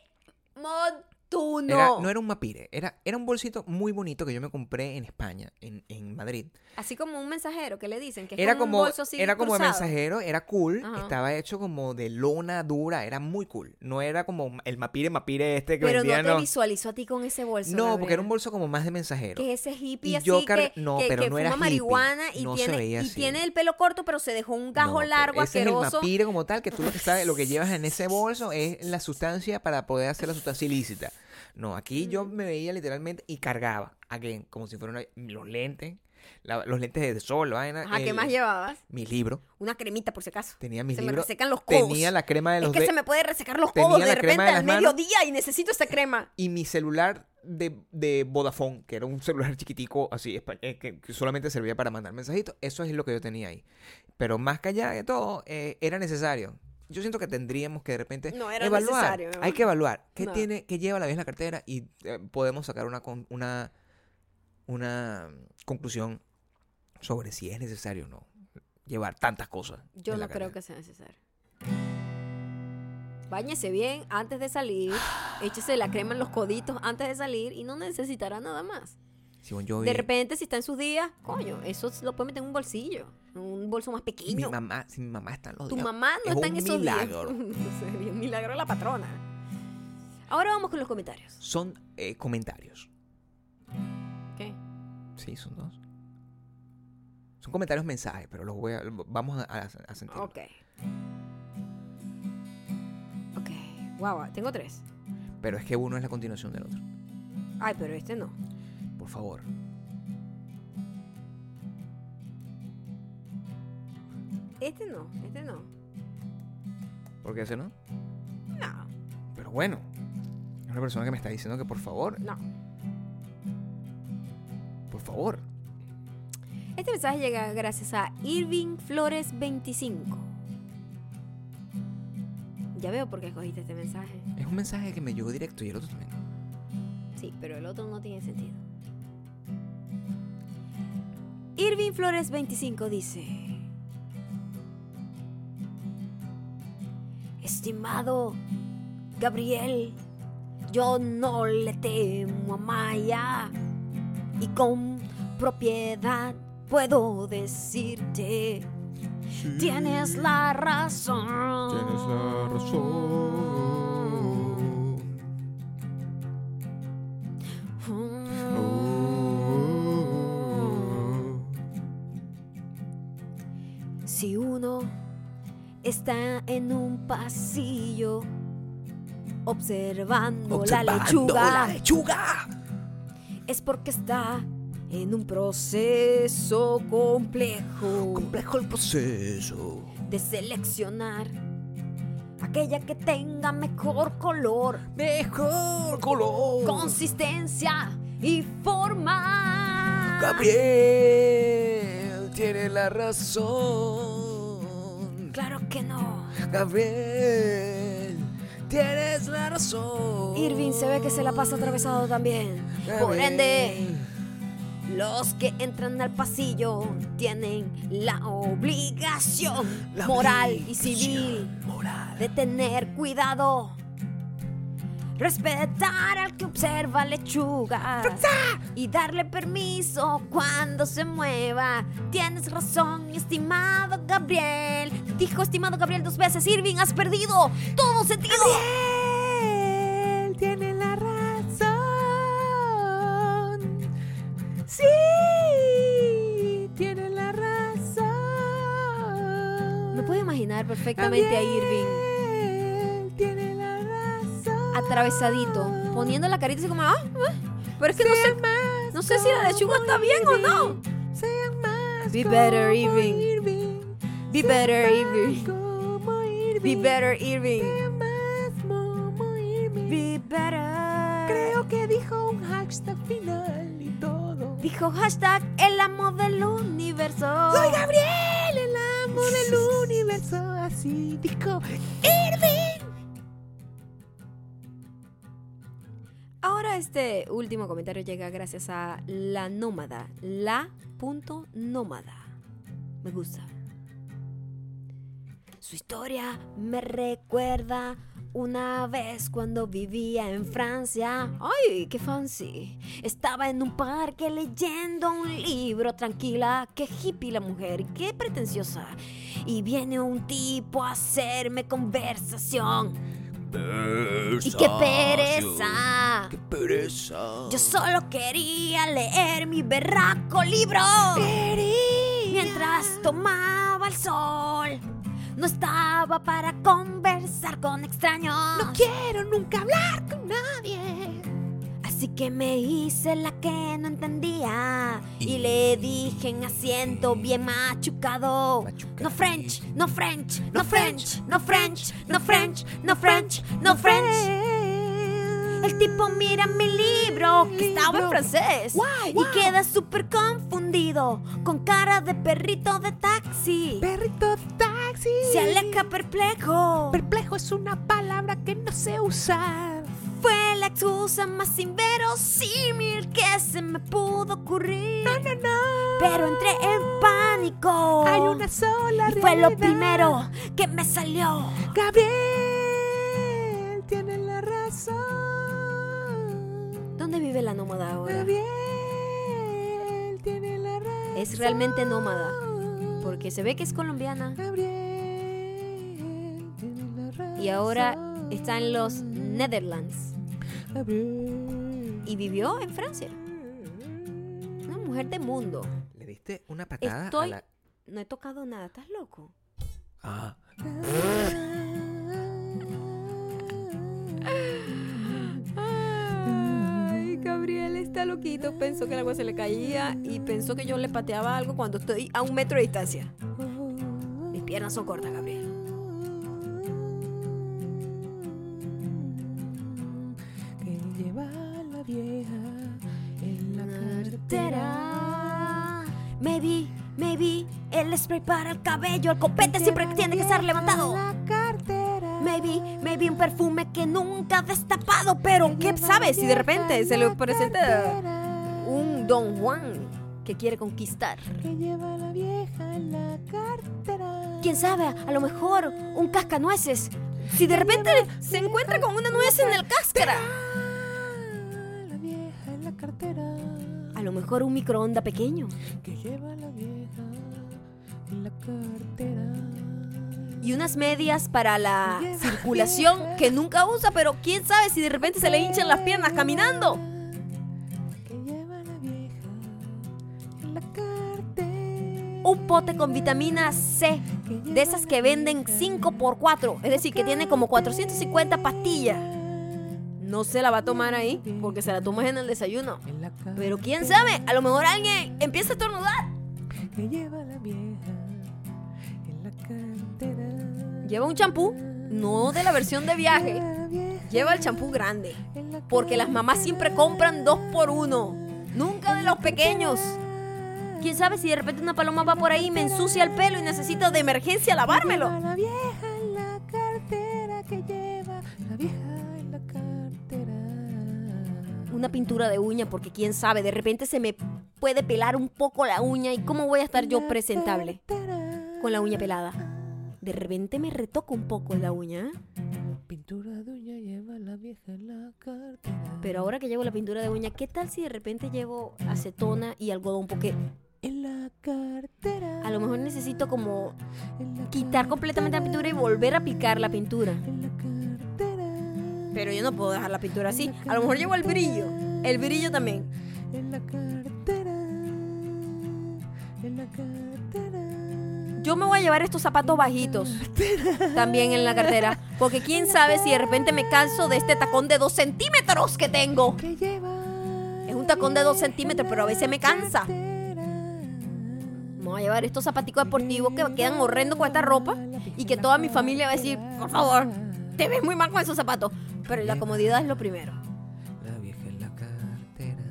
Speaker 1: montuno.
Speaker 2: Era- no era un mapire, era, era un bolsito muy bonito que yo me compré en España, en, en Madrid.
Speaker 1: Así como un mensajero que le dicen que es
Speaker 2: Era
Speaker 1: como,
Speaker 2: como,
Speaker 1: un bolso así
Speaker 2: era como de
Speaker 1: cruzado.
Speaker 2: mensajero, era cool,
Speaker 1: Ajá.
Speaker 2: estaba hecho como de lona dura, era muy cool. No era como el mapire, mapire este que
Speaker 1: Pero no
Speaker 2: vendían
Speaker 1: te
Speaker 2: los-
Speaker 1: visualizó a ti con ese bolso.
Speaker 2: No, porque era
Speaker 1: Gabriela.
Speaker 2: un bolso como más de mensajero.
Speaker 1: Que ese hippie
Speaker 2: Y
Speaker 1: así
Speaker 2: yo car-
Speaker 1: que,
Speaker 2: no,
Speaker 1: que-
Speaker 2: pero
Speaker 1: que
Speaker 2: no
Speaker 1: fuma
Speaker 2: era hippie.
Speaker 1: marihuana y,
Speaker 2: No se
Speaker 1: tiene,
Speaker 2: veía
Speaker 1: y
Speaker 2: así.
Speaker 1: tiene el pelo corto, pero se dejó un
Speaker 2: No,
Speaker 1: gajo
Speaker 2: pero
Speaker 1: largo,
Speaker 2: ese es el
Speaker 1: asqueroso.
Speaker 2: mapire como tal, que tú lo que sabes, lo que llevas en ese bolso es la sustancia para poder hacer la sustancia ilícita. No, aquí yo
Speaker 1: Mm.
Speaker 2: me veía literalmente y cargaba, again, como si fueran los lentes, la- los lentes de sol, vaina.
Speaker 1: Ajá, ¿qué
Speaker 2: el-
Speaker 1: más llevabas?
Speaker 2: Mi libro,
Speaker 1: Una cremita, por si acaso.
Speaker 2: tenía mis
Speaker 1: se me
Speaker 2: libros.
Speaker 1: resecan los codos.
Speaker 2: tenía la crema de
Speaker 1: es
Speaker 2: los
Speaker 1: que
Speaker 2: de-
Speaker 1: se me puede resecar los
Speaker 2: tenía
Speaker 1: codos de
Speaker 2: la crema
Speaker 1: repente
Speaker 2: de
Speaker 1: al
Speaker 2: las manos.
Speaker 1: mediodía y necesito esta crema.
Speaker 2: y mi celular de, de Vodafone, que era un celular chiquitico, así, espa- eh, que, que solamente servía para mandar mensajitos. Eso es lo que yo tenía ahí. Pero más que allá de todo, eh, era necesario. Yo siento que tendríamos que de repente
Speaker 1: No era
Speaker 2: evaluar.
Speaker 1: necesario, mi amor.
Speaker 2: Hay que evaluar qué
Speaker 1: No.
Speaker 2: tiene, qué lleva la vida en la cartera y eh, podemos sacar una con- una una conclusión sobre si es necesario o no llevar tantas cosas.
Speaker 1: Yo
Speaker 2: en
Speaker 1: no
Speaker 2: la
Speaker 1: creo
Speaker 2: cartera.
Speaker 1: que sea necesario. Báñese bien antes de salir, échese la crema en los coditos antes de salir y no necesitará nada más.
Speaker 2: Simón, yo
Speaker 1: De
Speaker 2: vi-
Speaker 1: repente, si está en sus días, coño, eso lo puede meter en un bolsillo, en un bolso más
Speaker 2: mi
Speaker 1: pequeño.
Speaker 2: mamá, si mi mamá está en los
Speaker 1: Tu
Speaker 2: días,
Speaker 1: mamá no
Speaker 2: es
Speaker 1: está en
Speaker 2: un
Speaker 1: esos
Speaker 2: milagro.
Speaker 1: días. Sería un milagro la patrona. Ahora vamos con los comentarios.
Speaker 2: Son eh, comentarios.
Speaker 1: ¿Qué?
Speaker 2: Sí, son dos. Son comentarios mensajes, pero los voy a, lo- vamos a, a, a sentirlo.
Speaker 1: Ok. Ok. Guau, tengo tres.
Speaker 2: Pero es que uno es la continuación del otro.
Speaker 1: Ay, pero este no.
Speaker 2: Por favor.
Speaker 1: Este no, este no.
Speaker 2: ¿Por qué ese no?
Speaker 1: No.
Speaker 2: Pero bueno. Es una persona que me está diciendo que por favor,
Speaker 1: No.
Speaker 2: por favor.
Speaker 1: Este mensaje llega gracias a Irving Flores 25. Ya veo por qué escogiste este mensaje.
Speaker 2: Es un mensaje que me llegó directo y el otro también.
Speaker 1: Sí, pero el otro no tiene sentido. Irving Flores 25 dice, estimado Gabriel, yo no le temo a Maya y con propiedad puedo decirte, tienes la razón. Si uno está en un pasillo observando, la lechuga, es porque está en un proceso complejo
Speaker 2: Complejo el proceso.
Speaker 1: de seleccionar aquella que tenga mejor color,
Speaker 2: Mejor color.
Speaker 1: consistencia y forma.
Speaker 2: Gabriel tiene la razón.
Speaker 1: Claro que no.
Speaker 2: Gabriel, tienes la razón.
Speaker 1: Irving se ve que se la pasa atravesado también. Por
Speaker 2: Oh. Gabriel.
Speaker 1: ende, los que entran al pasillo tienen la obligación
Speaker 2: La
Speaker 1: moral y
Speaker 2: obligación
Speaker 1: civil
Speaker 2: Moral.
Speaker 1: de tener cuidado. Respetar al que observa lechugas y darle permiso cuando se mueva. Tienes razón, mi estimado Gabriel. Dijo estimado Gabriel dos veces, Irving, has perdido todo sentido.
Speaker 2: Gabriel tiene la razón. Sí, tiene la razón.
Speaker 1: Me puedo imaginar perfectamente a Irving
Speaker 2: Gabriel tiene la razón.
Speaker 1: atravesadito, poniendo la carita así como, "Ah, ah", pero es que no sé, no sé si la lechuga está bien o no.
Speaker 2: Sean más
Speaker 1: Be better,
Speaker 2: como
Speaker 1: Irving.
Speaker 2: Irving.
Speaker 1: Be
Speaker 2: Sean
Speaker 1: better,
Speaker 2: más
Speaker 1: Irving.
Speaker 2: Como Irving.
Speaker 1: Be better, Irving.
Speaker 2: Sean más como Irving.
Speaker 1: Be better.
Speaker 2: Creo que dijo un hashtag final y todo.
Speaker 1: Dijo hashtag el amo del universo.
Speaker 2: Soy Gabriel, el amo del universo. Así dijo Irving.
Speaker 1: Ahora este último comentario llega gracias a la nómada, la punto nómada. Me gusta. Su historia me recuerda una vez cuando vivía en Francia. ¡Ay, qué fancy! Estaba en un parque leyendo un libro tranquila. ¡Qué hippie la mujer! ¡Qué pretenciosa! Y viene un tipo a hacerme conversación. ¡Y qué pereza!
Speaker 2: pereza!
Speaker 1: Yo solo quería leer mi berraco libro. Mientras tomaba el sol. No estaba para conversar con extraños.
Speaker 2: No quiero nunca hablar con nadie.
Speaker 1: Así que me hice la que no entendía. Y le dije en asiento bien machucado.
Speaker 2: Machucado.
Speaker 1: No French, no French, no French, no French, no French, no French, no French. El tipo mira mi libro que estaba en
Speaker 2: Libro.
Speaker 1: francés
Speaker 2: Guau, guau.
Speaker 1: y queda súper confundido con cara de perrito de taxi.
Speaker 2: Perrito taxi.
Speaker 1: Se aleja perplejo.
Speaker 2: Perplejo es una palabra que no sé usar.
Speaker 1: Fue la excusa más inverosímil que se me pudo ocurrir.
Speaker 2: Ah, No, no.
Speaker 1: Pero entré en pánico.
Speaker 2: Hay una sola
Speaker 1: y fue lo
Speaker 2: realidad.
Speaker 1: primero que me salió.
Speaker 2: Gabriel tiene la razón.
Speaker 1: ¿Dónde vive la nómada ahora?
Speaker 2: Gabriel tiene la razón.
Speaker 1: Es realmente nómada, porque se ve que es colombiana.
Speaker 2: Gabriel tiene la razón.
Speaker 1: y ahora está en los Netherlands
Speaker 2: Gabriel.
Speaker 1: y vivió en Francia. Una mujer de mundo.
Speaker 2: Le diste una patada a
Speaker 1: Estoy-
Speaker 2: la-
Speaker 1: No he tocado nada, ¿estás loco?
Speaker 2: Ah.
Speaker 1: Ay, Gabriel está loquito. Pensó que el agua se le caía y pensó que yo le pateaba algo cuando estoy a un metro de distancia. Mis piernas son cortas, Gabriel. Maybe, maybe, el spray para el cabello, el copete siempre tiene que estar levantado. Maybe, maybe un perfume que nunca ha destapado, pero ¿qué sabes si de repente se le presenta un Don Juan que quiere conquistar? ¿Quién sabe? A lo mejor un cascanueces. Si de repente se encuentra con una nuez en el cáscara.
Speaker 2: Ah, La vieja en la cartera
Speaker 1: A lo mejor un microonda pequeño.
Speaker 2: que lleva la vieja en la cartera.
Speaker 1: Y unas medias para la circulación que nunca usa, pero quién sabe si de repente Este se le hinchan las piernas caminando.
Speaker 2: Que lleva la vieja en la cartera.
Speaker 1: Un pote con vitamina C, de esas que venden 5x4, es decir, que tiene como 450 pastillas. No se la va a tomar ahí, porque se la tomas en el desayuno.
Speaker 2: En la cartera
Speaker 1: Pero quién sabe, a lo mejor alguien empieza a estornudar.
Speaker 2: que lleva la vieja en la cartera.
Speaker 1: Lleva un champú, no de la versión de viaje.
Speaker 2: La vieja
Speaker 1: Lleva el champú grande.
Speaker 2: en la
Speaker 1: Porque las mamás siempre compran dos por uno. Nunca de los pequeños. ¿Quién sabe si de repente una paloma va por ahí y me ensucia el pelo y necesito de emergencia
Speaker 2: Lleva
Speaker 1: lavármelo?
Speaker 2: la vieja en la cartera que lleva la vieja en la cartera.
Speaker 1: Una pintura de uña porque quién sabe, de repente se me puede pelar un poco la uña y cómo voy a estar yo presentable
Speaker 2: Cartera.
Speaker 1: con la uña pelada. De repente me retoco un poco la uña, ¿eh?
Speaker 2: Pintura de uña lleva la vieja en la cartera.
Speaker 1: pero ahora que llevo la pintura de uña, ¿qué tal si de repente llevo acetona y algodón? Porque
Speaker 2: En la cartera.
Speaker 1: a lo mejor necesito como
Speaker 2: en la
Speaker 1: quitar completamente la pintura y volver a aplicar la pintura.
Speaker 2: En la cartera.
Speaker 1: Pero yo no puedo dejar la pintura así. A lo mejor llevo el brillo. El brillo también.
Speaker 2: En la cartera. En la cartera.
Speaker 1: Yo me voy a llevar estos zapatos bajitos también en la cartera. Porque quién sabe si de repente me canso de este tacón de dos centímetros que tengo.
Speaker 2: Que lleva.
Speaker 1: Es un tacón de dos centímetros, pero a veces me cansa.
Speaker 2: Cartera.
Speaker 1: Me voy a llevar estos zapaticos deportivos que quedan horrendos con esta ropa. Y que toda mi familia va a decir, por favor, te ves muy mal con esos zapatos. Pero la comodidad es lo primero.
Speaker 2: La vieja en la cartera.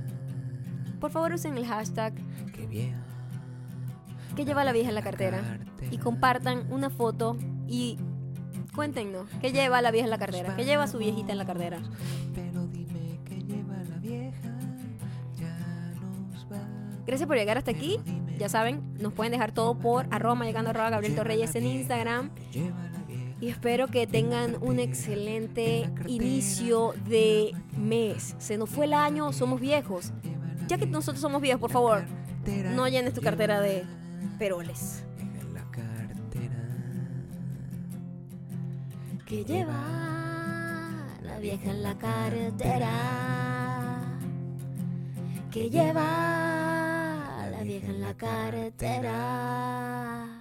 Speaker 1: Por favor usen el hashtag
Speaker 2: Que vieja.
Speaker 1: que lleva la vieja en la cartera. y compartan una foto y cuéntenos qué lleva la vieja en la cartera, qué lleva su viejita en la cartera.
Speaker 2: Pero dime que lleva la vieja. Ya nos va.
Speaker 1: Gracias por llegar hasta aquí. Ya saben, nos pueden dejar todo por arroba mayacando arroba Gabriel Torreyes en Instagram.
Speaker 2: Lleva la vieja.
Speaker 1: Y espero que tengan un excelente inicio de mes. Se nos fue el año, somos viejos. Ya que nosotros somos viejos, por favor, no llenes tu cartera de peroles.
Speaker 2: En la cartera.
Speaker 1: que lleva la vieja en la carretera. Que lleva la vieja en la carretera.